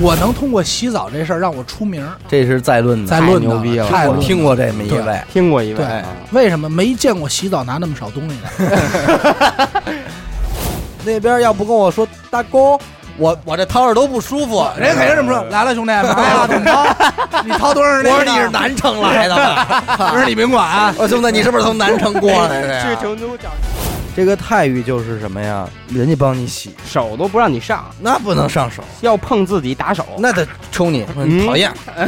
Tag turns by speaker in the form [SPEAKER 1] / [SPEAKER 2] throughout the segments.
[SPEAKER 1] 我能通过洗澡这事儿让我出名儿，
[SPEAKER 2] 这是再论的，
[SPEAKER 1] 再
[SPEAKER 2] 太
[SPEAKER 1] 论的
[SPEAKER 2] 牛逼了！
[SPEAKER 1] 太
[SPEAKER 2] 我
[SPEAKER 1] 论
[SPEAKER 2] 听过这么一
[SPEAKER 1] 对
[SPEAKER 2] 位，
[SPEAKER 3] 听过一位
[SPEAKER 1] 对
[SPEAKER 3] 啊，
[SPEAKER 1] 为什么没见过洗澡拿那么少东西的？
[SPEAKER 4] 那边要不跟我说大哥，我我这掏着都不舒服。
[SPEAKER 1] 人家肯定 这么说，来了兄弟，来 了怎么着？你掏多少？
[SPEAKER 4] 我说你是南城来的吧？
[SPEAKER 1] 我说你甭管啊，
[SPEAKER 4] 我说兄弟，你是不是从南城过来的
[SPEAKER 3] 去
[SPEAKER 4] 呀？
[SPEAKER 3] 成都找
[SPEAKER 2] 这个待遇就是什么呀？人家帮你洗，
[SPEAKER 3] 手都不让你上，
[SPEAKER 2] 那不能上手，
[SPEAKER 3] 要碰自己打手。
[SPEAKER 2] 那得抽你，
[SPEAKER 3] 嗯
[SPEAKER 2] 讨厌，哎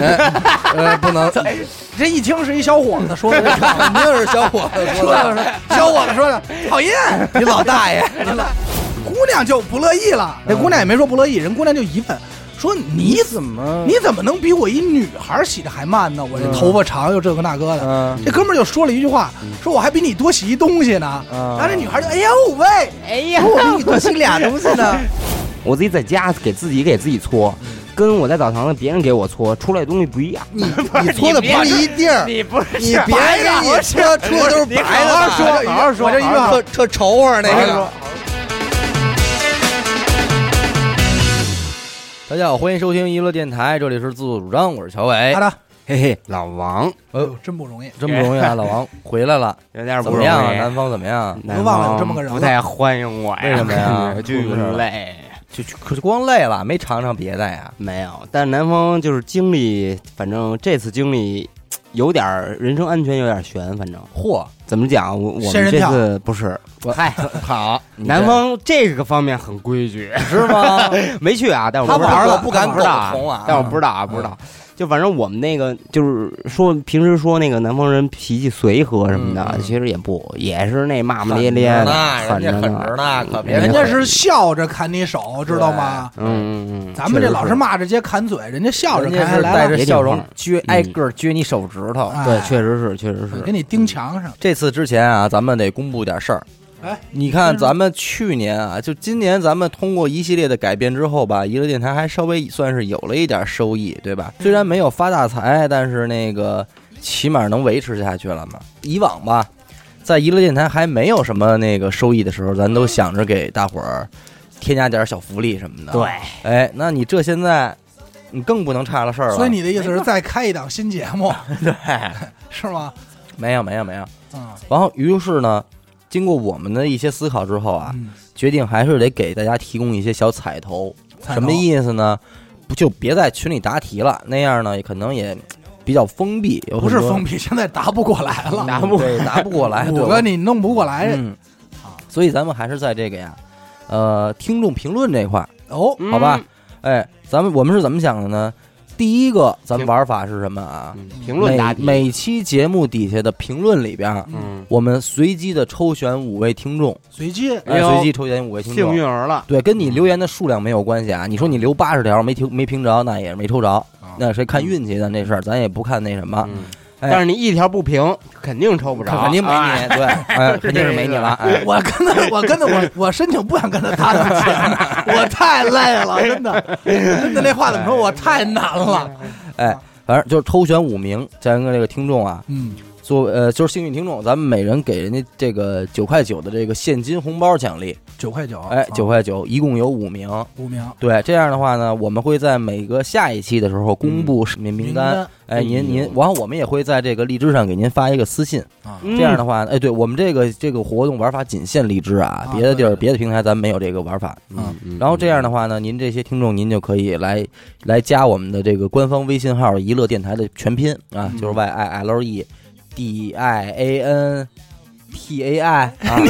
[SPEAKER 2] 呃，不能，
[SPEAKER 1] 这一听是一小伙子说的，
[SPEAKER 4] 肯定是小伙子说的。
[SPEAKER 1] 小伙子说的，讨厌，
[SPEAKER 4] 你老大爷，
[SPEAKER 1] 姑娘就不乐意了。那姑娘也没说不乐意，人姑娘就疑问，说你怎
[SPEAKER 2] 嗯
[SPEAKER 1] 么你怎么能比我一女孩洗的还慢呢？我这头发长又这个那个的。
[SPEAKER 2] 嗯，
[SPEAKER 1] 这哥们儿就说了一句话，说我还比你多洗一东西呢。
[SPEAKER 2] 嗯
[SPEAKER 1] 然后这女孩就哎呦喂，
[SPEAKER 2] 哎呀，我比你多洗俩东西呢，
[SPEAKER 3] 我自己在家给自己给自己搓，
[SPEAKER 1] 嗯
[SPEAKER 3] 跟我在澡堂子别人给我搓出来的东西不一样。
[SPEAKER 2] 你你搓 的不是一地儿，
[SPEAKER 3] 你 不
[SPEAKER 2] 你别人你搓出的都是白的，
[SPEAKER 3] 好好说
[SPEAKER 1] 我这一句话
[SPEAKER 4] 特特愁啊那个。
[SPEAKER 2] 大家好，欢迎收听娱乐电台，这里是自作主张，我是乔伟
[SPEAKER 1] 好。的，
[SPEAKER 3] 嘿嘿，老王
[SPEAKER 1] 哎呦，哎真不容易。
[SPEAKER 2] 真不容易啊，老王回来了，
[SPEAKER 3] 有点
[SPEAKER 2] 怎
[SPEAKER 3] 不
[SPEAKER 2] 么
[SPEAKER 3] 容易
[SPEAKER 2] 样啊？南方怎么样？
[SPEAKER 3] 南方
[SPEAKER 1] 都忘了有这么个人了
[SPEAKER 3] 不太欢迎我呀？
[SPEAKER 2] 为什么呀
[SPEAKER 3] 我就有点 累。
[SPEAKER 2] 就就光累了，没尝尝别的呀？
[SPEAKER 3] 没有，但南方就是经历，反正这次经历有点儿人身安全有点儿悬，反正
[SPEAKER 2] 嚯，
[SPEAKER 3] 怎么讲，我我
[SPEAKER 1] 仙
[SPEAKER 3] 们
[SPEAKER 1] 人
[SPEAKER 3] 这
[SPEAKER 1] 跳
[SPEAKER 3] 次不是，嗨，
[SPEAKER 2] 好，你这
[SPEAKER 3] 南方这个方面很规矩，
[SPEAKER 2] 是吗？
[SPEAKER 3] 没去啊，但我
[SPEAKER 4] 他
[SPEAKER 3] 不知道
[SPEAKER 4] 玩了
[SPEAKER 3] 但
[SPEAKER 4] 不敢
[SPEAKER 3] 我不知道
[SPEAKER 4] 苟同啊
[SPEAKER 3] 但我不知道啊，不知道。就反正我们那个就是说，平时说那个南方人脾气随和什么的，
[SPEAKER 2] 嗯嗯嗯
[SPEAKER 3] 其实也不，也是那骂骂咧咧的，
[SPEAKER 4] 那
[SPEAKER 3] 狠
[SPEAKER 4] 人家
[SPEAKER 3] 着
[SPEAKER 4] 狠着
[SPEAKER 3] 呢。
[SPEAKER 4] 呢，可
[SPEAKER 2] 哎
[SPEAKER 4] 别
[SPEAKER 1] 人家是笑着砍你手，知道吗？
[SPEAKER 3] 嗯嗯嗯，
[SPEAKER 1] 咱们这老
[SPEAKER 3] 是
[SPEAKER 1] 是骂着街砍嘴，人家笑着
[SPEAKER 2] 人家
[SPEAKER 1] 砍，还
[SPEAKER 2] 是
[SPEAKER 1] 来
[SPEAKER 2] 带
[SPEAKER 1] 了，
[SPEAKER 2] 着
[SPEAKER 3] 也挺
[SPEAKER 2] 笑容
[SPEAKER 3] 棒
[SPEAKER 2] 撅，挨个儿撅你手指头。
[SPEAKER 1] 哎
[SPEAKER 3] 对，确实是，确实是
[SPEAKER 1] 给。你钉墙上。
[SPEAKER 2] 这次之前啊，咱们得公布点事儿。
[SPEAKER 1] 哎，
[SPEAKER 2] 你看
[SPEAKER 1] 嗯
[SPEAKER 2] 咱们去年啊，就今年咱们通过一系列的改变之后吧，娱乐电台还稍微算是有了一点收益，对吧？
[SPEAKER 1] 嗯
[SPEAKER 2] 虽然没有发大财，但是那个起码能维持下去了嘛。以往吧，在娱乐电台还没有什么那个收益的时候，咱都想着给大伙儿添加点小福利什么的。
[SPEAKER 3] 对，，
[SPEAKER 2] 哎，那你这现在你更不能差了事儿了。
[SPEAKER 1] 所以你的意思是再开一档新节目
[SPEAKER 2] 对，
[SPEAKER 1] 是吗？
[SPEAKER 2] 没有没有没有。
[SPEAKER 1] 嗯
[SPEAKER 2] 然后于是呢，经过我们的一些思考之后啊，
[SPEAKER 1] 嗯，
[SPEAKER 2] 决定还是得给大家提供一些小彩头。
[SPEAKER 1] 彩头
[SPEAKER 2] 什么意思呢？不就别在群里答题了，那样呢也可能也比较封闭，有
[SPEAKER 1] 不是
[SPEAKER 2] 很多
[SPEAKER 1] 封闭，现在答不过来了，
[SPEAKER 2] 嗯 对答不过来，对
[SPEAKER 1] 五个你啊弄不过来
[SPEAKER 2] 嗯，所以咱们还是在这个呀，呃，听众评论这块儿，
[SPEAKER 1] 哦。
[SPEAKER 3] 嗯
[SPEAKER 2] 好吧？哎，咱们我们是怎么想的呢？第一个，咱们玩法是什么啊？
[SPEAKER 3] 嗯评论答题，
[SPEAKER 2] 每每期节目底下的评论里边儿，
[SPEAKER 3] 嗯，
[SPEAKER 2] 我们随机的抽选五位听众，
[SPEAKER 1] 随机
[SPEAKER 3] 哎
[SPEAKER 2] 哎，
[SPEAKER 3] 呦
[SPEAKER 2] 随机抽选五位听
[SPEAKER 3] 幸
[SPEAKER 2] 众。
[SPEAKER 3] 运儿了，
[SPEAKER 2] 对，跟你留言的数量没有关系啊。你说你留八十条没听没评着，那也是没抽着，那谁看运气咱这事儿，咱也不看那什么，
[SPEAKER 3] 嗯
[SPEAKER 2] 哎
[SPEAKER 3] 但是你一条不平，肯定抽不着，
[SPEAKER 2] 肯定没
[SPEAKER 3] 哎
[SPEAKER 2] 你， 对，哎，肯定是没你了。哎，
[SPEAKER 1] 我跟他，我跟他，我我申请不想跟他搭档节目，我太累了，真的，真的那话怎么说？我太难了。
[SPEAKER 2] 哎反正就是抽选五名，咱跟这个听众啊，
[SPEAKER 1] 嗯，
[SPEAKER 2] 做呃就是幸运听众，咱们每人给人家这个九块九的这个现金红包奖励，
[SPEAKER 1] 九块九，
[SPEAKER 2] 哎，
[SPEAKER 1] 啊
[SPEAKER 2] 九块九，一共有五名。
[SPEAKER 1] 五名
[SPEAKER 2] 对，这样的话呢，我们会在每个下一期的时候公布名嗯名单。， 哎，您您，然后我们也会在这个荔枝上给您发一个私信。
[SPEAKER 1] 啊，
[SPEAKER 3] 嗯
[SPEAKER 2] 这样的话，哎，对我们这个这个活动玩法仅限荔枝啊，
[SPEAKER 1] 啊
[SPEAKER 2] 别的地
[SPEAKER 1] 对
[SPEAKER 2] 儿、
[SPEAKER 1] 对
[SPEAKER 2] 别的平台咱没有这个玩法。
[SPEAKER 1] 嗯。
[SPEAKER 3] 嗯
[SPEAKER 2] 然后这样的话呢，您这些听众您就可以来来加我们的这个官方微信号“娱乐电台”的全拼啊，就是 Y I L E D I A N T A I 啊
[SPEAKER 1] 哎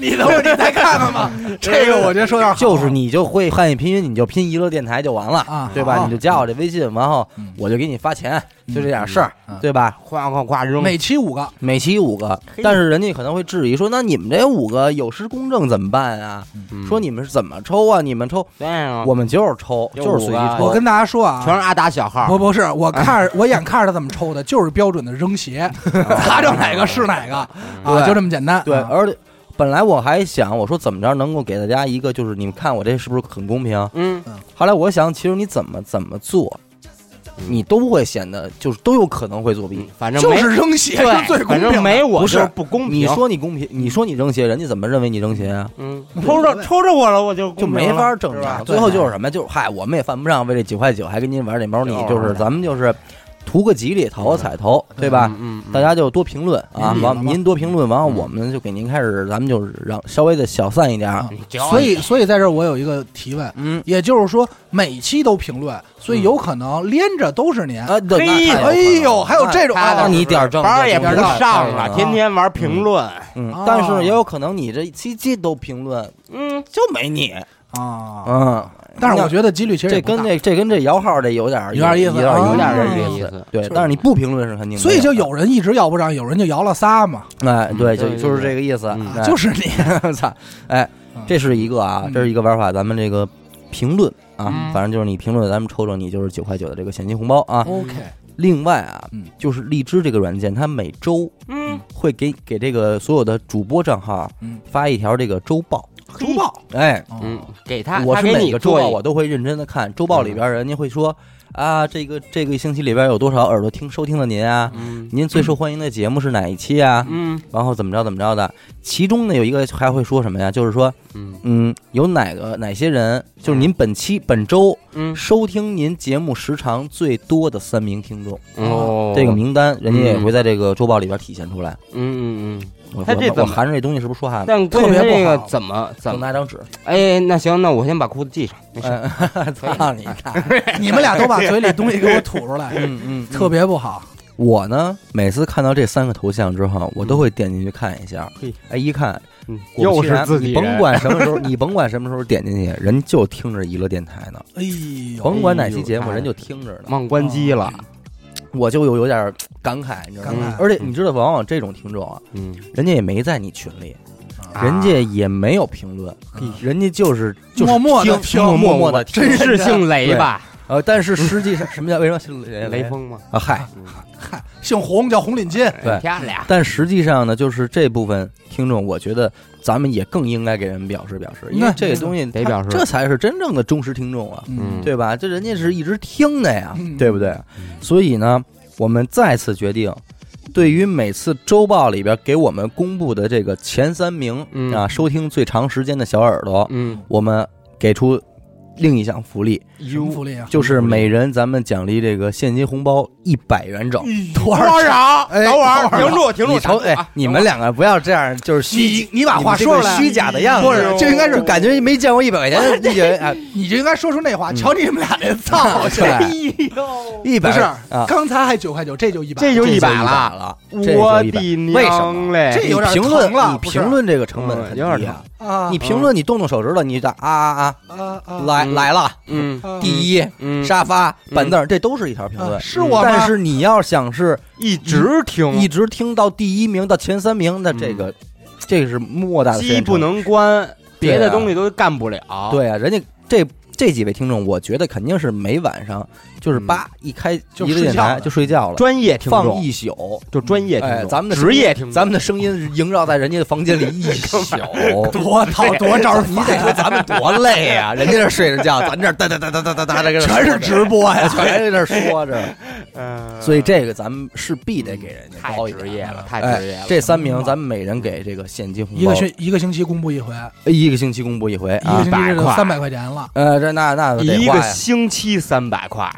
[SPEAKER 1] 你你等会儿你再看看吧，这个我觉得说有点好
[SPEAKER 2] 就是你就会汉语拼音，你就拼娱乐电台就完了，
[SPEAKER 1] 啊
[SPEAKER 2] 对吧？
[SPEAKER 1] 好
[SPEAKER 2] 你就加我这微信，然后
[SPEAKER 1] 嗯
[SPEAKER 2] 我就给你发钱，就这点事儿
[SPEAKER 1] 嗯嗯，
[SPEAKER 2] 对吧？
[SPEAKER 3] 夸夸夸扔，
[SPEAKER 1] 每期五个，
[SPEAKER 2] 每期五个，但是人家可能会质疑说，那你们这五个有失公正怎么办啊？
[SPEAKER 3] 嗯
[SPEAKER 2] 说你们是怎么抽啊？你们抽，
[SPEAKER 3] 对啊，
[SPEAKER 2] 我们就是抽，
[SPEAKER 3] 有
[SPEAKER 2] 就是随机
[SPEAKER 3] 五个
[SPEAKER 2] 抽。
[SPEAKER 1] 我跟大家说啊，
[SPEAKER 3] 全是阿达小号，
[SPEAKER 1] 不不是，我看我眼看着他怎么抽的，就是标准的扔鞋，砸着哪个是哪个啊，
[SPEAKER 2] 对
[SPEAKER 1] 就这么简单。
[SPEAKER 2] 对，
[SPEAKER 1] 啊
[SPEAKER 2] 而且本来我还想，我说怎么着能够给大家一个，就是你们看我这是不是很公平？
[SPEAKER 3] 嗯，
[SPEAKER 2] 后来我想，其实你怎么怎么做，你都会显得就是都有可能会作弊。
[SPEAKER 3] 嗯反正
[SPEAKER 1] 就
[SPEAKER 3] 没，
[SPEAKER 1] 是扔鞋
[SPEAKER 3] 对
[SPEAKER 1] 是最公
[SPEAKER 3] 反
[SPEAKER 1] 平
[SPEAKER 3] 正
[SPEAKER 1] 的。
[SPEAKER 3] 没我
[SPEAKER 2] 不
[SPEAKER 3] 就是不公平。
[SPEAKER 2] 你说你公平，你说你扔鞋，人家怎么认为你扔鞋啊？
[SPEAKER 3] 嗯，
[SPEAKER 1] 抽
[SPEAKER 3] 抽
[SPEAKER 1] 着
[SPEAKER 3] 着抽着我了，我就
[SPEAKER 2] 就没法正
[SPEAKER 1] 是吧
[SPEAKER 2] 常。最后就是什么？就是嗨，我们也犯不上为这几块九还跟您玩这猫腻，就是咱们就是图个吉利，讨个彩头，对吧？
[SPEAKER 3] 嗯，
[SPEAKER 2] 大家就多评论啊，
[SPEAKER 1] 嗯
[SPEAKER 2] 完
[SPEAKER 1] 嗯
[SPEAKER 2] 您多评论，完了我们就给您开始，咱们就是让稍微的小散一点儿。
[SPEAKER 1] 所以，所以在这儿我有一个提问，
[SPEAKER 2] 嗯，
[SPEAKER 1] 也就是说每期都评论，所
[SPEAKER 3] 嗯
[SPEAKER 1] 以有可能连着都是您。
[SPEAKER 2] 啊，对
[SPEAKER 3] 嘿
[SPEAKER 2] 那太有
[SPEAKER 1] 哎呦，还有这种
[SPEAKER 2] 那
[SPEAKER 1] 啊
[SPEAKER 2] 哦你点儿正
[SPEAKER 3] 班儿也
[SPEAKER 2] 不
[SPEAKER 3] 不上
[SPEAKER 2] 了
[SPEAKER 3] 了，天天玩评论，
[SPEAKER 2] 嗯
[SPEAKER 1] 啊，
[SPEAKER 2] 但是也有可能你这期期都评论
[SPEAKER 3] 嗯，
[SPEAKER 2] 就没你，
[SPEAKER 1] 啊！
[SPEAKER 2] 嗯，
[SPEAKER 1] 但是我觉得几率其实
[SPEAKER 2] 这
[SPEAKER 1] 也不
[SPEAKER 2] 跟
[SPEAKER 1] 大
[SPEAKER 2] 这这跟这摇号这有点儿
[SPEAKER 1] 有点意思
[SPEAKER 2] 有点儿
[SPEAKER 1] 啊
[SPEAKER 2] 有点
[SPEAKER 1] 有
[SPEAKER 2] 儿
[SPEAKER 1] 点
[SPEAKER 3] 意思
[SPEAKER 2] 对
[SPEAKER 1] 是，
[SPEAKER 2] 但是你不评论是肯定没的，
[SPEAKER 1] 所以就有人一直要不上，有人就摇了仨嘛，
[SPEAKER 2] 哎，对，
[SPEAKER 3] 嗯
[SPEAKER 2] 就
[SPEAKER 3] 对对
[SPEAKER 2] 就是这个意思，
[SPEAKER 3] 嗯
[SPEAKER 2] 哎
[SPEAKER 1] 啊就是你
[SPEAKER 2] 操，哎
[SPEAKER 1] 嗯，
[SPEAKER 2] 这是一个啊，
[SPEAKER 1] 嗯
[SPEAKER 2] 这是一个玩法，咱们这个评论啊
[SPEAKER 1] 嗯，
[SPEAKER 2] 反正就是你评论，咱们抽抽你就是九块九的这个现金红包
[SPEAKER 3] 哦
[SPEAKER 2] 啊。
[SPEAKER 3] 嗯
[SPEAKER 1] OK
[SPEAKER 2] 另外啊
[SPEAKER 1] 嗯，
[SPEAKER 2] 就是荔枝这个软件，它每周
[SPEAKER 3] 嗯，
[SPEAKER 2] 会给给这个所有的主播账号啊
[SPEAKER 1] 嗯
[SPEAKER 2] 发一条这个周报，
[SPEAKER 1] 周报，
[SPEAKER 2] 哎。
[SPEAKER 1] 哦
[SPEAKER 3] 嗯，给他，
[SPEAKER 2] 我
[SPEAKER 3] 他
[SPEAKER 2] 是
[SPEAKER 3] 给
[SPEAKER 2] 每
[SPEAKER 3] 你
[SPEAKER 2] 个周
[SPEAKER 3] 做
[SPEAKER 2] 报
[SPEAKER 3] 一
[SPEAKER 2] 我都会认真的看，周
[SPEAKER 1] 嗯
[SPEAKER 2] 报里边人家会说啊，这个这个星期里边有多少耳朵听收听的您啊，
[SPEAKER 3] 嗯
[SPEAKER 2] 您最受欢迎的节目是哪一期啊？
[SPEAKER 3] 嗯
[SPEAKER 2] 然后怎么着怎么着的，其中呢有一个还会说什么呀？就是说，
[SPEAKER 3] 嗯
[SPEAKER 2] 嗯，有哪个哪些人，就是您本期本周
[SPEAKER 3] 嗯
[SPEAKER 2] 收听您节目时长最多的三名听众，
[SPEAKER 3] 哦，
[SPEAKER 2] 这个名单人家也会在这个周报里边体现出来。
[SPEAKER 3] 嗯嗯嗯，
[SPEAKER 2] 我
[SPEAKER 3] 他这
[SPEAKER 2] 我
[SPEAKER 3] 怎
[SPEAKER 2] 我
[SPEAKER 3] 么
[SPEAKER 2] 含着这东西是不是嗯说话呢？
[SPEAKER 3] 但关
[SPEAKER 1] 特
[SPEAKER 3] 键
[SPEAKER 1] 别
[SPEAKER 3] 他
[SPEAKER 1] 不
[SPEAKER 3] 这个
[SPEAKER 1] 好
[SPEAKER 3] 怎么怎
[SPEAKER 2] 能
[SPEAKER 3] 么？
[SPEAKER 2] 拿张纸，
[SPEAKER 3] 哎，那行，那我先把裤子系上，没事。
[SPEAKER 2] 哎 操
[SPEAKER 3] 嗯
[SPEAKER 2] 你看，
[SPEAKER 1] 你们俩都把嘴里东西给我吐出来，
[SPEAKER 2] 嗯嗯，
[SPEAKER 1] 特别不好。
[SPEAKER 2] 我呢，每次看到这三个头像之后，我都会点进去看一下
[SPEAKER 3] 嘿。
[SPEAKER 2] 哎，一看，
[SPEAKER 3] 嗯
[SPEAKER 2] 果不其然你
[SPEAKER 3] 人
[SPEAKER 2] 甭管什么时候， 你甭管什么时候点进去，人就听着娱乐电台呢，
[SPEAKER 1] 哎呦，
[SPEAKER 2] 甭管哪期节目，
[SPEAKER 3] 哎呦
[SPEAKER 2] 人就听着呢。
[SPEAKER 3] 忘关机
[SPEAKER 2] 哦
[SPEAKER 3] 了，
[SPEAKER 2] 我就有有点感慨，你知道
[SPEAKER 1] 感
[SPEAKER 2] 吗？
[SPEAKER 1] 慨
[SPEAKER 2] 而且你知道，往往这种听众啊，
[SPEAKER 3] 嗯，
[SPEAKER 2] 人家也没在你群里，
[SPEAKER 1] 啊
[SPEAKER 2] 人家也没有评论，
[SPEAKER 1] 嗯
[SPEAKER 2] 人家就是就是
[SPEAKER 1] 默默的
[SPEAKER 2] 听，默默默的听。
[SPEAKER 3] 真是姓雷吧？
[SPEAKER 2] 呃，但是实际上什么叫为什么姓雷
[SPEAKER 3] 雷锋嗯吗？
[SPEAKER 2] 啊？嗨，
[SPEAKER 1] 哎嗨，姓洪叫洪锦金，
[SPEAKER 2] 对
[SPEAKER 3] 漂亮，
[SPEAKER 2] 但实际上呢，就是这部分听众，我觉得咱们也更应该给人表示表示，因为
[SPEAKER 1] 那
[SPEAKER 2] 这个东西
[SPEAKER 3] 得表示
[SPEAKER 2] 这才是真正的忠实听众啊，
[SPEAKER 3] 嗯
[SPEAKER 2] 对吧？这人家是一直听的呀，
[SPEAKER 1] 嗯
[SPEAKER 2] 对不对？所以呢，我们再次决定，对于每次周报里边给我们公布的这个前三名、
[SPEAKER 3] 嗯
[SPEAKER 2] 啊，收听最长时间的小耳朵，
[SPEAKER 3] 嗯，
[SPEAKER 2] 我们给出另一项福利，
[SPEAKER 1] 什么福利啊？
[SPEAKER 2] 就是每人咱们奖励这个现金红包一百元整。
[SPEAKER 1] 多
[SPEAKER 3] 多
[SPEAKER 1] 少？
[SPEAKER 3] 少？
[SPEAKER 1] 哎
[SPEAKER 3] 啊等会
[SPEAKER 1] 等
[SPEAKER 3] 儿，
[SPEAKER 1] 会儿
[SPEAKER 3] 停住，停
[SPEAKER 2] 你
[SPEAKER 3] 住，
[SPEAKER 2] 瞅，
[SPEAKER 3] 等会儿
[SPEAKER 2] 哎
[SPEAKER 3] 啊，
[SPEAKER 2] 你们两个不要这样，就是虚
[SPEAKER 1] 你，你把话
[SPEAKER 2] 这
[SPEAKER 1] 说
[SPEAKER 2] 个
[SPEAKER 1] 出来，
[SPEAKER 2] 虚假的样子，
[SPEAKER 1] 不是，
[SPEAKER 2] 这应该是感觉没见过一百块钱的一人，哎
[SPEAKER 1] 你就应该说出那话。瞧你们俩这造型，
[SPEAKER 2] 对一
[SPEAKER 1] 不
[SPEAKER 2] 百
[SPEAKER 1] 是
[SPEAKER 2] 啊，，
[SPEAKER 1] 刚才还九块九，这就一百，
[SPEAKER 3] 这就
[SPEAKER 2] 这
[SPEAKER 3] 一
[SPEAKER 2] 就
[SPEAKER 3] 百
[SPEAKER 2] 100
[SPEAKER 3] 了，
[SPEAKER 2] 了，这就
[SPEAKER 3] 嗯我
[SPEAKER 2] 100
[SPEAKER 3] 的
[SPEAKER 2] 为什
[SPEAKER 3] 娘
[SPEAKER 2] 么？
[SPEAKER 3] 嘞！
[SPEAKER 1] 这有点
[SPEAKER 2] 你评论
[SPEAKER 1] 疼了
[SPEAKER 2] 你
[SPEAKER 1] 不是
[SPEAKER 2] 评论这个成本
[SPEAKER 3] 嗯
[SPEAKER 2] 很
[SPEAKER 3] 有点
[SPEAKER 2] 低啊
[SPEAKER 3] 疼
[SPEAKER 1] 啊，
[SPEAKER 2] 你评论，你动动手指头，你这啊啊
[SPEAKER 1] 啊
[SPEAKER 2] 啊，
[SPEAKER 1] 啊
[SPEAKER 2] 来
[SPEAKER 3] 嗯
[SPEAKER 2] 来了，
[SPEAKER 3] 嗯
[SPEAKER 1] 啊
[SPEAKER 2] 第一
[SPEAKER 3] 嗯，
[SPEAKER 2] 沙发、
[SPEAKER 3] 嗯
[SPEAKER 2] 板凳，这都是一条评
[SPEAKER 1] 啊
[SPEAKER 2] 论。
[SPEAKER 1] 是我吗？
[SPEAKER 2] 但是你要想是
[SPEAKER 3] 一直听，
[SPEAKER 2] 一直听到第一名到前三名，那这个这个是莫大的
[SPEAKER 3] 嗯机
[SPEAKER 2] 限
[SPEAKER 3] 不
[SPEAKER 2] 制。
[SPEAKER 3] 能关，
[SPEAKER 2] 对啊
[SPEAKER 3] 别的东西都干不了。，
[SPEAKER 2] 对啊，人家这这几位听众，我觉得肯定是每晚上就是
[SPEAKER 3] 嗯
[SPEAKER 2] 叭一开
[SPEAKER 1] 就
[SPEAKER 2] 一个
[SPEAKER 1] 睡
[SPEAKER 2] 电
[SPEAKER 1] 觉
[SPEAKER 2] 台
[SPEAKER 1] 了
[SPEAKER 2] 就睡觉了，
[SPEAKER 3] 专业听
[SPEAKER 2] 放
[SPEAKER 3] 众
[SPEAKER 2] 一宿。
[SPEAKER 3] 就专业听
[SPEAKER 2] 哎，
[SPEAKER 3] 众，
[SPEAKER 2] 咱们的声
[SPEAKER 3] 职
[SPEAKER 2] 音
[SPEAKER 3] 业听众，
[SPEAKER 2] 咱们的声音萦绕在人家的房间里 一宿。
[SPEAKER 1] 多讨多招
[SPEAKER 2] 你得说咱们多累啊！人家这睡着觉，咱这儿哒哒哒哒哒哒哒，这个
[SPEAKER 1] 全是直播呀，
[SPEAKER 2] 哎全在这儿说着，
[SPEAKER 3] 嗯，
[SPEAKER 2] 所以这个咱们势必得给人家
[SPEAKER 3] 太
[SPEAKER 2] 高一点
[SPEAKER 3] 职业了，太
[SPEAKER 2] 哎
[SPEAKER 3] 职业了。
[SPEAKER 2] 这三名咱们每人给这个现金红包，
[SPEAKER 1] 一个星一个星期公布一回，一
[SPEAKER 2] 一个星期公布一回
[SPEAKER 1] 个
[SPEAKER 2] 啊
[SPEAKER 1] 星。期就三百块钱了。
[SPEAKER 2] 呃，这那那得
[SPEAKER 3] 一
[SPEAKER 2] 花
[SPEAKER 3] 个
[SPEAKER 2] 呀，
[SPEAKER 3] 星期三百块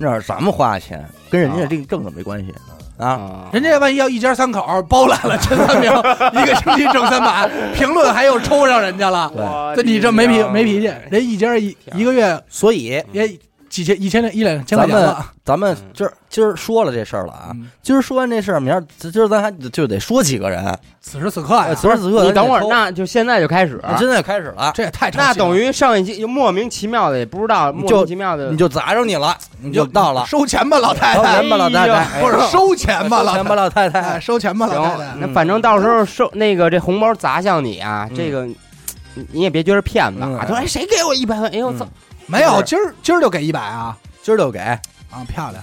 [SPEAKER 2] 那是咱们花的钱，跟人家这挣的没关系啊。
[SPEAKER 3] 啊
[SPEAKER 1] 人家万一要一家三口包揽了前三名， 一个星期挣三百，评论还又抽上人家了。
[SPEAKER 3] 我
[SPEAKER 1] 这你这没
[SPEAKER 2] 哎
[SPEAKER 1] 脾
[SPEAKER 3] 的
[SPEAKER 1] 没脾气，人一家一一个月
[SPEAKER 2] 所以
[SPEAKER 1] 也几千一千两一两千块
[SPEAKER 2] 咱
[SPEAKER 1] 钱
[SPEAKER 2] 们
[SPEAKER 1] 了。
[SPEAKER 2] 咱们今儿今儿说了这事儿了啊
[SPEAKER 1] 嗯，
[SPEAKER 2] 今儿说完这事儿，明儿今儿咱还就得说几个人。
[SPEAKER 1] 此时此刻
[SPEAKER 2] 哎
[SPEAKER 1] 呀，
[SPEAKER 2] 此时此刻，
[SPEAKER 3] 你等会儿，
[SPEAKER 2] 咱得
[SPEAKER 3] 那就现在就开始
[SPEAKER 2] 抽，那真的开始啊了，
[SPEAKER 1] 这也太
[SPEAKER 3] 那等
[SPEAKER 1] 于
[SPEAKER 3] 于上一期就莫名其妙的也不知道，
[SPEAKER 2] 你
[SPEAKER 3] 莫
[SPEAKER 2] 就
[SPEAKER 3] 名其妙的
[SPEAKER 2] 你就砸着你了，你就到了。
[SPEAKER 1] 收钱吧，老太
[SPEAKER 2] 收
[SPEAKER 1] 太，
[SPEAKER 2] 钱吧，老太
[SPEAKER 3] 哎
[SPEAKER 2] 太，
[SPEAKER 1] 不是收钱吧，
[SPEAKER 2] 收
[SPEAKER 1] 老
[SPEAKER 2] 钱
[SPEAKER 1] 太
[SPEAKER 2] 吧，老太太
[SPEAKER 1] 太，。哎收钱吧，老太太
[SPEAKER 3] 行。，那反正到时候收那个这红包砸向你啊
[SPEAKER 2] 嗯，
[SPEAKER 3] 这个你你也别觉得骗子
[SPEAKER 2] 嗯
[SPEAKER 3] 啊，说哎谁给我一百块？哎呦我操，
[SPEAKER 1] 没有，今儿今儿就给一百啊
[SPEAKER 2] 今儿就给，
[SPEAKER 1] 啊，漂亮！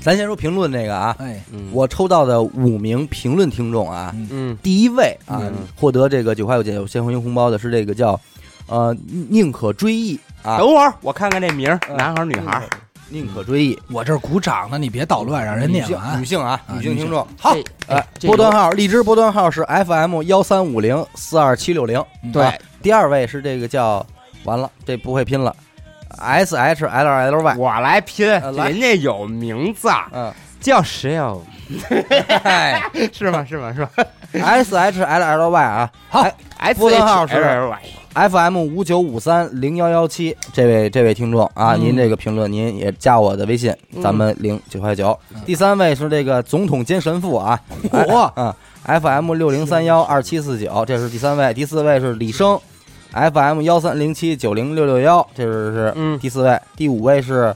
[SPEAKER 2] 咱先说评论这个啊，
[SPEAKER 1] 哎，
[SPEAKER 3] 嗯
[SPEAKER 2] 我抽到的五名评论听众啊，
[SPEAKER 3] 嗯
[SPEAKER 2] 第一位啊，
[SPEAKER 3] 嗯
[SPEAKER 2] 获得这个九块九九现金红包的是这个叫，呃，宁可追忆啊，
[SPEAKER 3] 嗯等会儿我看看这名儿，男孩儿女孩儿，
[SPEAKER 2] 宁可追忆。
[SPEAKER 1] 我这儿鼓掌呢，你别捣乱，让人
[SPEAKER 2] 女
[SPEAKER 1] 念
[SPEAKER 2] 性
[SPEAKER 1] 完
[SPEAKER 2] 女。性啊，
[SPEAKER 1] 啊
[SPEAKER 2] 女
[SPEAKER 1] 女
[SPEAKER 2] 性
[SPEAKER 1] 性
[SPEAKER 2] 听众，好，
[SPEAKER 3] 这
[SPEAKER 2] 哎，
[SPEAKER 3] 这
[SPEAKER 2] 波
[SPEAKER 3] 有
[SPEAKER 2] 段号，荔枝波段号是 FM 幺三五零四二七六零，
[SPEAKER 3] 对
[SPEAKER 2] 啊第二位是这个叫，完了，这不会拼了，S H L L Y，
[SPEAKER 3] 我来拼，
[SPEAKER 2] 来
[SPEAKER 3] 人家有名字啊
[SPEAKER 2] 嗯
[SPEAKER 3] 叫谁啊 呀？是吗？是吗？是吧
[SPEAKER 2] ，S H L L Y 啊
[SPEAKER 3] ？S
[SPEAKER 2] 波段号是
[SPEAKER 3] H-L-L-Y
[SPEAKER 2] ，FM 五九五三零幺幺七，这位这位听众啊，
[SPEAKER 1] 嗯
[SPEAKER 2] 您这个评论您也加我的微信，咱们领九块九。第三位是这个总统兼神父 啊，
[SPEAKER 1] 我
[SPEAKER 2] 嗯，FM 六零三幺二七四九，这是第三位，第四位是李生，FM 幺三零七九零六六幺，这是是
[SPEAKER 3] 嗯
[SPEAKER 2] 第四位，第五位是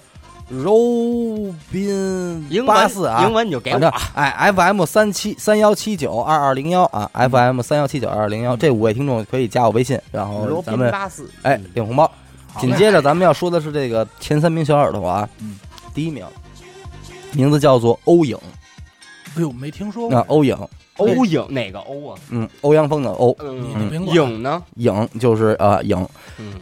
[SPEAKER 2] 柔宾
[SPEAKER 3] 英
[SPEAKER 2] 八
[SPEAKER 3] 文
[SPEAKER 2] 四啊，
[SPEAKER 3] 英文你就给
[SPEAKER 2] 反
[SPEAKER 3] 我
[SPEAKER 2] 正。哎，FM 三七三幺七九二二零幺啊，FM
[SPEAKER 3] 嗯
[SPEAKER 2] 三幺七九二二零幺，这五位听众可以加我微信，然后
[SPEAKER 3] 罗
[SPEAKER 2] 咱
[SPEAKER 3] 宾嗯
[SPEAKER 2] 们
[SPEAKER 3] 巴斯，
[SPEAKER 2] 哎领红包。紧接着咱们要说的是这个前三名小耳朵啊
[SPEAKER 1] 嗯，
[SPEAKER 2] 第一名名字叫做欧影
[SPEAKER 1] 哎呦，没听说
[SPEAKER 2] 啊
[SPEAKER 1] 过，，
[SPEAKER 2] 欧影，
[SPEAKER 3] 欧影哪个欧啊？嗯
[SPEAKER 2] 嗯，欧阳锋的欧，嗯
[SPEAKER 1] 你别管
[SPEAKER 3] 影呢？
[SPEAKER 2] 影就是呃影，
[SPEAKER 3] 嗯，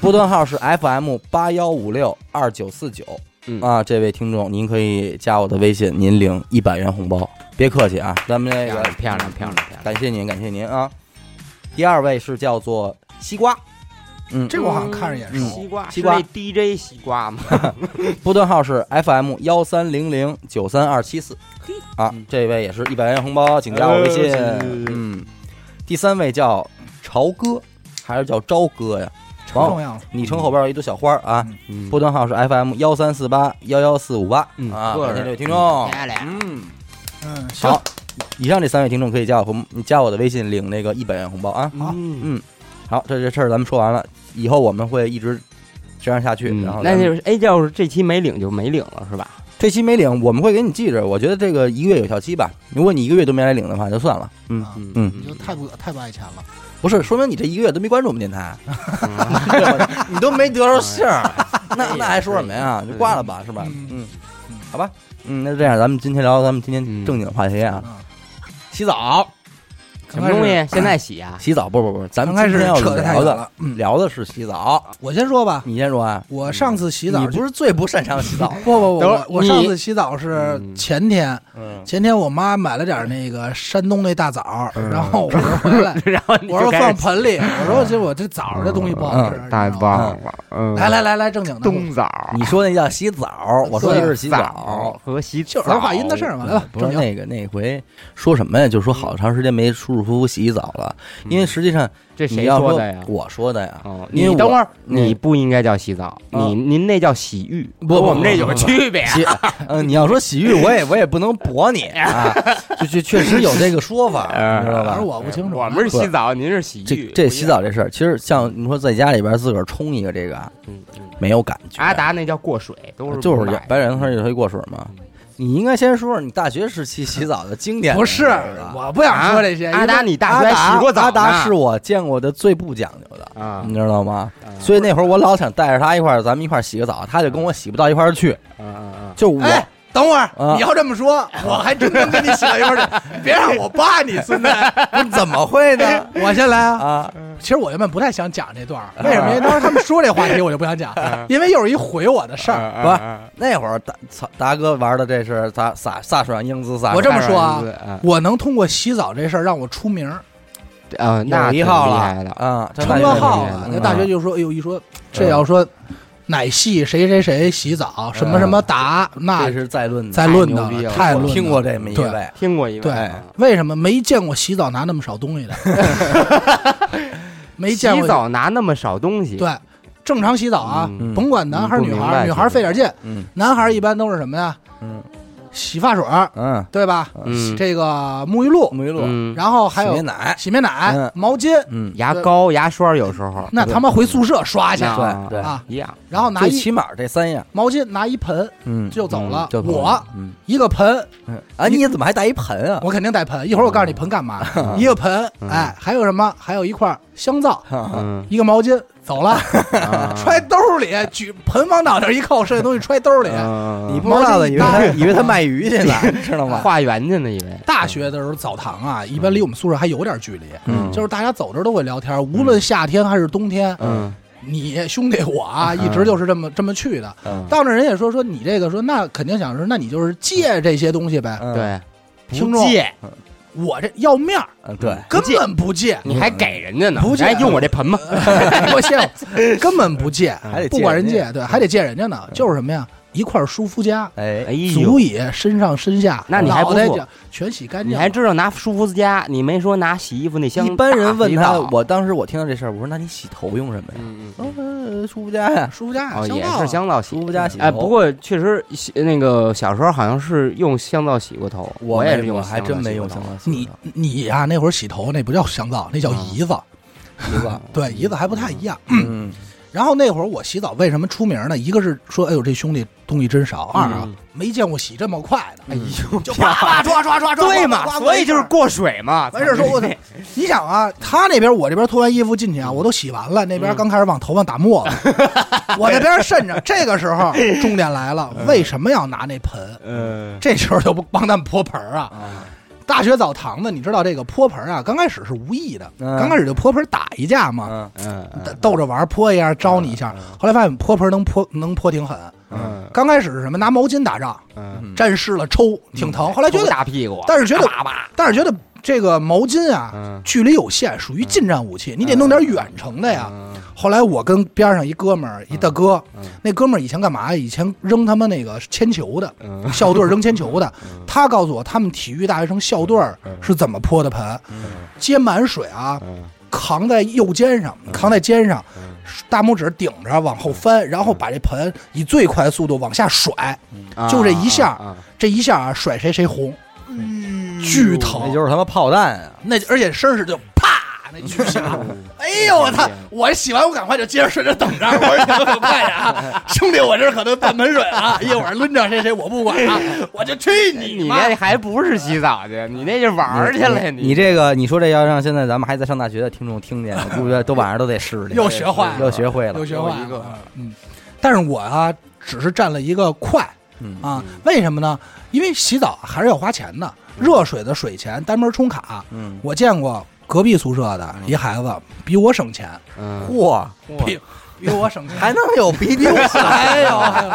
[SPEAKER 2] 波段号是 FM 八幺五六二九四九
[SPEAKER 3] 嗯。
[SPEAKER 2] 啊，这位听众，您可以加我的微信，您领一百元红包，别客气啊，咱们这
[SPEAKER 3] 漂
[SPEAKER 2] 个
[SPEAKER 3] 亮漂亮漂亮漂亮！
[SPEAKER 2] 感谢您，感谢您啊。第二位是叫做西瓜，嗯，
[SPEAKER 1] 这个我好像看着眼
[SPEAKER 2] 嗯
[SPEAKER 1] 熟。
[SPEAKER 3] 西瓜，
[SPEAKER 2] 西瓜
[SPEAKER 3] 是那 DJ 西瓜吗？
[SPEAKER 2] 波段号是 FM 幺三零零九三二七四
[SPEAKER 3] 嘿，
[SPEAKER 2] 啊
[SPEAKER 3] 嗯，
[SPEAKER 2] 这位也是一百元红包，请加我微信
[SPEAKER 3] 哎。
[SPEAKER 2] 嗯，第三位叫朝哥，还是叫朝哥呀？
[SPEAKER 1] 不重要了，
[SPEAKER 2] 昵称后边有一朵小花儿啊。
[SPEAKER 3] 嗯
[SPEAKER 2] 波段号是 FM 幺三四八幺幺四五八
[SPEAKER 3] 嗯
[SPEAKER 2] 啊，
[SPEAKER 3] 个
[SPEAKER 2] 感谢
[SPEAKER 3] 人
[SPEAKER 2] 这位听众。
[SPEAKER 3] 漂亮
[SPEAKER 2] 嗯，
[SPEAKER 1] 嗯，行，
[SPEAKER 2] 好，以上这三位听众可以加我红，你加我的微信领那个一百元红包啊。
[SPEAKER 3] 嗯
[SPEAKER 2] 好，这这事儿咱们说完了，以后我们会一直这样下去。然后咱
[SPEAKER 3] 那
[SPEAKER 2] 们
[SPEAKER 3] 就是哎，要是这期没领就没领了是吧？
[SPEAKER 2] 这期没领，我们会给你记着。我觉得这个一个月有效期吧，如果你一个月都没来领的话，就算了。嗯
[SPEAKER 1] 啊
[SPEAKER 3] 嗯
[SPEAKER 2] 嗯
[SPEAKER 1] 你就太不太不爱钱了。
[SPEAKER 2] 不是，说明你这一个月都没关注我们电台，
[SPEAKER 3] 嗯
[SPEAKER 2] 对吧你都没得着信儿， 那
[SPEAKER 3] 哎
[SPEAKER 2] 那还说什么呀？
[SPEAKER 3] 对
[SPEAKER 2] 就挂了吧，是吧？
[SPEAKER 1] 嗯
[SPEAKER 2] 嗯
[SPEAKER 1] 嗯，
[SPEAKER 2] 好吧，嗯，那这样，咱们今天聊咱们今天
[SPEAKER 3] 嗯
[SPEAKER 2] 正经话题啊，
[SPEAKER 1] 啊，
[SPEAKER 2] 洗澡，
[SPEAKER 3] 什么东西？现在洗啊？
[SPEAKER 2] 洗澡，不不不，咱
[SPEAKER 1] 刚
[SPEAKER 2] 们
[SPEAKER 1] 开
[SPEAKER 2] 今
[SPEAKER 1] 始
[SPEAKER 2] 天要
[SPEAKER 1] 扯得太
[SPEAKER 2] 聊
[SPEAKER 1] 远
[SPEAKER 2] 的
[SPEAKER 1] 了。嗯，
[SPEAKER 2] 聊的是洗澡，
[SPEAKER 1] 我先说吧，
[SPEAKER 2] 你先说啊，
[SPEAKER 1] 我上次洗澡，
[SPEAKER 2] 你不是最不擅长洗澡
[SPEAKER 1] 不不不，
[SPEAKER 3] 等会儿
[SPEAKER 1] 我我
[SPEAKER 3] 你
[SPEAKER 1] 上次洗澡是
[SPEAKER 3] 嗯
[SPEAKER 1] 前天，
[SPEAKER 2] 嗯，
[SPEAKER 1] 前天我妈买了点那个山东那大枣，然后我说回 来，
[SPEAKER 3] 然后你
[SPEAKER 1] 我
[SPEAKER 3] 就
[SPEAKER 1] 说
[SPEAKER 3] 开
[SPEAKER 1] 放
[SPEAKER 3] 始
[SPEAKER 1] 盆里，我
[SPEAKER 2] 嗯
[SPEAKER 1] 说这我这枣这东西不好吃，你知道吗
[SPEAKER 5] 太棒了，嗯，
[SPEAKER 1] 来来来来，正经的，
[SPEAKER 5] 冬枣，
[SPEAKER 2] 你说那叫洗澡， 我说的是洗澡嗯
[SPEAKER 3] 澡。和洗
[SPEAKER 1] 就
[SPEAKER 3] 澡
[SPEAKER 1] 儿化音的事儿嘛，来吧，
[SPEAKER 2] 不
[SPEAKER 1] 正
[SPEAKER 2] 是
[SPEAKER 1] 经。
[SPEAKER 2] 那个那回说什么呀？就说好长时间没舒舒服服洗一澡了，
[SPEAKER 1] 嗯
[SPEAKER 2] 因为实际上
[SPEAKER 3] 这
[SPEAKER 2] 你
[SPEAKER 3] 谁
[SPEAKER 2] 要
[SPEAKER 3] 说的呀？
[SPEAKER 2] 我说的呀，
[SPEAKER 3] 哦，
[SPEAKER 2] 因为
[SPEAKER 3] 你等
[SPEAKER 2] 我
[SPEAKER 3] 会儿，
[SPEAKER 2] 嗯
[SPEAKER 3] 你不应该叫洗澡，
[SPEAKER 2] 啊
[SPEAKER 3] 你您那叫洗浴，
[SPEAKER 2] 不
[SPEAKER 3] 和
[SPEAKER 2] 不
[SPEAKER 3] 我们这
[SPEAKER 2] 不
[SPEAKER 3] 有
[SPEAKER 2] 不
[SPEAKER 3] 区别。
[SPEAKER 2] 洗，嗯，你要说洗浴，我也我也不能驳你啊， 就就确实有这个说法，
[SPEAKER 3] 嗯
[SPEAKER 2] 你知道
[SPEAKER 1] 反
[SPEAKER 2] 吧
[SPEAKER 1] 正？我不清楚，
[SPEAKER 3] 我们是洗澡，您是洗
[SPEAKER 2] 这
[SPEAKER 3] 浴。
[SPEAKER 2] 这
[SPEAKER 3] 不
[SPEAKER 2] 洗
[SPEAKER 3] 一样
[SPEAKER 2] 澡这事儿，其实像你说在家里边自个儿冲一个这个啊
[SPEAKER 3] 嗯嗯
[SPEAKER 2] 没有感觉，
[SPEAKER 3] 阿达那叫过水，都是
[SPEAKER 2] 啊就是
[SPEAKER 3] 买的
[SPEAKER 2] 白人他也会过水嘛。你应该先说说你大学时期洗澡的经典的
[SPEAKER 1] 不是
[SPEAKER 2] 事儿吧，
[SPEAKER 1] 我不想说这些，
[SPEAKER 3] 啊
[SPEAKER 1] 因
[SPEAKER 3] 阿
[SPEAKER 1] 为
[SPEAKER 3] 达，你大
[SPEAKER 2] 嗯阿
[SPEAKER 3] 学还
[SPEAKER 2] 达
[SPEAKER 3] 洗过澡
[SPEAKER 2] 阿达
[SPEAKER 3] 呢
[SPEAKER 2] 是我见过的最不讲究的，
[SPEAKER 3] 啊
[SPEAKER 2] 你知道吗？
[SPEAKER 3] 啊
[SPEAKER 2] 所以那会儿我老想带着他一块儿，咱们一块儿洗个澡，他就跟我洗不到一块儿去。
[SPEAKER 3] 啊啊
[SPEAKER 2] 就我，
[SPEAKER 1] 哎，等会儿
[SPEAKER 2] 啊
[SPEAKER 1] 你要这么说，我还真能跟你洗到一块儿去，别让我扒你，孙子，
[SPEAKER 2] 不是怎么会呢？
[SPEAKER 1] 我先来啊。
[SPEAKER 2] 啊，
[SPEAKER 1] 其实我原本不太想讲这段儿，为什么？因为当时他们说这话题，我就不想讲，因为又是一回我的事
[SPEAKER 3] 啊
[SPEAKER 1] 儿。
[SPEAKER 2] 不是那会儿达操达哥玩的这是咱撒撒水上英姿撒水上
[SPEAKER 1] 我这么
[SPEAKER 2] 英姿，
[SPEAKER 1] 说啊
[SPEAKER 3] 对啊
[SPEAKER 1] 我能通过洗澡这事儿让我出名儿，
[SPEAKER 3] 啊，那
[SPEAKER 2] 有一
[SPEAKER 3] 挺
[SPEAKER 2] 号
[SPEAKER 3] 厉
[SPEAKER 2] 了
[SPEAKER 3] 害的，
[SPEAKER 2] 啊，这
[SPEAKER 1] 成
[SPEAKER 2] 大学
[SPEAKER 1] 了
[SPEAKER 2] 就
[SPEAKER 1] 号
[SPEAKER 2] 厉害
[SPEAKER 1] 了
[SPEAKER 2] 了。
[SPEAKER 1] 那大学就说，哎呦，一说这要说奶系谁谁谁洗澡，什么什么达，那
[SPEAKER 2] 啊这是在论的，
[SPEAKER 1] 在论的
[SPEAKER 3] 太牛逼
[SPEAKER 1] 了，
[SPEAKER 3] 了
[SPEAKER 1] 太
[SPEAKER 2] 我
[SPEAKER 1] 论的
[SPEAKER 2] 听过这么一
[SPEAKER 1] 对
[SPEAKER 2] 位，
[SPEAKER 3] 听过一位
[SPEAKER 1] 对
[SPEAKER 3] 啊
[SPEAKER 1] 为什么没见过洗澡拿那么少东西的？没见
[SPEAKER 3] 洗
[SPEAKER 1] 过，
[SPEAKER 3] 澡拿那么少东西，
[SPEAKER 1] 对，正常洗澡啊，
[SPEAKER 3] 嗯
[SPEAKER 1] 甭管男孩儿
[SPEAKER 3] 嗯不
[SPEAKER 1] 女
[SPEAKER 3] 明
[SPEAKER 1] 孩儿，
[SPEAKER 3] 白
[SPEAKER 1] 女孩儿费点劲，
[SPEAKER 2] 嗯
[SPEAKER 1] 男孩儿一般都是什么呀？
[SPEAKER 2] 嗯
[SPEAKER 1] 洗发水儿，
[SPEAKER 2] 嗯，
[SPEAKER 1] 对吧？
[SPEAKER 3] 嗯
[SPEAKER 1] 这个沐浴露，
[SPEAKER 2] 梅露，
[SPEAKER 3] 嗯，
[SPEAKER 1] 然后还
[SPEAKER 2] 洗
[SPEAKER 1] 有
[SPEAKER 2] 面奶，
[SPEAKER 1] 洗面奶
[SPEAKER 2] 嗯、
[SPEAKER 1] 毛巾，
[SPEAKER 2] 嗯，
[SPEAKER 3] 牙膏、牙刷有时候
[SPEAKER 1] 那他妈回宿舍刷去
[SPEAKER 3] 那
[SPEAKER 2] 对对，
[SPEAKER 1] 啊！
[SPEAKER 3] 一样，
[SPEAKER 1] 然后拿
[SPEAKER 2] 最
[SPEAKER 1] 一
[SPEAKER 2] 起码这三样，
[SPEAKER 1] 毛巾，拿一盆
[SPEAKER 2] 嗯，
[SPEAKER 1] 就走了。
[SPEAKER 2] 就
[SPEAKER 1] 我
[SPEAKER 2] 嗯
[SPEAKER 1] 一个盆，
[SPEAKER 2] 啊，你怎么还带一盆啊？
[SPEAKER 1] 我肯定带盆。一会儿我告诉你盆干嘛。
[SPEAKER 3] 嗯
[SPEAKER 1] 一个盆，
[SPEAKER 3] 嗯
[SPEAKER 1] 哎，还有什么？还有一块香皂，
[SPEAKER 2] 啊
[SPEAKER 3] 嗯，
[SPEAKER 1] 一个毛巾，走了，
[SPEAKER 3] 啊
[SPEAKER 1] 揣兜里，举盆往脑袋一扣，剩下东西揣兜里。
[SPEAKER 3] 嗯
[SPEAKER 2] 你不知道的，以为他
[SPEAKER 1] 毛巾
[SPEAKER 2] 以为他卖鱼去呢，你知道吗？
[SPEAKER 3] 化缘去呢，以为
[SPEAKER 1] 大学的时候澡堂啊，一般离我们宿舍还有点距离，
[SPEAKER 3] 嗯
[SPEAKER 1] 就是大家走着都会聊天，无论夏天还是冬天，
[SPEAKER 3] 嗯
[SPEAKER 1] 你兄弟我啊，
[SPEAKER 2] 嗯
[SPEAKER 1] 一直就是这么这么去的。
[SPEAKER 2] 嗯
[SPEAKER 1] 到那儿人也说说你这个说那肯定想是，那你就是借这些东西呗。
[SPEAKER 2] 嗯
[SPEAKER 3] 对，
[SPEAKER 1] 听
[SPEAKER 3] 不
[SPEAKER 1] 众
[SPEAKER 3] 借，
[SPEAKER 1] 我这要面儿，
[SPEAKER 2] 嗯对，
[SPEAKER 1] 根本不借，
[SPEAKER 3] 你还给人家呢，
[SPEAKER 1] 不借
[SPEAKER 3] 哎用我这盆吧，
[SPEAKER 1] 我谢我， 根本不借，
[SPEAKER 2] 还得
[SPEAKER 1] 不管人
[SPEAKER 2] 借
[SPEAKER 1] 借，对，
[SPEAKER 3] 嗯
[SPEAKER 1] 还得借人家呢。就是什么呀，一块舒肤佳，
[SPEAKER 2] 哎
[SPEAKER 3] 哎，呦
[SPEAKER 1] 足，以身上身下，
[SPEAKER 3] 那你还不
[SPEAKER 1] 脑袋
[SPEAKER 3] 错
[SPEAKER 1] 脚全洗干净
[SPEAKER 3] 你
[SPEAKER 1] 了，
[SPEAKER 3] 还知道拿舒肤佳，你没说拿洗衣服那箱
[SPEAKER 2] 一般人问
[SPEAKER 3] 大
[SPEAKER 2] 他
[SPEAKER 3] 肥，皂
[SPEAKER 2] 我当时我听到这事儿，我说那你洗头用什么呀？
[SPEAKER 3] 嗯嗯，
[SPEAKER 2] 嗯，舒肤佳呀，
[SPEAKER 1] 舒肤佳呀
[SPEAKER 3] 哦，
[SPEAKER 1] 香
[SPEAKER 3] 也
[SPEAKER 1] 皂
[SPEAKER 3] 是
[SPEAKER 1] 啊
[SPEAKER 3] 香皂洗
[SPEAKER 2] 舒。肤佳洗头。
[SPEAKER 3] 哎，不过确实洗，那个小时候好像是用香皂洗过头，
[SPEAKER 2] 我
[SPEAKER 3] 也
[SPEAKER 2] 没
[SPEAKER 3] 是
[SPEAKER 2] 我
[SPEAKER 3] 用，
[SPEAKER 2] 还真没用香
[SPEAKER 3] 皂
[SPEAKER 2] 皂洗
[SPEAKER 1] 你
[SPEAKER 2] 头。
[SPEAKER 1] 你呀、那会儿洗头那不叫香皂，那叫
[SPEAKER 3] 啊
[SPEAKER 1] 胰 子。
[SPEAKER 3] 洗过头，
[SPEAKER 1] 对，胰子还不太一样。
[SPEAKER 2] 嗯，
[SPEAKER 1] 然后那会儿我洗澡为什么出名呢？一个是说，哎呦这兄弟东西真少；二啊
[SPEAKER 3] 嗯，
[SPEAKER 1] 没见过洗这么快的。哎呦，
[SPEAKER 3] 呦，
[SPEAKER 1] 就啪啪抓抓抓抓，
[SPEAKER 3] 对
[SPEAKER 1] 呱呱呱
[SPEAKER 3] 嘛，
[SPEAKER 1] 呱
[SPEAKER 3] 所以就是
[SPEAKER 1] 一下
[SPEAKER 3] 过水嘛。
[SPEAKER 1] 完事儿说，我操！你想啊，他那边我这边脱完衣服进去啊，我都洗完了，那
[SPEAKER 3] 嗯
[SPEAKER 1] 边刚开始往头上打沫子， 我这边渗着。这个时候重点来了，为什么要拿那盆？
[SPEAKER 3] 嗯，
[SPEAKER 1] 这时候就不帮他们泼盆儿啊。大学澡堂子，你知道这个泼盆儿啊，刚开始是无意的，
[SPEAKER 2] 嗯
[SPEAKER 1] 刚开始就泼盆儿打一架嘛，
[SPEAKER 2] 嗯
[SPEAKER 3] 嗯
[SPEAKER 1] 逗逗着玩儿泼一下，招你一下。后来发现泼盆儿能泼能泼挺狠，
[SPEAKER 3] 嗯
[SPEAKER 1] 刚开始是什么拿毛巾打仗，
[SPEAKER 3] 嗯，
[SPEAKER 2] 嗯
[SPEAKER 1] 沾湿了抽挺疼，后来觉
[SPEAKER 3] 抽
[SPEAKER 1] 得，
[SPEAKER 3] 大屁股，啊
[SPEAKER 1] 但是觉得
[SPEAKER 3] 叭叭，
[SPEAKER 1] 但是觉得这个毛巾啊，
[SPEAKER 3] 嗯
[SPEAKER 1] 距离有限，属于近战武器，你得弄点远程的呀。
[SPEAKER 3] 嗯
[SPEAKER 1] 后来我跟边上一哥们儿，一大哥，那哥们儿以前干嘛呀？以前扔他妈那个铅球的，
[SPEAKER 3] 嗯
[SPEAKER 1] 校队儿扔铅球的。他告诉我，他们体育大学生校队儿是怎么泼的盆，接满水啊，
[SPEAKER 3] 嗯
[SPEAKER 1] 扛在右肩上，扛在肩上，大拇指顶着往后翻，然后把这盆以最快速度往下甩，
[SPEAKER 3] 啊
[SPEAKER 1] 就这一下
[SPEAKER 3] 啊啊
[SPEAKER 1] 这一下啊，甩谁谁红，
[SPEAKER 2] 嗯
[SPEAKER 1] 巨
[SPEAKER 2] 那
[SPEAKER 1] 疼，
[SPEAKER 2] 就是他妈炮弹啊！
[SPEAKER 1] 那而且声儿是就啪那巨响。
[SPEAKER 3] 嗯
[SPEAKER 1] 哎呦我操！我洗完我赶快就接着睡着等着，我说你们快点啊，兄弟，我这可能半盆水啊，一会儿抡着谁谁我不管啊，我就去
[SPEAKER 3] 哎你
[SPEAKER 1] 你妈！
[SPEAKER 3] 那还不是洗澡去，你那是玩儿去了，
[SPEAKER 2] 你这个，你说这要让现在咱们还在上大学的听众听见，我估计都晚上都得试去，
[SPEAKER 1] 又学坏了
[SPEAKER 2] 又学会了
[SPEAKER 1] 又。学坏
[SPEAKER 3] 有一个
[SPEAKER 1] 了，嗯，但是我啊，只是占了一个快
[SPEAKER 2] 嗯
[SPEAKER 1] 啊，为什么呢？因为洗澡还是要花钱的，热水的水钱单门充卡，
[SPEAKER 2] 嗯，
[SPEAKER 1] 我见过隔壁宿舍的一孩子比我省钱，
[SPEAKER 3] 嗯，
[SPEAKER 2] 嚯，
[SPEAKER 1] 比比我省钱
[SPEAKER 2] 还能 有比你
[SPEAKER 1] 还有还有，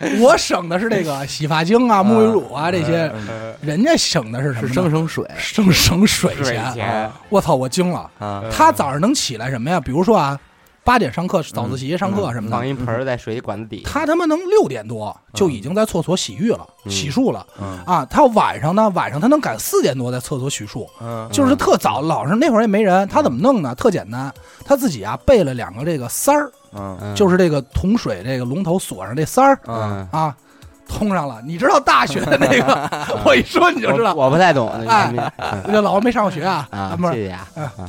[SPEAKER 1] 哎我省的是这个洗发精
[SPEAKER 2] 嗯
[SPEAKER 1] 啊、沐浴乳啊这些，人家省的是什么呢？
[SPEAKER 2] 是生生水
[SPEAKER 1] 省省水
[SPEAKER 3] 水钱
[SPEAKER 1] 钱。我操，我惊了！
[SPEAKER 2] 啊？
[SPEAKER 1] 他早上能起来什么呀？比如说啊，八点上课，早自习上课
[SPEAKER 2] 嗯
[SPEAKER 1] 什么的，
[SPEAKER 3] 放一盆儿在水管子底，
[SPEAKER 1] 他他妈能六点多就已经在厕所洗浴了、
[SPEAKER 3] 嗯
[SPEAKER 1] 洗漱了
[SPEAKER 2] 嗯
[SPEAKER 1] 啊！他要晚上呢，晚上他能赶四点多在厕所洗漱，
[SPEAKER 2] 嗯
[SPEAKER 1] 就是特早，老是那会儿也没人，他怎么弄呢？特简单，他自己啊备了两个这个塞儿，
[SPEAKER 2] 嗯
[SPEAKER 1] 就是是这个桶水这个龙头锁上这塞儿，
[SPEAKER 2] 嗯，
[SPEAKER 1] 啊，通上了。你知道大学的那个，我一说你就知道，
[SPEAKER 3] 我我不太懂，
[SPEAKER 1] 哎
[SPEAKER 3] 你嗯
[SPEAKER 1] 这老王没上过学啊，
[SPEAKER 3] 啊，
[SPEAKER 1] 不
[SPEAKER 3] 谢
[SPEAKER 1] 是
[SPEAKER 3] 谢啊，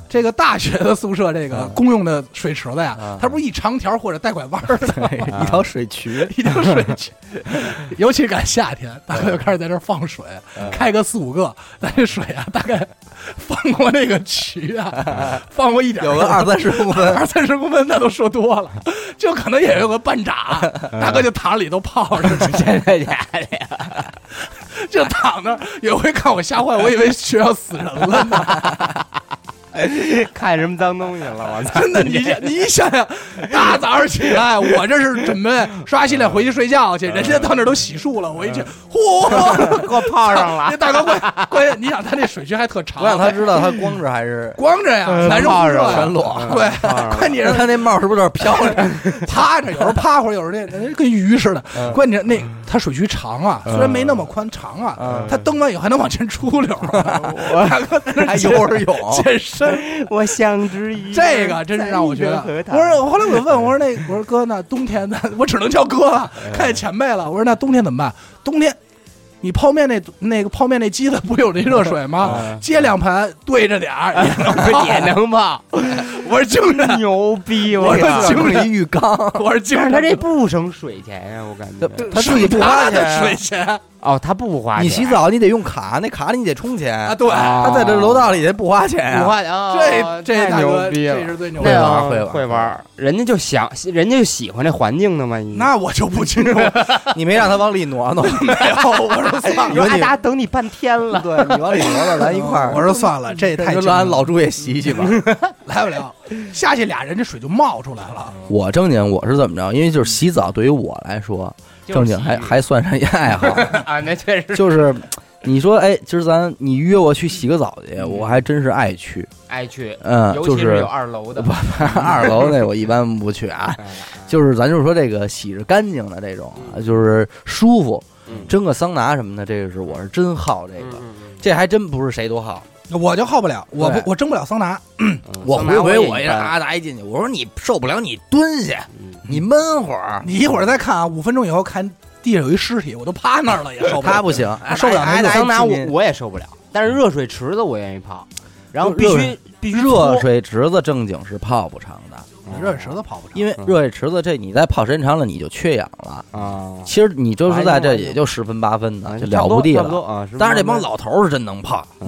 [SPEAKER 1] 这个大学的宿舍这个公用的水池子呀
[SPEAKER 2] 啊，
[SPEAKER 1] 它不是一长条或者带拐弯儿的吗，
[SPEAKER 2] 一条水渠，
[SPEAKER 1] 一条水渠，尤其赶夏天，大概就开始在这儿放水，开个四五个，咱这水啊，大概放过那个渠啊，放过一点儿
[SPEAKER 2] 有个二三十公分，
[SPEAKER 1] 二三十公分那都说多了，就可能也有个半拃，大哥就躺里头泡着，
[SPEAKER 3] 真的假的？
[SPEAKER 1] 就躺那儿。有回看我吓坏，我以为学校死人了呢。
[SPEAKER 3] 看什么脏东西了？我操！
[SPEAKER 1] 真的，你想你想想，大早上起来，我这是准备刷洗脸回去睡觉去，人家到那儿都洗漱了，我一去，嚯，
[SPEAKER 3] 给我泡上了
[SPEAKER 1] 那，大哥关关键，你想他那水渠还特长，
[SPEAKER 2] 我想他知道他光着还 是
[SPEAKER 1] 光着呀，
[SPEAKER 3] 嗯
[SPEAKER 1] 男生
[SPEAKER 3] 泡
[SPEAKER 1] 不
[SPEAKER 3] 着
[SPEAKER 1] 热呀
[SPEAKER 2] 全裸，
[SPEAKER 1] 对，
[SPEAKER 3] 了
[SPEAKER 1] 关键
[SPEAKER 2] 那
[SPEAKER 1] 是
[SPEAKER 2] 他那帽是不是有点 飘着？
[SPEAKER 1] 趴着，有时候趴会儿，有时候那那跟鱼似
[SPEAKER 2] 嗯
[SPEAKER 1] 的。关键那它水渠长啊，虽然没那么宽，长
[SPEAKER 2] 嗯
[SPEAKER 1] 啊，它蹬完以后还能往前出溜儿， 大哥在那
[SPEAKER 2] 还
[SPEAKER 1] 儿
[SPEAKER 2] 游着泳，
[SPEAKER 1] 健身。
[SPEAKER 3] 我想之 一
[SPEAKER 1] 这
[SPEAKER 2] 嗯
[SPEAKER 1] 个真是让我觉得，我
[SPEAKER 3] 我
[SPEAKER 1] 说我后来我就问我说那我说哥那冬天呢？我只能叫哥 了，
[SPEAKER 2] 哎
[SPEAKER 1] 看见前辈了。我说那冬天怎么办？冬天。你泡面那那个泡面那机子不有那热水
[SPEAKER 2] 哎
[SPEAKER 1] 吗？接两盆对着点儿，也能 泡
[SPEAKER 3] 也能 泡，
[SPEAKER 1] 我是精神，
[SPEAKER 3] 牛逼！我
[SPEAKER 1] 我说
[SPEAKER 3] 操！
[SPEAKER 2] 啊就是啊一浴缸，
[SPEAKER 1] 我是精
[SPEAKER 3] 但
[SPEAKER 1] 神。
[SPEAKER 3] 是他这不省水钱呀，我感觉。
[SPEAKER 2] 他自己不花
[SPEAKER 1] 他
[SPEAKER 2] 钱
[SPEAKER 1] 的
[SPEAKER 2] 啊。
[SPEAKER 1] 水钱
[SPEAKER 3] 哦，他不花钱，
[SPEAKER 2] 你洗澡你得用卡，那卡你得充钱
[SPEAKER 1] 啊，，对，
[SPEAKER 3] 啊
[SPEAKER 2] 他在这楼道里也不花钱
[SPEAKER 3] 不
[SPEAKER 2] 啊。
[SPEAKER 3] 花钱，哦
[SPEAKER 1] 这这
[SPEAKER 3] 太
[SPEAKER 1] 大
[SPEAKER 3] 牛
[SPEAKER 1] 哥
[SPEAKER 3] 逼
[SPEAKER 1] 这
[SPEAKER 3] 了！
[SPEAKER 1] 是最牛
[SPEAKER 2] 会
[SPEAKER 1] 的。
[SPEAKER 2] 玩
[SPEAKER 3] 那
[SPEAKER 2] 会玩
[SPEAKER 3] 会玩，人家就想，人家就喜欢这环境的嘛。你
[SPEAKER 1] 那我就不清楚 了，
[SPEAKER 2] 你没让他往里挪 挪，
[SPEAKER 1] 没有，我说算了，
[SPEAKER 2] 有
[SPEAKER 3] 阿
[SPEAKER 2] 哎你
[SPEAKER 3] 达等你半天了。
[SPEAKER 2] 对你往里挪挪，咱一块儿。
[SPEAKER 1] 我说算了，这也太精
[SPEAKER 2] 就
[SPEAKER 1] 神
[SPEAKER 2] 让
[SPEAKER 1] 了
[SPEAKER 2] 老朱也洗洗吧。
[SPEAKER 1] 来不了。下去俩人这水就冒出来了。
[SPEAKER 2] 我正经我是怎么着？因为就是洗澡对于我来说，
[SPEAKER 3] 就是
[SPEAKER 2] 正经还还算是一爱好，
[SPEAKER 3] 啊，那确 实
[SPEAKER 2] 就是你说哎，今儿咱你约我去洗个澡去，我还真是爱去，
[SPEAKER 3] 爱去，
[SPEAKER 2] 嗯，
[SPEAKER 3] 嗯尤
[SPEAKER 2] 就
[SPEAKER 3] 其是
[SPEAKER 2] 是
[SPEAKER 3] 有二楼的哎
[SPEAKER 2] 不， 二楼那我一般不去啊，就是咱就是说这个洗着干净的这种，啊，就是舒服
[SPEAKER 3] 嗯，
[SPEAKER 2] 蒸个桑拿什么的，这个是我是真好这个，
[SPEAKER 3] 嗯
[SPEAKER 2] 这还真不是谁都好。
[SPEAKER 1] 我就耗不了，我
[SPEAKER 2] 嗯对
[SPEAKER 1] 不我蒸不了桑拿，
[SPEAKER 2] 嗯我
[SPEAKER 3] 桑
[SPEAKER 2] 回
[SPEAKER 3] 拿
[SPEAKER 2] 回
[SPEAKER 3] 也啊
[SPEAKER 2] 我一
[SPEAKER 3] 般
[SPEAKER 2] 阿达一进去，我说你受不了，你蹲下，
[SPEAKER 3] 嗯
[SPEAKER 2] 你闷会儿。
[SPEAKER 1] 你一会儿再看啊，五分钟以后看地上有一尸体，我都趴那儿了也受不了。哎
[SPEAKER 2] 他不行，
[SPEAKER 1] 受不了
[SPEAKER 2] 阿达
[SPEAKER 3] 桑拿
[SPEAKER 2] 一
[SPEAKER 3] 我
[SPEAKER 2] 进去
[SPEAKER 3] 我也受不了，但是热水池子我愿意泡，然后必
[SPEAKER 2] 热
[SPEAKER 3] 须必须
[SPEAKER 2] 热
[SPEAKER 3] 搓
[SPEAKER 2] 水池子正经是泡不长的，
[SPEAKER 1] 热水池子泡不着，
[SPEAKER 2] 因为
[SPEAKER 3] 嗯
[SPEAKER 2] 热水池子这你再泡时间长了你就缺氧了。
[SPEAKER 3] 啊，
[SPEAKER 2] 其实你就是在这
[SPEAKER 3] 哎呀
[SPEAKER 2] 也就十分八分的，
[SPEAKER 3] 啊
[SPEAKER 2] 就了不地
[SPEAKER 3] 差不
[SPEAKER 2] 了。
[SPEAKER 3] 多啊。
[SPEAKER 2] 但是这帮
[SPEAKER 3] 老。
[SPEAKER 2] 老头儿是真能泡，
[SPEAKER 3] 嗯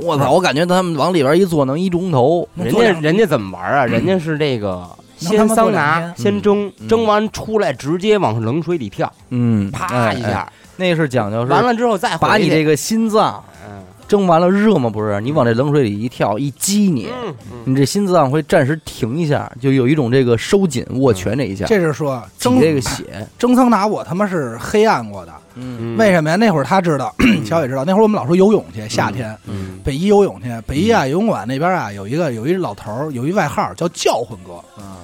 [SPEAKER 2] 我操！我感觉他们往里边一坐能一钟头，
[SPEAKER 1] 能
[SPEAKER 3] 人
[SPEAKER 1] 坐
[SPEAKER 3] 家
[SPEAKER 1] 两
[SPEAKER 3] 人家怎么玩啊？人家是这个
[SPEAKER 1] 能
[SPEAKER 3] 先
[SPEAKER 1] 他妈
[SPEAKER 3] 桑
[SPEAKER 1] 坐两
[SPEAKER 3] 拿，
[SPEAKER 1] 天
[SPEAKER 3] 先蒸，
[SPEAKER 2] 嗯
[SPEAKER 3] 蒸完出来直接往冷水里跳，
[SPEAKER 2] 嗯，
[SPEAKER 3] 啪一
[SPEAKER 2] 哎，哎
[SPEAKER 3] 下，
[SPEAKER 2] 那是讲究
[SPEAKER 3] 完
[SPEAKER 2] 是
[SPEAKER 3] 了之后再
[SPEAKER 2] 把你这
[SPEAKER 3] 这，
[SPEAKER 2] 个心脏
[SPEAKER 3] 嗯
[SPEAKER 2] 蒸完了热吗？不是，你往这冷水里一跳，一激你，
[SPEAKER 3] 嗯
[SPEAKER 2] 你这心脏会暂时停一下，就有一种这个收紧握拳这一下，
[SPEAKER 1] 这是说
[SPEAKER 2] 挤
[SPEAKER 1] 蒸
[SPEAKER 2] 这个血，
[SPEAKER 1] 蒸桑拿，我他妈是黑暗过的。
[SPEAKER 2] 嗯
[SPEAKER 3] 嗯，
[SPEAKER 1] 为什么呀？那会儿他知道， 小野知道，那会儿我们老说游泳去，夏天
[SPEAKER 3] 嗯
[SPEAKER 1] 北一游泳去，北一啊游泳馆那边啊有一个有一老头儿，有一外号叫叫魂哥，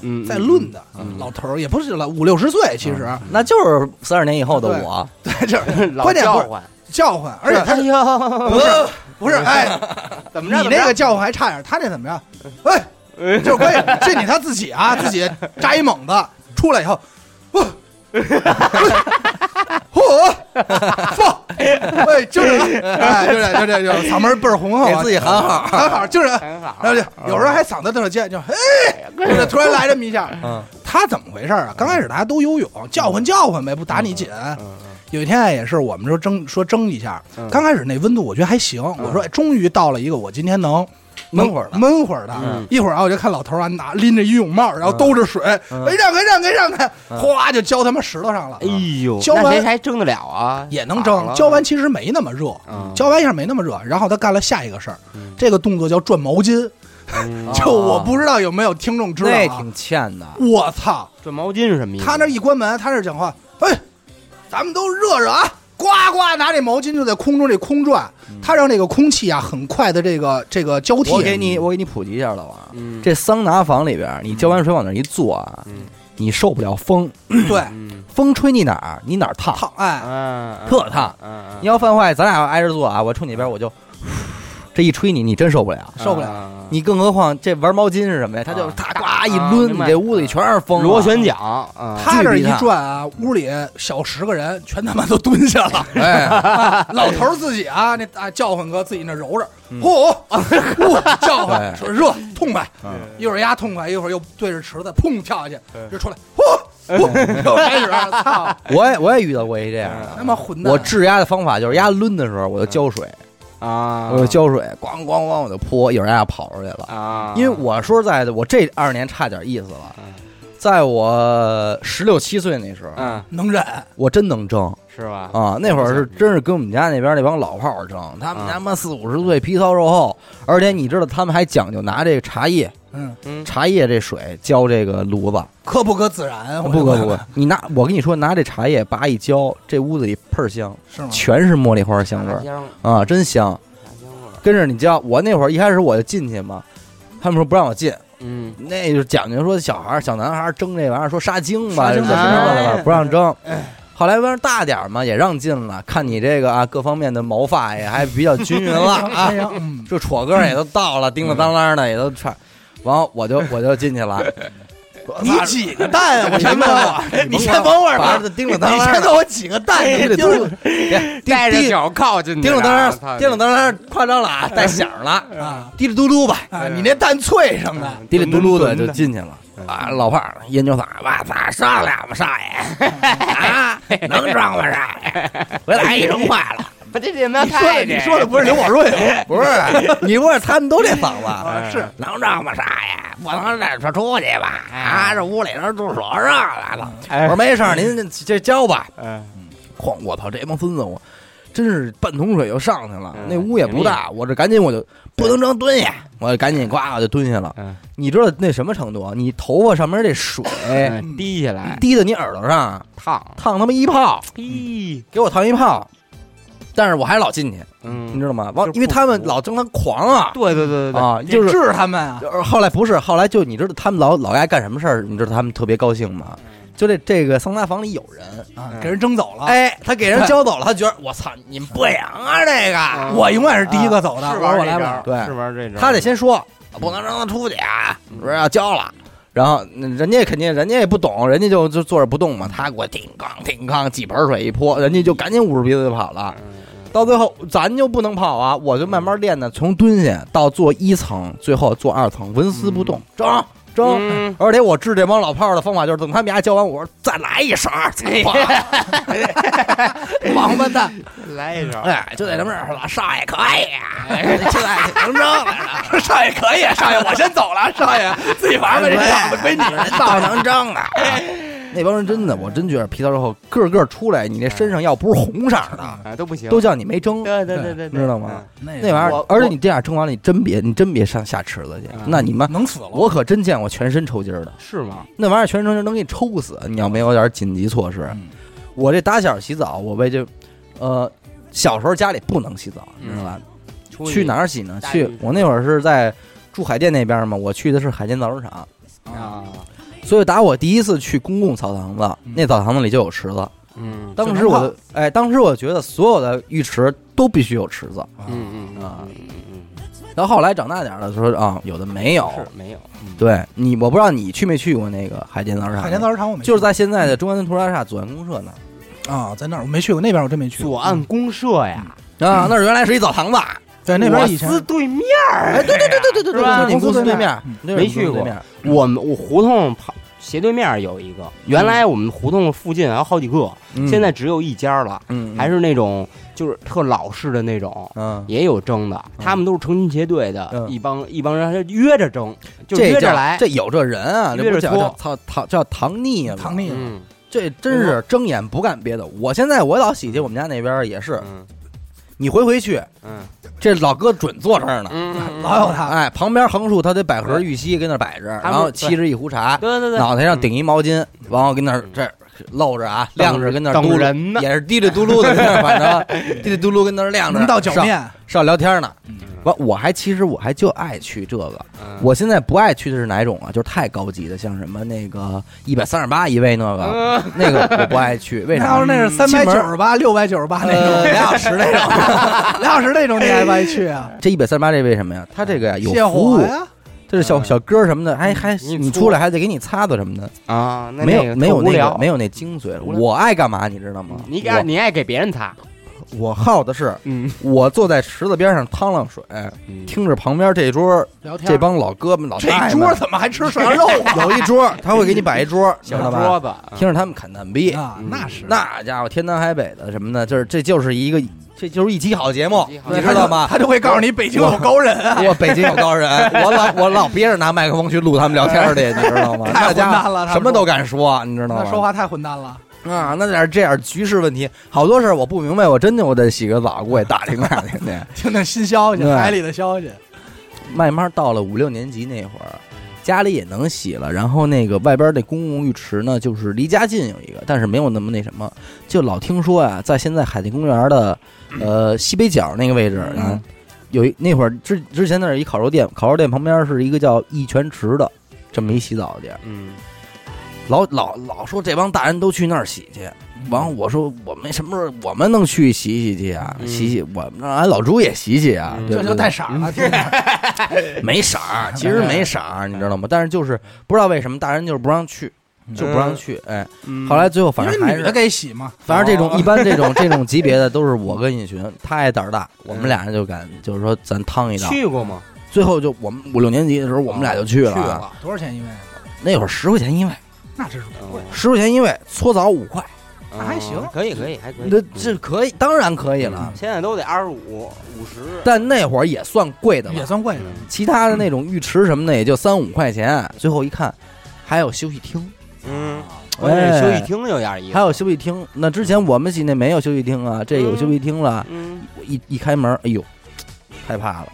[SPEAKER 3] 嗯
[SPEAKER 1] 在论的
[SPEAKER 3] 嗯
[SPEAKER 1] 老头儿也不是老五六十岁，其实
[SPEAKER 2] 那就是三十年以后的我，
[SPEAKER 1] 对就是
[SPEAKER 3] 嗯老
[SPEAKER 1] 关键不
[SPEAKER 3] 叫
[SPEAKER 1] 是
[SPEAKER 3] 唤，
[SPEAKER 1] 叫唤，而且他
[SPEAKER 3] 哎呦，
[SPEAKER 1] 不是不是哎，
[SPEAKER 3] 怎么着？
[SPEAKER 1] 你
[SPEAKER 3] 怎么
[SPEAKER 1] 那个
[SPEAKER 3] 着
[SPEAKER 1] 叫唤还差点，他这怎么着？哎，就是 关键，这你他自己啊，自己扎一猛子出来以后，我，嚯，放，哎，就是，哎，就这，就这，就嗓门倍儿红
[SPEAKER 2] 给
[SPEAKER 1] 啊，
[SPEAKER 2] 自己喊好，
[SPEAKER 1] 喊好，就是，
[SPEAKER 3] 很好，
[SPEAKER 1] 然后啊就有时候还嗓子特尖，就哎，就是突然来这么一下，
[SPEAKER 2] 嗯
[SPEAKER 1] 他怎么回事啊？刚开始大家都游泳，叫唤叫唤呗，不打你紧。有一天啊也是，我们说蒸说蒸一下，
[SPEAKER 3] 嗯
[SPEAKER 1] 刚开始那温度我觉得还行，我说哎终于到了一个我今天能
[SPEAKER 2] 闷会儿了
[SPEAKER 1] 闷会儿的
[SPEAKER 3] 嗯。
[SPEAKER 1] 一会儿啊，我就看老头啊拿拎着一泳帽，然后兜着水，
[SPEAKER 2] 嗯
[SPEAKER 1] 哎让开让开让开，哗就浇他妈石头上了
[SPEAKER 3] 哎，呦，
[SPEAKER 1] 浇
[SPEAKER 3] 那
[SPEAKER 1] 完
[SPEAKER 3] 谁还蒸得了啊？
[SPEAKER 1] 也能
[SPEAKER 3] 好
[SPEAKER 1] 蒸。
[SPEAKER 3] 了
[SPEAKER 1] 浇完其实没那么热，
[SPEAKER 3] 嗯
[SPEAKER 1] 浇完一下没那么热。然后他干了下一个事儿
[SPEAKER 3] 嗯，
[SPEAKER 1] 这个动作叫转毛巾，
[SPEAKER 3] 嗯
[SPEAKER 1] 就我不知道有没有听众知道
[SPEAKER 2] 啊那
[SPEAKER 1] 啊。
[SPEAKER 2] 挺欠的。
[SPEAKER 1] 我操！
[SPEAKER 3] 转毛巾是什么意思？
[SPEAKER 1] 他那一关门，他那讲话，哎，咱们都热热啊，呱呱拿这毛巾就在空中这空转，他让这个空气啊很快的这个这个交替。
[SPEAKER 2] 嗯我给你，我给你普及一下老王，
[SPEAKER 3] 嗯
[SPEAKER 2] 这桑拿房里边，你浇完水往那儿一坐啊
[SPEAKER 3] 嗯，
[SPEAKER 2] 你受不了风，
[SPEAKER 1] 对
[SPEAKER 2] 啊
[SPEAKER 3] 嗯
[SPEAKER 2] 风吹你哪儿，你哪儿烫，
[SPEAKER 1] 烫哎，
[SPEAKER 3] 嗯
[SPEAKER 2] 特烫。
[SPEAKER 3] 嗯
[SPEAKER 2] 你要犯坏，咱俩要挨着坐啊，我冲你边我就，这一吹你，你真受不了。
[SPEAKER 1] 受不了
[SPEAKER 3] 了
[SPEAKER 2] 你更何况这玩毛巾是什么呀？他就
[SPEAKER 3] 啊
[SPEAKER 2] 哒呱一
[SPEAKER 3] 啊
[SPEAKER 2] 抡，
[SPEAKER 3] 明
[SPEAKER 2] 你
[SPEAKER 3] 白
[SPEAKER 2] 这屋里全是风。
[SPEAKER 3] 螺 旋，桨啊，
[SPEAKER 1] 他这一
[SPEAKER 2] 巨逼烫
[SPEAKER 1] 转啊，屋里小十个人全他妈都蹲下了，
[SPEAKER 2] 哎，
[SPEAKER 1] 老头儿自己啊，那啊叫唤哥自己那揉着，嚯、嚯叫唤，
[SPEAKER 2] 对
[SPEAKER 1] 说热痛快，
[SPEAKER 2] 嗯
[SPEAKER 1] 一会儿压痛快，一会儿又对着池子砰跳下去，就出来，嚯嚯又开始，操，
[SPEAKER 2] 我也我也遇到过一这样的。
[SPEAKER 1] 他妈混
[SPEAKER 3] 嗯
[SPEAKER 1] 蛋！
[SPEAKER 2] 我治压的方法就是压抡的时候，我就浇水，
[SPEAKER 3] 啊，
[SPEAKER 2] 我就浇水，咣咣咣我就泼，一会儿丫跑出去了。
[SPEAKER 3] 啊，
[SPEAKER 2] 因为我说实在的，我这二年差点意思了。在我十六七岁那时候，
[SPEAKER 3] 嗯
[SPEAKER 1] 能忍，
[SPEAKER 2] 我真能争
[SPEAKER 3] 是吧？
[SPEAKER 2] 啊！那会儿是真是跟我们家那边那帮老炮儿争，他们
[SPEAKER 3] 啊
[SPEAKER 2] 他妈四五十岁皮糙肉厚，而且你知道他们还讲究拿这个茶叶，
[SPEAKER 1] 嗯，
[SPEAKER 3] 嗯
[SPEAKER 2] 茶叶这水浇这个炉子，
[SPEAKER 1] 可不可自然？我
[SPEAKER 2] 不不
[SPEAKER 1] 就问
[SPEAKER 2] 不，你拿我跟你说，拿这茶叶叭一浇，这屋子里倍儿香，
[SPEAKER 1] 是吗？
[SPEAKER 2] 全是茉莉花香味
[SPEAKER 3] 茶
[SPEAKER 2] 儿
[SPEAKER 3] 香
[SPEAKER 2] 啊，真香！
[SPEAKER 3] 茶香味儿，
[SPEAKER 2] 跟着你浇，我那会儿一开始我就进去嘛，他们说不让我进。
[SPEAKER 3] 嗯
[SPEAKER 2] 那就是讲究说小孩儿、小男孩儿争这玩意儿，说杀精吧，
[SPEAKER 1] 杀
[SPEAKER 2] 什
[SPEAKER 1] 精
[SPEAKER 2] 么
[SPEAKER 1] 吧
[SPEAKER 2] 的
[SPEAKER 3] 哎
[SPEAKER 2] 吧，不让争。后来玩意儿大点儿嘛，也让进了，看你这个啊，各方面的毛发也还比较均匀了啊
[SPEAKER 1] 哎，呀，嗯，
[SPEAKER 2] 这戳个儿也都到了，叮了当啷的也都串，完后我就我就进去了，
[SPEAKER 1] 你几个蛋啊？我先问问，
[SPEAKER 2] 你
[SPEAKER 1] 你
[SPEAKER 2] 甭
[SPEAKER 1] 先等会儿
[SPEAKER 2] 把
[SPEAKER 1] 吧
[SPEAKER 2] 这，叮了当
[SPEAKER 1] 你先
[SPEAKER 2] 啷的，哎
[SPEAKER 1] 问我几个蛋？
[SPEAKER 2] 啊你得
[SPEAKER 1] 哎就是
[SPEAKER 2] 都别
[SPEAKER 3] 带着
[SPEAKER 2] 叮
[SPEAKER 3] 脚靠近
[SPEAKER 2] 叮
[SPEAKER 3] 点
[SPEAKER 2] 了
[SPEAKER 3] 儿啊，
[SPEAKER 2] 当啷，叮了当啷，夸张了啊，带响儿了，
[SPEAKER 1] 啊
[SPEAKER 2] 滴里嘟噜吧，
[SPEAKER 1] 啊，你那蛋脆上的，
[SPEAKER 2] 滴里嘟噜的就
[SPEAKER 3] 嗯
[SPEAKER 2] 进去了。啊，老炮儿研究咋哇，咋上俩吧，少 爷啊，能装吗少爷？回来一扔坏了，
[SPEAKER 3] 不这这那
[SPEAKER 1] 你说的
[SPEAKER 3] 太
[SPEAKER 1] 你说的不是刘宝瑞 吧
[SPEAKER 2] 不是啊你不是他们都这嗓子，
[SPEAKER 1] 啊？是
[SPEAKER 2] 能装吗少爷？不能带出出去吧？啊，这屋里头住所热来了。我
[SPEAKER 3] 哎
[SPEAKER 2] 说没事儿，您这这交吧。
[SPEAKER 3] 嗯
[SPEAKER 2] 哐，我操，这帮孙子我。真是半桶水就上去了
[SPEAKER 3] 嗯，
[SPEAKER 2] 那屋也不大，我这赶紧我就不能成蹲下，我就赶紧呱我就蹲下了。
[SPEAKER 3] 嗯，
[SPEAKER 2] 你知道那什么程度啊？你头发上面这水
[SPEAKER 3] 嗯滴下来
[SPEAKER 2] 滴到你耳朵上，
[SPEAKER 3] 烫，
[SPEAKER 2] 烫他妈一泡，
[SPEAKER 3] 滴，
[SPEAKER 2] 给我烫一泡。但是我还老进去，
[SPEAKER 3] 嗯，
[SPEAKER 2] 你知道吗？往
[SPEAKER 3] 就不
[SPEAKER 2] 因为他们老争他狂啊
[SPEAKER 3] 对对对对对，
[SPEAKER 2] 啊，就是
[SPEAKER 1] 治他们啊，
[SPEAKER 2] 呃后来不是，后来就你知道他们老老爱干什么事儿？你知道他们特别高兴吗？就这这个桑拿房里有人，
[SPEAKER 1] 啊
[SPEAKER 3] 嗯
[SPEAKER 1] 给人争走了。，
[SPEAKER 2] 哎，他给人交走了，他觉得我操，你们不养啊这个，
[SPEAKER 1] 我永远是第一个走的，
[SPEAKER 3] 嗯是
[SPEAKER 1] 我
[SPEAKER 3] 玩
[SPEAKER 1] 我
[SPEAKER 3] 这
[SPEAKER 1] 来
[SPEAKER 3] 招
[SPEAKER 1] 吧。
[SPEAKER 3] 儿，
[SPEAKER 2] 对
[SPEAKER 3] 是玩这招儿，
[SPEAKER 2] 他得先说不能让他出去啊，说要交了。然后嗯人家肯定，人家也不懂，人家就就坐着不动嘛。他给我叮咣叮咣几盆水一泼，人家就赶紧捂着鼻子就跑了。到最后咱就不能跑啊，我就慢慢练的，从蹲下到坐一层，最后坐二层，纹丝不动，争争。
[SPEAKER 3] 嗯
[SPEAKER 2] 而且我治这帮老炮儿的方法就是，等他们俩教完，我说再来一勺儿，哎 王八蛋，
[SPEAKER 3] 来一招，
[SPEAKER 2] 哎，就在什么时候了，少爷可以啊， 就在能争了，说少爷可以，啊少爷我先走了，少爷自己玩吧，这场子归你，倒能争啊。 那帮人真的，我真觉得皮糙肉厚，个个出来，你那身上要不是红色儿的，
[SPEAKER 3] 哎，都不行，
[SPEAKER 2] 都叫你没争。
[SPEAKER 3] 对对对对，对
[SPEAKER 2] 知道吗？
[SPEAKER 1] 那
[SPEAKER 2] 那玩意儿
[SPEAKER 4] 我，
[SPEAKER 2] 而且你这样争完了，你真别，你真别上下池子去
[SPEAKER 3] 嗯，
[SPEAKER 2] 那你妈，
[SPEAKER 1] 能死了。
[SPEAKER 2] 我可真见过全身抽筋儿的。
[SPEAKER 3] 嗯是吗？
[SPEAKER 2] 那玩意儿全程就能给你抽死，啊你要没有点紧急措施。
[SPEAKER 1] 嗯
[SPEAKER 2] 我这打小洗澡，我被这，呃，小时候家里不能洗澡，你知道吧？
[SPEAKER 3] 出
[SPEAKER 2] 去哪儿洗呢？
[SPEAKER 3] 大浴
[SPEAKER 2] 去
[SPEAKER 3] 室
[SPEAKER 2] 我那会儿是在住海淀那边嘛，我去的是海淀造纸厂，
[SPEAKER 3] 啊？
[SPEAKER 2] 所以打我第一次去公共澡堂子，
[SPEAKER 1] 嗯
[SPEAKER 2] 那澡堂子里就有池子。
[SPEAKER 3] 嗯
[SPEAKER 2] 当时我的，哎，当时我觉得所有的浴池都必须有池子。
[SPEAKER 3] 嗯嗯嗯
[SPEAKER 2] 啊
[SPEAKER 3] 嗯嗯嗯，
[SPEAKER 2] 然后后来长大点儿了，说啊，有的没有。
[SPEAKER 3] 是没有，嗯
[SPEAKER 2] 对你，我不知道你去没去过那个海淀造纸厂，
[SPEAKER 1] 海淀造纸厂我没去
[SPEAKER 2] 啊就是在现在的中关村图书大厦左岸公社那儿。
[SPEAKER 1] 啊，在那儿我没去过，那边我真没去过。嗯
[SPEAKER 3] 左岸公社呀，
[SPEAKER 2] 啊，那儿原来是一澡堂子，
[SPEAKER 1] 对那边以前
[SPEAKER 3] 我司对面
[SPEAKER 2] 哎，
[SPEAKER 3] 儿，
[SPEAKER 2] 对对对对对对
[SPEAKER 3] 是吧
[SPEAKER 2] 就是你们公司对面
[SPEAKER 1] 嗯，
[SPEAKER 2] 就是你们公司
[SPEAKER 3] 没去过
[SPEAKER 2] 对面
[SPEAKER 3] 我们我胡同旁斜对面有一个，原来我们胡同附近还有好几个，
[SPEAKER 2] 嗯
[SPEAKER 3] 现在只有一家了，
[SPEAKER 2] 嗯
[SPEAKER 3] 还是那种就是特老式的那种。
[SPEAKER 2] 嗯，
[SPEAKER 3] 也有争的，他们都是成群结队的，
[SPEAKER 2] 嗯
[SPEAKER 3] 一帮一帮人约着争，就
[SPEAKER 2] 这
[SPEAKER 3] 约着
[SPEAKER 2] 叫
[SPEAKER 3] 来。
[SPEAKER 2] 这有这人啊，这
[SPEAKER 3] 约
[SPEAKER 2] 不
[SPEAKER 3] 着
[SPEAKER 2] 叫叫
[SPEAKER 3] 搓
[SPEAKER 2] 叫唐叫唐腻吗？
[SPEAKER 1] 唐腻子
[SPEAKER 3] 嗯
[SPEAKER 2] 这真是睁眼不干别的。我现在我老喜去我们家那边也是，
[SPEAKER 3] 嗯
[SPEAKER 2] 你回回去，
[SPEAKER 3] 嗯
[SPEAKER 2] 这老哥准坐这儿呢。
[SPEAKER 3] 嗯，
[SPEAKER 1] 老有他，
[SPEAKER 2] 哎，旁边横竖他得百合玉溪跟那儿摆着，
[SPEAKER 3] 他
[SPEAKER 2] 然
[SPEAKER 3] 们
[SPEAKER 2] 后沏着一壶茶，
[SPEAKER 3] 对对对，嗯
[SPEAKER 2] 脑袋上顶一毛巾，然后跟那儿这儿露着啊，
[SPEAKER 3] 等
[SPEAKER 2] 晾着跟那儿
[SPEAKER 3] 等
[SPEAKER 2] 嘟噜
[SPEAKER 3] 人呢
[SPEAKER 2] 也是滴里嘟噜的，跟那儿反 正滴里嘟噜跟那儿晾着，
[SPEAKER 1] 能到脚
[SPEAKER 2] 上
[SPEAKER 1] 面，
[SPEAKER 2] 上聊天呢
[SPEAKER 1] 嗯。
[SPEAKER 2] 完，我还其实我还就爱去这个。
[SPEAKER 3] 嗯
[SPEAKER 2] 我现在不爱去的是哪种啊？就是太高级的，像什么那个一百三十八一位那个，
[SPEAKER 3] 嗯
[SPEAKER 2] 那个我不爱去。为
[SPEAKER 1] 那
[SPEAKER 2] 啥嗯
[SPEAKER 1] 要是？那是三百九十八、六百九十八那
[SPEAKER 2] 呃，
[SPEAKER 1] 种，
[SPEAKER 2] 俩小时 那种。
[SPEAKER 1] 俩小时那种你还不爱去 啊？
[SPEAKER 2] 这一百三十八这为什么呀？他这个呀有
[SPEAKER 1] 泻
[SPEAKER 2] 哎服
[SPEAKER 1] 火
[SPEAKER 2] 务，
[SPEAKER 1] 呀，
[SPEAKER 2] 这是小
[SPEAKER 3] 嗯
[SPEAKER 2] 小哥什么的，还还
[SPEAKER 3] 你
[SPEAKER 2] 你
[SPEAKER 3] 搓
[SPEAKER 2] 出来还得给你擦擦什么的，
[SPEAKER 3] 啊，那
[SPEAKER 2] 没
[SPEAKER 3] 那
[SPEAKER 2] 有
[SPEAKER 3] 个
[SPEAKER 2] 没有
[SPEAKER 3] 特无
[SPEAKER 2] 那
[SPEAKER 3] 聊
[SPEAKER 2] 个没有那精髓了。
[SPEAKER 3] 无聊
[SPEAKER 2] 我爱干嘛你知道吗？
[SPEAKER 3] 你
[SPEAKER 2] 我
[SPEAKER 3] 给你爱给别人擦，
[SPEAKER 2] 我好的是，
[SPEAKER 3] 嗯，
[SPEAKER 2] 我坐在池子边上趟浪水，听着旁边这桌
[SPEAKER 1] 聊天
[SPEAKER 2] 这帮老哥们老
[SPEAKER 1] 这
[SPEAKER 2] 大爷
[SPEAKER 1] 桌
[SPEAKER 2] 们，
[SPEAKER 1] 怎么还吃涮羊肉啊
[SPEAKER 2] 有一桌他会给你摆一桌，知
[SPEAKER 3] 小
[SPEAKER 2] 道吧？
[SPEAKER 3] 桌子，嗯
[SPEAKER 2] 听着他们侃蛋逼，
[SPEAKER 1] 啊？那是
[SPEAKER 2] 嗯那家伙天南海北的什么的，就是这就是一个这就是一期好节目，
[SPEAKER 3] 一期好
[SPEAKER 2] 你
[SPEAKER 1] 对
[SPEAKER 2] 知 道吗？
[SPEAKER 1] 他就他就会告诉你北京有高人啊，
[SPEAKER 2] 我北京有高 人，我老我老憋着拿麦克风去录他们聊天去，你知道吗？
[SPEAKER 1] 太
[SPEAKER 2] 那
[SPEAKER 1] 混
[SPEAKER 2] 家
[SPEAKER 1] 蛋
[SPEAKER 2] 伙
[SPEAKER 1] 了他们
[SPEAKER 2] 什么都敢说，你知道吗
[SPEAKER 1] 那？说话太混蛋 了。
[SPEAKER 2] 啊，那点儿这点儿局势问题，好多事儿我不明白，我真的我得洗个澡，给我也打听打听去。
[SPEAKER 1] 听听新消息，
[SPEAKER 2] 对
[SPEAKER 1] 海里的消息，
[SPEAKER 2] 慢慢到了五六年级那会儿，家里也能洗了，然后那个外边那公共浴池呢，就是离家近有一个，但是没有那么那什么。就老听说啊，在现在海淀公园的
[SPEAKER 3] 嗯
[SPEAKER 2] 呃西北角那个位置啊，有一那会儿之之前那儿一烤肉店，烤肉店旁边是一个叫一泉池的这么一洗澡的地儿，
[SPEAKER 3] 嗯，
[SPEAKER 2] 老老老说这帮大人都去那儿洗去。完后我说我们什么时候我们能去洗洗去啊？
[SPEAKER 3] 嗯
[SPEAKER 2] 洗洗我们让俺老朱也洗洗啊，
[SPEAKER 3] 嗯
[SPEAKER 2] 对
[SPEAKER 1] 这
[SPEAKER 2] 不
[SPEAKER 1] 就
[SPEAKER 2] 对？
[SPEAKER 1] 带色儿了， 听着
[SPEAKER 2] 没色儿，其实没色儿，你知道吗？但是就是不知道为什么大人就是不让去，就不让去。哎，
[SPEAKER 3] 嗯
[SPEAKER 2] 后来最后反正
[SPEAKER 1] 因
[SPEAKER 2] 还
[SPEAKER 1] 为女的
[SPEAKER 2] 是，
[SPEAKER 1] 给洗嘛，
[SPEAKER 2] 反正这种
[SPEAKER 3] 哦
[SPEAKER 2] 一般这种这种级别的都是我跟尹寻，他也胆儿大，我们俩人就敢就是说咱趟一趟。
[SPEAKER 3] 去过吗？
[SPEAKER 2] 最后就我们五六年级的时候，我们俩就去
[SPEAKER 1] 哦去
[SPEAKER 2] 了。啊
[SPEAKER 1] 了多少钱一位？
[SPEAKER 2] 那会儿十块钱一位，
[SPEAKER 1] 那真是
[SPEAKER 2] 十块钱一位，搓澡五块，
[SPEAKER 3] 嗯
[SPEAKER 1] 还行
[SPEAKER 3] 可以可以，还可以。嗯
[SPEAKER 2] 那这可以，当然可以了。
[SPEAKER 3] 现在都得二十五、五十，
[SPEAKER 2] 但那会儿也算贵的
[SPEAKER 1] 也
[SPEAKER 2] 了，
[SPEAKER 1] 算贵的。
[SPEAKER 2] 其他的那种浴池什么的也就三五块钱。最后一看，还有休息厅。
[SPEAKER 3] 嗯，我这休息
[SPEAKER 2] 哎
[SPEAKER 3] 厅有点意思。
[SPEAKER 2] 还有休息厅，那之前我们系那没有休息厅啊，这有
[SPEAKER 3] 嗯
[SPEAKER 2] 休息厅了。
[SPEAKER 3] 嗯，
[SPEAKER 2] 我一一开门，哎呦，害怕了。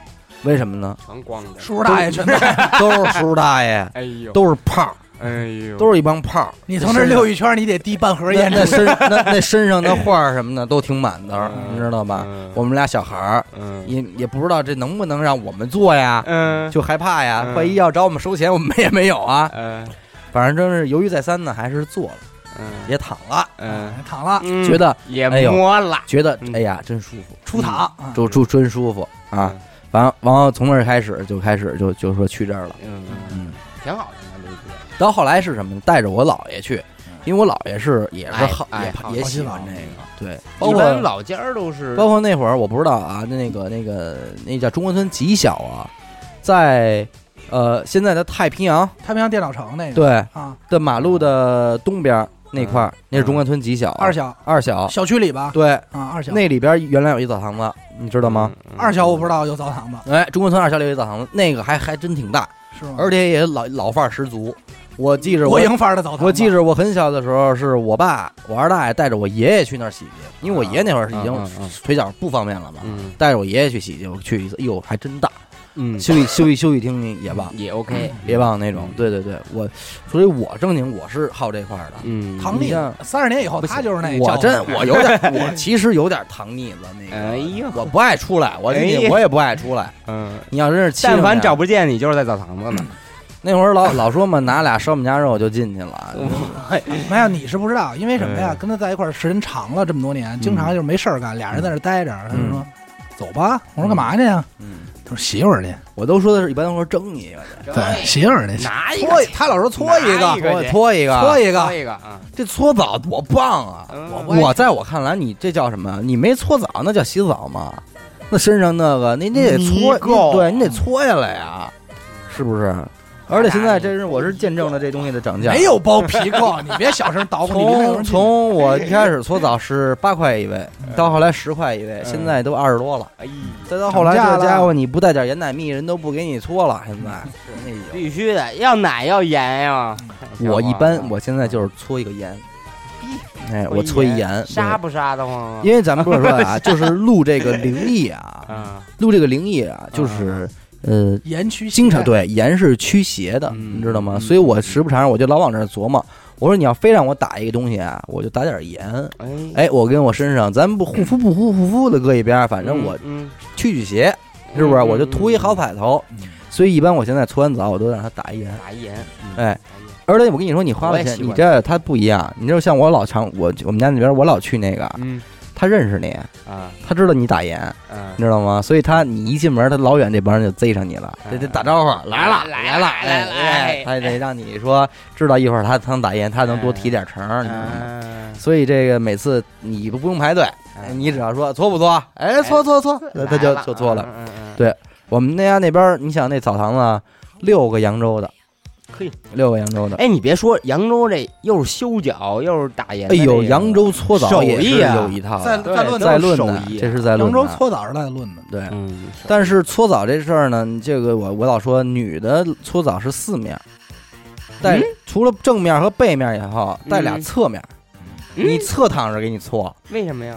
[SPEAKER 2] 为什么呢？
[SPEAKER 3] 全光着。
[SPEAKER 1] 叔叔大爷全在，
[SPEAKER 2] 都是叔大 爷，
[SPEAKER 3] 哎呦，
[SPEAKER 2] 都是胖，
[SPEAKER 3] 哎呦，
[SPEAKER 2] 都是一帮胖。
[SPEAKER 1] 你从这溜一圈，你得递半盒
[SPEAKER 2] 那
[SPEAKER 1] 烟
[SPEAKER 2] 那
[SPEAKER 1] 出去。
[SPEAKER 2] 身那那身上的画儿什么的都挺满的，
[SPEAKER 3] 嗯
[SPEAKER 2] 你知道吧？
[SPEAKER 3] 嗯
[SPEAKER 2] 我们俩小孩儿
[SPEAKER 3] 嗯
[SPEAKER 2] 也也不知道这能不能让我们做呀，
[SPEAKER 3] 嗯
[SPEAKER 2] 就害怕呀，
[SPEAKER 3] 嗯
[SPEAKER 2] 万一要找我们收钱，我们也没有啊。
[SPEAKER 3] 嗯
[SPEAKER 2] 反正真是犹豫再三呢，还是做了，
[SPEAKER 3] 嗯
[SPEAKER 2] 也躺了，
[SPEAKER 3] 嗯，
[SPEAKER 1] 躺了，
[SPEAKER 2] 觉得
[SPEAKER 3] 也
[SPEAKER 2] 哎哎呦
[SPEAKER 3] 摸了，
[SPEAKER 2] 觉得
[SPEAKER 3] 嗯
[SPEAKER 2] 哎呀真舒服，
[SPEAKER 1] 出躺啊
[SPEAKER 2] 就就真舒服啊
[SPEAKER 3] 嗯。
[SPEAKER 2] 完了完了，从那儿开始就开始就就说去这儿了。
[SPEAKER 3] 嗯，
[SPEAKER 2] 嗯，
[SPEAKER 3] 挺好的呢，这
[SPEAKER 2] 到后来是什么呢？带着我姥爷去，
[SPEAKER 3] 嗯
[SPEAKER 2] 因为我姥爷是也是
[SPEAKER 3] 哎
[SPEAKER 2] 好
[SPEAKER 3] 哎
[SPEAKER 2] 也
[SPEAKER 3] 好
[SPEAKER 2] 也
[SPEAKER 1] 好
[SPEAKER 2] 喜
[SPEAKER 1] 心
[SPEAKER 2] 欢
[SPEAKER 1] 老
[SPEAKER 2] 这
[SPEAKER 1] 爷
[SPEAKER 2] 个，对，包
[SPEAKER 3] 一般
[SPEAKER 2] 括
[SPEAKER 3] 老家儿都是
[SPEAKER 2] 包括那会儿我不知道啊，那那个那个那叫中关村极小啊，在呃现在的太平洋
[SPEAKER 1] 太平洋电脑城那个
[SPEAKER 2] 对
[SPEAKER 1] 啊，
[SPEAKER 2] 的马路的东边儿那块儿，那是
[SPEAKER 3] 嗯
[SPEAKER 2] 中关村极小啊
[SPEAKER 1] 二小
[SPEAKER 2] 二小，
[SPEAKER 1] 小区里吧，
[SPEAKER 2] 对，
[SPEAKER 1] 啊，二小
[SPEAKER 2] 哦那里边儿原来有一澡堂子，你知道吗？？
[SPEAKER 3] 嗯
[SPEAKER 1] 二小我不知道有澡堂子
[SPEAKER 2] 哎，中关村二小里有一澡堂子，那个还还真挺大，
[SPEAKER 1] 是吗？
[SPEAKER 2] 而且也老老范儿十足。我记着
[SPEAKER 1] 国营范儿的澡堂子，
[SPEAKER 2] 我记着我很小的时候，是我爸、我二大爷带着我爷爷去那儿洗去，因为我爷爷那会儿已
[SPEAKER 3] 嗯嗯嗯
[SPEAKER 2] 经腿脚不方便了嘛，
[SPEAKER 3] 嗯
[SPEAKER 2] 带着我爷爷去洗去，我去一次，哎呦，还真大，
[SPEAKER 3] 嗯，
[SPEAKER 2] 休息休息休息厅里也棒，
[SPEAKER 3] 也 OK，
[SPEAKER 2] 也棒那种
[SPEAKER 3] 嗯。
[SPEAKER 2] 对对对，我所以，我正经我是好这块儿的。
[SPEAKER 3] 嗯，
[SPEAKER 1] 唐丽
[SPEAKER 2] 你像
[SPEAKER 1] 三十年以后
[SPEAKER 2] 不行
[SPEAKER 1] 他就是那
[SPEAKER 2] 我
[SPEAKER 1] 教父
[SPEAKER 2] 真 我有点，我其实有点糖腻子那个。
[SPEAKER 3] 哎呦
[SPEAKER 2] 我不爱出来，我
[SPEAKER 3] 哎
[SPEAKER 2] 进去
[SPEAKER 3] 呀
[SPEAKER 2] 我也不爱出来。
[SPEAKER 3] 嗯，
[SPEAKER 2] 你要真是欺负
[SPEAKER 3] 但凡
[SPEAKER 2] 点
[SPEAKER 3] 找不见你，就是在澡堂子呢。
[SPEAKER 2] 那会儿老老说嘛，拿俩烧饼夹肉就进去了。
[SPEAKER 1] 没有，你是不知道，因为什么呀？
[SPEAKER 2] 哎
[SPEAKER 3] 嗯
[SPEAKER 1] 跟他在一块儿时间长了，这么多年，经
[SPEAKER 2] 嗯
[SPEAKER 1] 常就是没事儿干，俩人在那儿待着，他就说：“走吧。”我说：“干嘛去呀
[SPEAKER 2] 嗯，？”
[SPEAKER 1] 他说：“洗会儿去。
[SPEAKER 2] 我都说的是一般都说蒸一个去，”
[SPEAKER 1] 对，洗会儿去。
[SPEAKER 3] 拿一
[SPEAKER 1] 搓一，他老说搓一
[SPEAKER 3] 拿
[SPEAKER 1] 哎个
[SPEAKER 3] 一，
[SPEAKER 2] 搓
[SPEAKER 3] 个去
[SPEAKER 2] 搓一个，
[SPEAKER 1] 搓一
[SPEAKER 3] 搓
[SPEAKER 1] 个，
[SPEAKER 3] 一个啊，
[SPEAKER 2] 这搓澡多棒啊！
[SPEAKER 3] 嗯
[SPEAKER 2] 我
[SPEAKER 3] 我也
[SPEAKER 2] 我在我看来，你这叫什么？你没搓澡，那叫洗澡吗？那身上那个，你你得搓，
[SPEAKER 3] 泥垢
[SPEAKER 2] 你对你得搓下来呀，是不是？而且现在这是我是见证了这东西的涨价，
[SPEAKER 1] 没有包皮垢，你别小声捣鼓，你离那有人
[SPEAKER 2] 从
[SPEAKER 1] 近
[SPEAKER 2] 从我一开始搓澡是八块一位，
[SPEAKER 1] 嗯
[SPEAKER 2] 到后来十块一位，现在都二十多了。
[SPEAKER 3] 哎，
[SPEAKER 2] 再到后来，
[SPEAKER 1] 涨价
[SPEAKER 2] 这
[SPEAKER 1] 了
[SPEAKER 2] 家伙你不带点盐奶蜜，人都不给你搓了。现 在，哎
[SPEAKER 3] 必须的，要奶要盐 呀。
[SPEAKER 2] 呦我一般我现在就是搓一个盐，哎，我搓一盐，
[SPEAKER 3] 杀不杀得慌啊？
[SPEAKER 2] 因为咱们不是说 啊，就是录这个灵异啊，
[SPEAKER 3] 啊，
[SPEAKER 2] 录这个灵异啊，就是呃，
[SPEAKER 1] 盐区
[SPEAKER 2] 经常对盐是驱邪的，
[SPEAKER 3] 嗯
[SPEAKER 2] 你知道吗？
[SPEAKER 3] 嗯
[SPEAKER 2] 所以我时不常我就老往这儿琢磨，我说你要非让我打一个东西啊，我就打点盐。
[SPEAKER 3] 哎
[SPEAKER 2] 哎，我跟我身上，咱们不护肤不护护肤的搁一边儿，反正我
[SPEAKER 3] 嗯
[SPEAKER 2] 驱驱邪，是不是？
[SPEAKER 3] 嗯
[SPEAKER 2] 我就图一好彩头。所以一般我现在搓完澡，我都让他打一盐。
[SPEAKER 3] 打盐，
[SPEAKER 2] 哎，而且我跟你说，你花
[SPEAKER 3] 我
[SPEAKER 2] 了
[SPEAKER 3] 也
[SPEAKER 2] 钱，
[SPEAKER 3] 习
[SPEAKER 2] 你
[SPEAKER 3] 惯
[SPEAKER 2] 这他不一样。你就像我老常我我们家那边，我老去那个，
[SPEAKER 3] 嗯
[SPEAKER 2] 他认识你，
[SPEAKER 3] 啊
[SPEAKER 2] 他知道你打盐。
[SPEAKER 3] 嗯
[SPEAKER 2] 你，知道吗？所以他你一进门，他老远这帮人就贼上你了，
[SPEAKER 3] 哎
[SPEAKER 2] 得得打招呼，来了
[SPEAKER 3] 来
[SPEAKER 2] 了
[SPEAKER 3] 了
[SPEAKER 2] 哎
[SPEAKER 3] 来了
[SPEAKER 2] 哎
[SPEAKER 3] 哎
[SPEAKER 2] 他得让你说知道一会儿他他能打盐，他能多提点成儿。你知道吗
[SPEAKER 3] 嗯
[SPEAKER 2] 所以这个每次你不用排队，哎你只要说搓不搓，哎搓搓搓，那他就就搓
[SPEAKER 3] 嗯
[SPEAKER 2] 了。。
[SPEAKER 3] 对，
[SPEAKER 2] 我们那家那边儿，你想那澡堂子啊六个扬州的，
[SPEAKER 3] 嘿，
[SPEAKER 2] 六个扬州的，
[SPEAKER 3] 哎，你别说，扬州这又是修脚又是打盐的
[SPEAKER 2] 哎
[SPEAKER 3] 这个，
[SPEAKER 2] 呦，扬州搓澡
[SPEAKER 3] 手
[SPEAKER 2] 也是
[SPEAKER 3] 艺啊
[SPEAKER 2] 有一套
[SPEAKER 1] 在
[SPEAKER 2] 的，
[SPEAKER 3] 对
[SPEAKER 1] 在论
[SPEAKER 2] 在
[SPEAKER 3] 都是
[SPEAKER 2] 论
[SPEAKER 3] 手
[SPEAKER 2] 的，
[SPEAKER 1] 啊
[SPEAKER 3] 艺
[SPEAKER 2] 这是在论
[SPEAKER 1] 扬州
[SPEAKER 2] 的
[SPEAKER 1] 搓澡是在论的，
[SPEAKER 2] 对。
[SPEAKER 3] 嗯，
[SPEAKER 2] 但是搓澡这事儿呢，这个我我老说，女的搓澡是四面儿，带、
[SPEAKER 3] 嗯
[SPEAKER 2] 除了正面和背面以后，带俩侧面儿，
[SPEAKER 3] 嗯
[SPEAKER 2] 你侧躺着给你搓，
[SPEAKER 3] 为什么呀？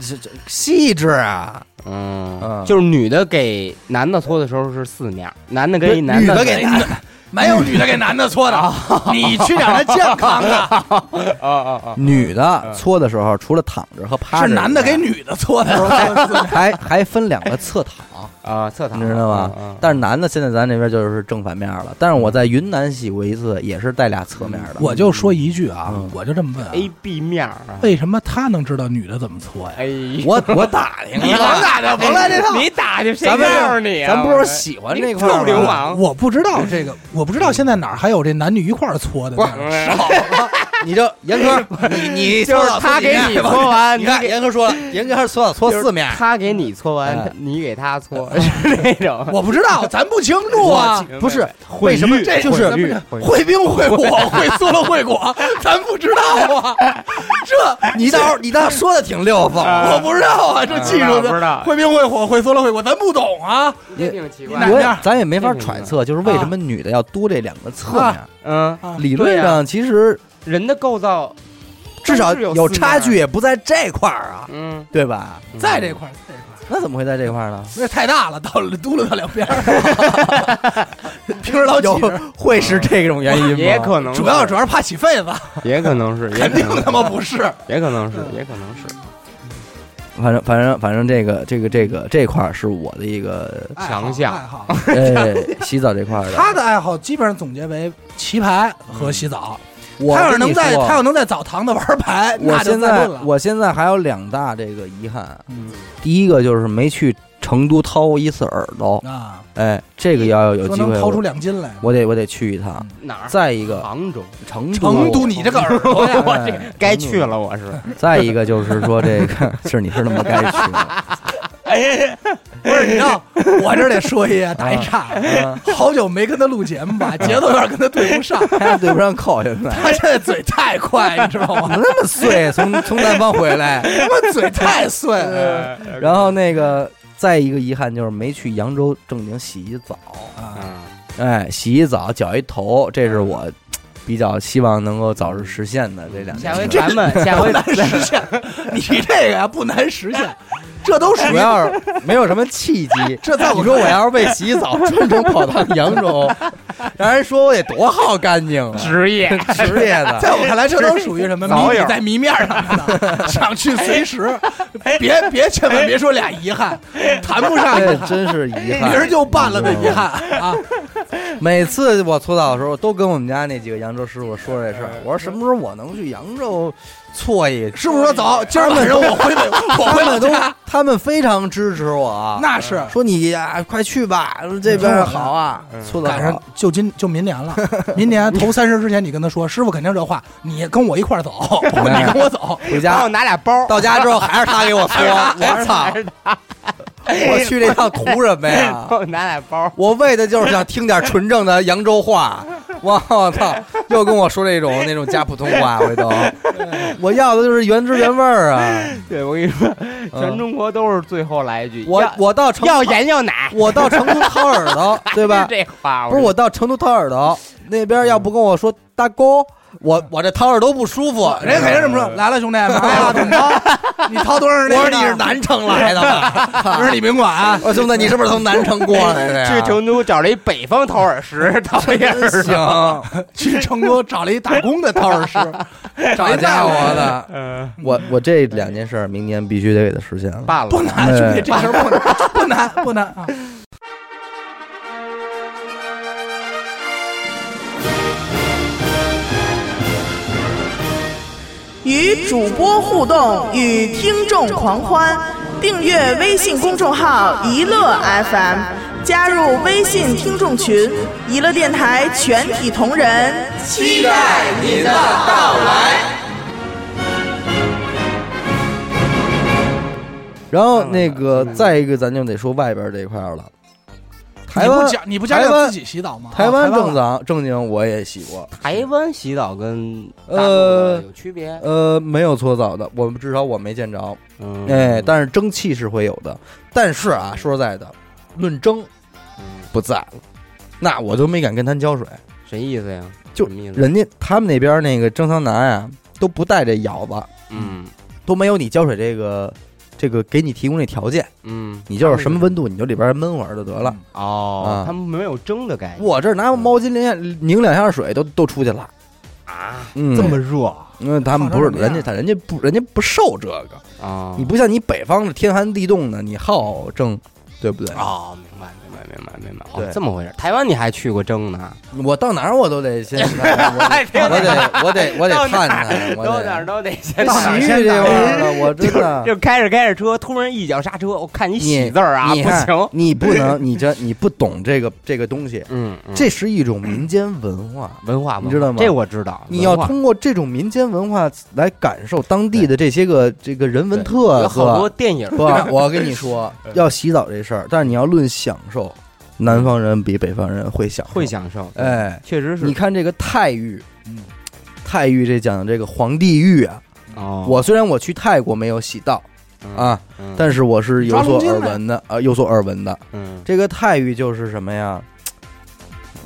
[SPEAKER 2] 这这细致啊！
[SPEAKER 3] 嗯
[SPEAKER 2] 嗯，
[SPEAKER 3] 就是女的给男的搓的时候是四面儿，男的给男
[SPEAKER 1] 女的
[SPEAKER 3] 的
[SPEAKER 1] 给男的，没啊嗯有女的给男的搓的， 你去点那健康的，
[SPEAKER 3] 啊啊啊！
[SPEAKER 2] 女的搓的时候，除了躺着和趴 着
[SPEAKER 1] 是
[SPEAKER 2] 以外，
[SPEAKER 1] 男的给女的搓的，
[SPEAKER 2] 还还分两个侧 躺，
[SPEAKER 3] 啊，侧躺，
[SPEAKER 2] 你知道吗？
[SPEAKER 3] 嗯？
[SPEAKER 2] 但是男的现在咱这边就是正反面了。但是我在云南洗过一次，也是带俩侧面的。
[SPEAKER 1] 我就说一句啊
[SPEAKER 2] 嗯，
[SPEAKER 1] 我就这么问啊
[SPEAKER 3] A B 面儿啊，
[SPEAKER 1] 为什么他能知道女的怎么搓呀？
[SPEAKER 3] 哎，你
[SPEAKER 2] 我 我打听
[SPEAKER 1] 你
[SPEAKER 2] 了，
[SPEAKER 1] 甭打听，啊甭来这套。
[SPEAKER 3] 你打去，谁
[SPEAKER 2] 咱们
[SPEAKER 3] 告诉你啊？
[SPEAKER 2] 咱不是说喜欢这 块儿吗
[SPEAKER 3] 你臭流氓
[SPEAKER 1] 我不知道这个，我不知道现在哪儿还有这男女一块儿搓的呢。
[SPEAKER 2] 少了， 你就严哥，你你
[SPEAKER 3] 就是他给你搓完，
[SPEAKER 2] 你看
[SPEAKER 3] 给
[SPEAKER 2] 严哥说了，严哥搓了搓
[SPEAKER 3] 就是
[SPEAKER 2] 四面，
[SPEAKER 3] 他给你搓完，
[SPEAKER 2] 哎
[SPEAKER 3] 他你给他搓， 是那种。
[SPEAKER 1] 我不知道，咱不清楚啊。
[SPEAKER 2] 不是
[SPEAKER 3] 毁
[SPEAKER 2] 为什么
[SPEAKER 3] 誉
[SPEAKER 2] 这就
[SPEAKER 3] 毁誉
[SPEAKER 2] 是
[SPEAKER 3] 毁誉
[SPEAKER 1] 会冰会火，会缩了会 裹，咱不知道啊。这
[SPEAKER 2] 你倒是你倒是说的挺溜风，
[SPEAKER 1] 我不知道啊，这技术
[SPEAKER 3] 不知道
[SPEAKER 1] 的会冰会火，会缩了会裹，咱不懂啊。
[SPEAKER 3] 这挺奇怪
[SPEAKER 1] 哪
[SPEAKER 2] 我
[SPEAKER 1] 边
[SPEAKER 2] 也咱也没法揣测，就是为什么女的要多这两个侧面
[SPEAKER 1] 啊。
[SPEAKER 3] 嗯，
[SPEAKER 1] 啊
[SPEAKER 2] 理论上其实
[SPEAKER 3] 人的构造，
[SPEAKER 4] 至少
[SPEAKER 3] 都是有
[SPEAKER 4] 有
[SPEAKER 3] 四
[SPEAKER 4] 差
[SPEAKER 3] 面
[SPEAKER 4] 距，也不在这块儿啊，
[SPEAKER 3] 嗯，
[SPEAKER 4] 对吧？
[SPEAKER 1] 在这块儿，在这块儿。
[SPEAKER 2] 那怎么会在这块儿呢？
[SPEAKER 1] 那太大了，到了嘟噜到两边 儿， 平时老挤
[SPEAKER 4] 有
[SPEAKER 1] 着，
[SPEAKER 4] 会是这种原因吗？
[SPEAKER 3] 也可能
[SPEAKER 1] 主要主
[SPEAKER 3] 是，
[SPEAKER 1] 要是怕起痱子，
[SPEAKER 3] 也可能是，也
[SPEAKER 1] 肯
[SPEAKER 3] 可
[SPEAKER 1] 定
[SPEAKER 3] 能是
[SPEAKER 1] 他妈不是。
[SPEAKER 3] 也可能是，也可能是
[SPEAKER 2] 反正反正反正这个这个这个这块儿是我的一 个
[SPEAKER 1] 哎爱好
[SPEAKER 3] 强项
[SPEAKER 1] 爱好，
[SPEAKER 2] 呃洗澡这块儿的。
[SPEAKER 1] 他的爱好基本上总结为棋牌和洗澡。
[SPEAKER 2] 嗯我
[SPEAKER 1] 他要是
[SPEAKER 2] 跟
[SPEAKER 1] 能
[SPEAKER 2] 你
[SPEAKER 1] 在
[SPEAKER 2] 说
[SPEAKER 1] 他要能在澡堂子玩牌，
[SPEAKER 2] 我
[SPEAKER 1] 那就
[SPEAKER 2] 现
[SPEAKER 1] 再
[SPEAKER 2] 在
[SPEAKER 1] 论了。嗯
[SPEAKER 2] 我现在还有两大这个遗憾，第一个就是没去成都掏过一次耳朵，
[SPEAKER 1] 啊，
[SPEAKER 2] 哎，这个要有
[SPEAKER 1] 说
[SPEAKER 2] 机
[SPEAKER 1] 能
[SPEAKER 2] 会
[SPEAKER 1] 掏出
[SPEAKER 2] 我，
[SPEAKER 1] 两斤来。
[SPEAKER 2] 我得我得去一趟。
[SPEAKER 3] 哪儿？
[SPEAKER 2] 再一个，
[SPEAKER 3] 杭州，
[SPEAKER 2] 成都，
[SPEAKER 1] 成都，你这个耳朵 呀，
[SPEAKER 3] 我这
[SPEAKER 2] 哎
[SPEAKER 3] 该去。了，我是
[SPEAKER 2] 再一个就是说这个， 是你是那么该 去的。
[SPEAKER 1] 不是你知道，我这得说一下，打一 岔，
[SPEAKER 2] 啊
[SPEAKER 1] 好久没跟他录节目吧，节奏有点跟他对不上，
[SPEAKER 2] 还对不上口，现在
[SPEAKER 1] 他现在嘴太快，你知道
[SPEAKER 2] 怎么
[SPEAKER 1] 吗？
[SPEAKER 2] 那 么碎？从从南方回来，
[SPEAKER 1] 他妈嘴太碎了。
[SPEAKER 2] 然后那个再一个遗憾就是没去扬州正经洗一澡，
[SPEAKER 1] 啊，
[SPEAKER 3] 嗯
[SPEAKER 2] 哎，洗一澡绞一头，这是我
[SPEAKER 1] 嗯
[SPEAKER 2] 比较希望能够早日实现的这两件
[SPEAKER 3] 下
[SPEAKER 2] 事
[SPEAKER 3] 回咱们下回
[SPEAKER 1] 不难实现，你这个呀不难实现，这都属
[SPEAKER 2] 主
[SPEAKER 1] 于
[SPEAKER 2] 要是没有什么契机
[SPEAKER 1] 。这在
[SPEAKER 2] 你
[SPEAKER 1] 我
[SPEAKER 2] 说我要是为洗澡专程跑趟 扬州，让人说我得多好干净啊！
[SPEAKER 3] 职业
[SPEAKER 2] 职业的，
[SPEAKER 1] 在我看来， 这都属于 什么
[SPEAKER 3] 早
[SPEAKER 1] 谜
[SPEAKER 3] 有
[SPEAKER 1] 底在谜面上的，想去随时，
[SPEAKER 2] 哎
[SPEAKER 1] 别别千万别说俩遗憾，谈不上遗
[SPEAKER 2] 这
[SPEAKER 1] 憾，
[SPEAKER 2] 哎真是遗
[SPEAKER 1] 明儿
[SPEAKER 2] 憾。嗯
[SPEAKER 1] 就办了的遗憾啊！
[SPEAKER 2] 每次我搓澡的时候，都跟我们家那几个扬州师傅说这
[SPEAKER 1] 哎
[SPEAKER 2] 事儿。我说什么时候我能去扬州搓一？
[SPEAKER 1] 师傅说走，今儿晚上我回北，我
[SPEAKER 2] 他
[SPEAKER 1] 回
[SPEAKER 2] 们
[SPEAKER 1] 老
[SPEAKER 2] 都
[SPEAKER 1] 家，
[SPEAKER 2] 他们非常支持我啊，
[SPEAKER 1] 那是
[SPEAKER 2] 说你呀、快去吧，这边好啊，搓澡
[SPEAKER 1] 嗯赶上就今就明年了，明年头三十之前，你跟他说，师傅肯定这话，你跟我一块儿 走，你跟我走，
[SPEAKER 2] 回
[SPEAKER 3] 帮我
[SPEAKER 2] 家。
[SPEAKER 3] 拿俩包，
[SPEAKER 2] 到家之后还是他给我
[SPEAKER 3] 哎
[SPEAKER 2] 搓，我操！我去这趟图什 么呀？
[SPEAKER 3] 哎帮我拿俩包，
[SPEAKER 2] 我为的就是想听点纯正的扬州话。我操，又跟我说这种那种假普通 话，回头我要的就是原汁原味儿啊！
[SPEAKER 3] 对我跟你说，全
[SPEAKER 2] 嗯
[SPEAKER 3] 中国都是最后来一句，
[SPEAKER 2] 我
[SPEAKER 3] 要
[SPEAKER 2] 我到成
[SPEAKER 3] 要盐要奶，
[SPEAKER 2] 我到成都掏耳 朵，对吧？
[SPEAKER 3] 这话
[SPEAKER 2] 不是我到成都掏耳朵，那边要不跟我说大哥，
[SPEAKER 4] 我我这掏耳朵不舒服，
[SPEAKER 1] 人家肯定这么
[SPEAKER 2] 嗯
[SPEAKER 1] 说，来了兄弟，来 了，怎么着？你掏多少
[SPEAKER 4] 我
[SPEAKER 1] 那
[SPEAKER 4] 说
[SPEAKER 1] 个
[SPEAKER 4] 你是
[SPEAKER 1] 呢？
[SPEAKER 4] 南城来的吧？
[SPEAKER 1] 我说 你甭管啊，
[SPEAKER 2] 哦我兄弟，你是不是从南城过来 的
[SPEAKER 3] 去
[SPEAKER 2] 呀？
[SPEAKER 3] 成都找了一北方掏耳石，掏一耳
[SPEAKER 2] 真
[SPEAKER 3] 石，
[SPEAKER 2] 行，
[SPEAKER 1] 去成都找了一打工的掏耳师，
[SPEAKER 2] 好家伙的！
[SPEAKER 3] 嗯，
[SPEAKER 2] 我我这两件事儿，明年必须得给他实现了。
[SPEAKER 3] 办了，
[SPEAKER 1] 不难，
[SPEAKER 2] 哎
[SPEAKER 1] 兄弟，这事儿不难，不难，不难 啊！
[SPEAKER 5] 与主播互动，与听众狂欢。订阅微信公众号“一乐 FM”，加入微信听众群，一乐电台全体同仁期待您的到来。
[SPEAKER 2] 然后那个再一个，咱就得说外边这块儿了。台
[SPEAKER 1] 你
[SPEAKER 2] 湾
[SPEAKER 1] 不讲，你不加
[SPEAKER 2] 台
[SPEAKER 1] 上
[SPEAKER 2] 湾
[SPEAKER 1] 自己洗澡吗？
[SPEAKER 2] 哦台
[SPEAKER 1] 啊
[SPEAKER 2] 湾正常正经我也洗过，
[SPEAKER 3] 台湾洗澡跟大陆
[SPEAKER 2] 呃
[SPEAKER 3] 的有区别，
[SPEAKER 2] 呃，没有搓澡的，我们至少我没见着。
[SPEAKER 3] 嗯
[SPEAKER 2] 哎，但是蒸汽是会有的。但是啊，说实在的，论蒸不在了，那我都没敢跟他浇水。
[SPEAKER 3] 什么意思呀？
[SPEAKER 2] 就
[SPEAKER 3] 什么意思？
[SPEAKER 2] 人家他们那边那个蒸桑拿呀，都不带这舀子，
[SPEAKER 3] 嗯
[SPEAKER 2] 都没有你浇水这个这个给你提供这条件，
[SPEAKER 3] 嗯，
[SPEAKER 2] 你就是什么
[SPEAKER 3] 他们
[SPEAKER 2] 温度你就里边闷会儿就得了。
[SPEAKER 3] 哦
[SPEAKER 2] 啊，
[SPEAKER 3] 他们没有蒸的概念，
[SPEAKER 2] 我这拿毛巾淋下拧两下水都都出去了。
[SPEAKER 3] 啊，
[SPEAKER 2] 嗯，
[SPEAKER 3] 热
[SPEAKER 2] 嗯，他们不是
[SPEAKER 1] 好成什么
[SPEAKER 2] 人
[SPEAKER 1] 样
[SPEAKER 2] 家，他人家不人家不受这个，
[SPEAKER 3] 啊，
[SPEAKER 2] 你不像你北方的天寒地冻的，你好蒸，对不对？
[SPEAKER 3] 哦，明白明白明白明白，哦
[SPEAKER 2] 对，
[SPEAKER 3] 这么回事。台湾你还去过蒸呢？
[SPEAKER 2] 我到哪儿我都得 先看，
[SPEAKER 3] 哎
[SPEAKER 2] 我得我得我得我得看看，我
[SPEAKER 3] 到哪儿
[SPEAKER 2] 得。
[SPEAKER 3] 都得先
[SPEAKER 1] 到哪
[SPEAKER 2] 洗
[SPEAKER 1] 儿先
[SPEAKER 2] 浴这
[SPEAKER 1] 到
[SPEAKER 2] 块
[SPEAKER 1] 哪
[SPEAKER 2] 儿呢，我真的
[SPEAKER 3] 就开着开着车，突然一脚刹车，我看你
[SPEAKER 2] 你
[SPEAKER 3] 喜字儿啊，
[SPEAKER 2] 你
[SPEAKER 3] 不
[SPEAKER 2] 看
[SPEAKER 3] 行，
[SPEAKER 2] 你不能，你这你不懂这个这个东西，
[SPEAKER 3] 嗯，嗯
[SPEAKER 2] 这是一种民间文化。
[SPEAKER 3] 文化
[SPEAKER 2] 你知道吗
[SPEAKER 3] 这我知道，
[SPEAKER 2] 你要
[SPEAKER 3] 嗯文化
[SPEAKER 2] 通过这种民间文化来感受当地的这些个这个人文特
[SPEAKER 3] 有好多嗯
[SPEAKER 2] 色。
[SPEAKER 3] 电影，
[SPEAKER 2] 不，我跟你 说，要洗澡这事儿，但是你要论享受，南方人比北方人会享受
[SPEAKER 3] 会享受，对，
[SPEAKER 2] 哎，
[SPEAKER 3] 确实是嗯
[SPEAKER 2] 你。看这个泰浴，泰浴这讲的这个皇帝浴啊，
[SPEAKER 3] 哦
[SPEAKER 2] 我虽然我去泰国没有洗到
[SPEAKER 3] 嗯
[SPEAKER 2] 啊，
[SPEAKER 3] 嗯
[SPEAKER 2] 但是我是有所
[SPEAKER 1] 抓龙筋
[SPEAKER 2] 耳
[SPEAKER 1] 呗
[SPEAKER 2] 闻的，呃，有所耳闻的。
[SPEAKER 3] 嗯
[SPEAKER 2] 这个泰浴就是什么呀？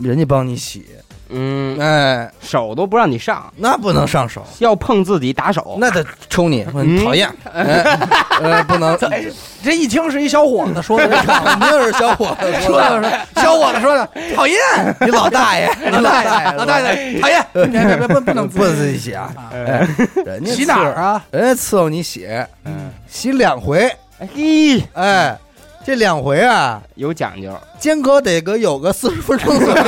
[SPEAKER 2] 人家帮你洗，
[SPEAKER 3] 嗯，
[SPEAKER 2] 哎，
[SPEAKER 3] 手都不让你上，
[SPEAKER 2] 那不能上手，
[SPEAKER 3] 要碰自己打手。
[SPEAKER 2] 那得抽你，
[SPEAKER 3] 嗯
[SPEAKER 2] 讨厌，哎呃，不 能，
[SPEAKER 1] 这一听是一小伙子说的，
[SPEAKER 2] 肯定是小伙 子
[SPEAKER 1] 说
[SPEAKER 2] 说的，
[SPEAKER 1] 的是小伙子说 的， 讨厌，
[SPEAKER 2] 你老大爷，
[SPEAKER 1] 老大爷，老大
[SPEAKER 2] 哎
[SPEAKER 1] 爷，讨厌，别别别，不不能
[SPEAKER 2] 不自己啊，哎人家
[SPEAKER 1] 洗哪儿
[SPEAKER 2] 伺候？
[SPEAKER 1] 啊？
[SPEAKER 2] 人家伺候你洗，
[SPEAKER 3] 嗯，
[SPEAKER 4] 洗两回，
[SPEAKER 3] 哎嘿，
[SPEAKER 4] 哎，这两回啊，
[SPEAKER 3] 有讲究，
[SPEAKER 4] 间隔得个有个四十分钟左右，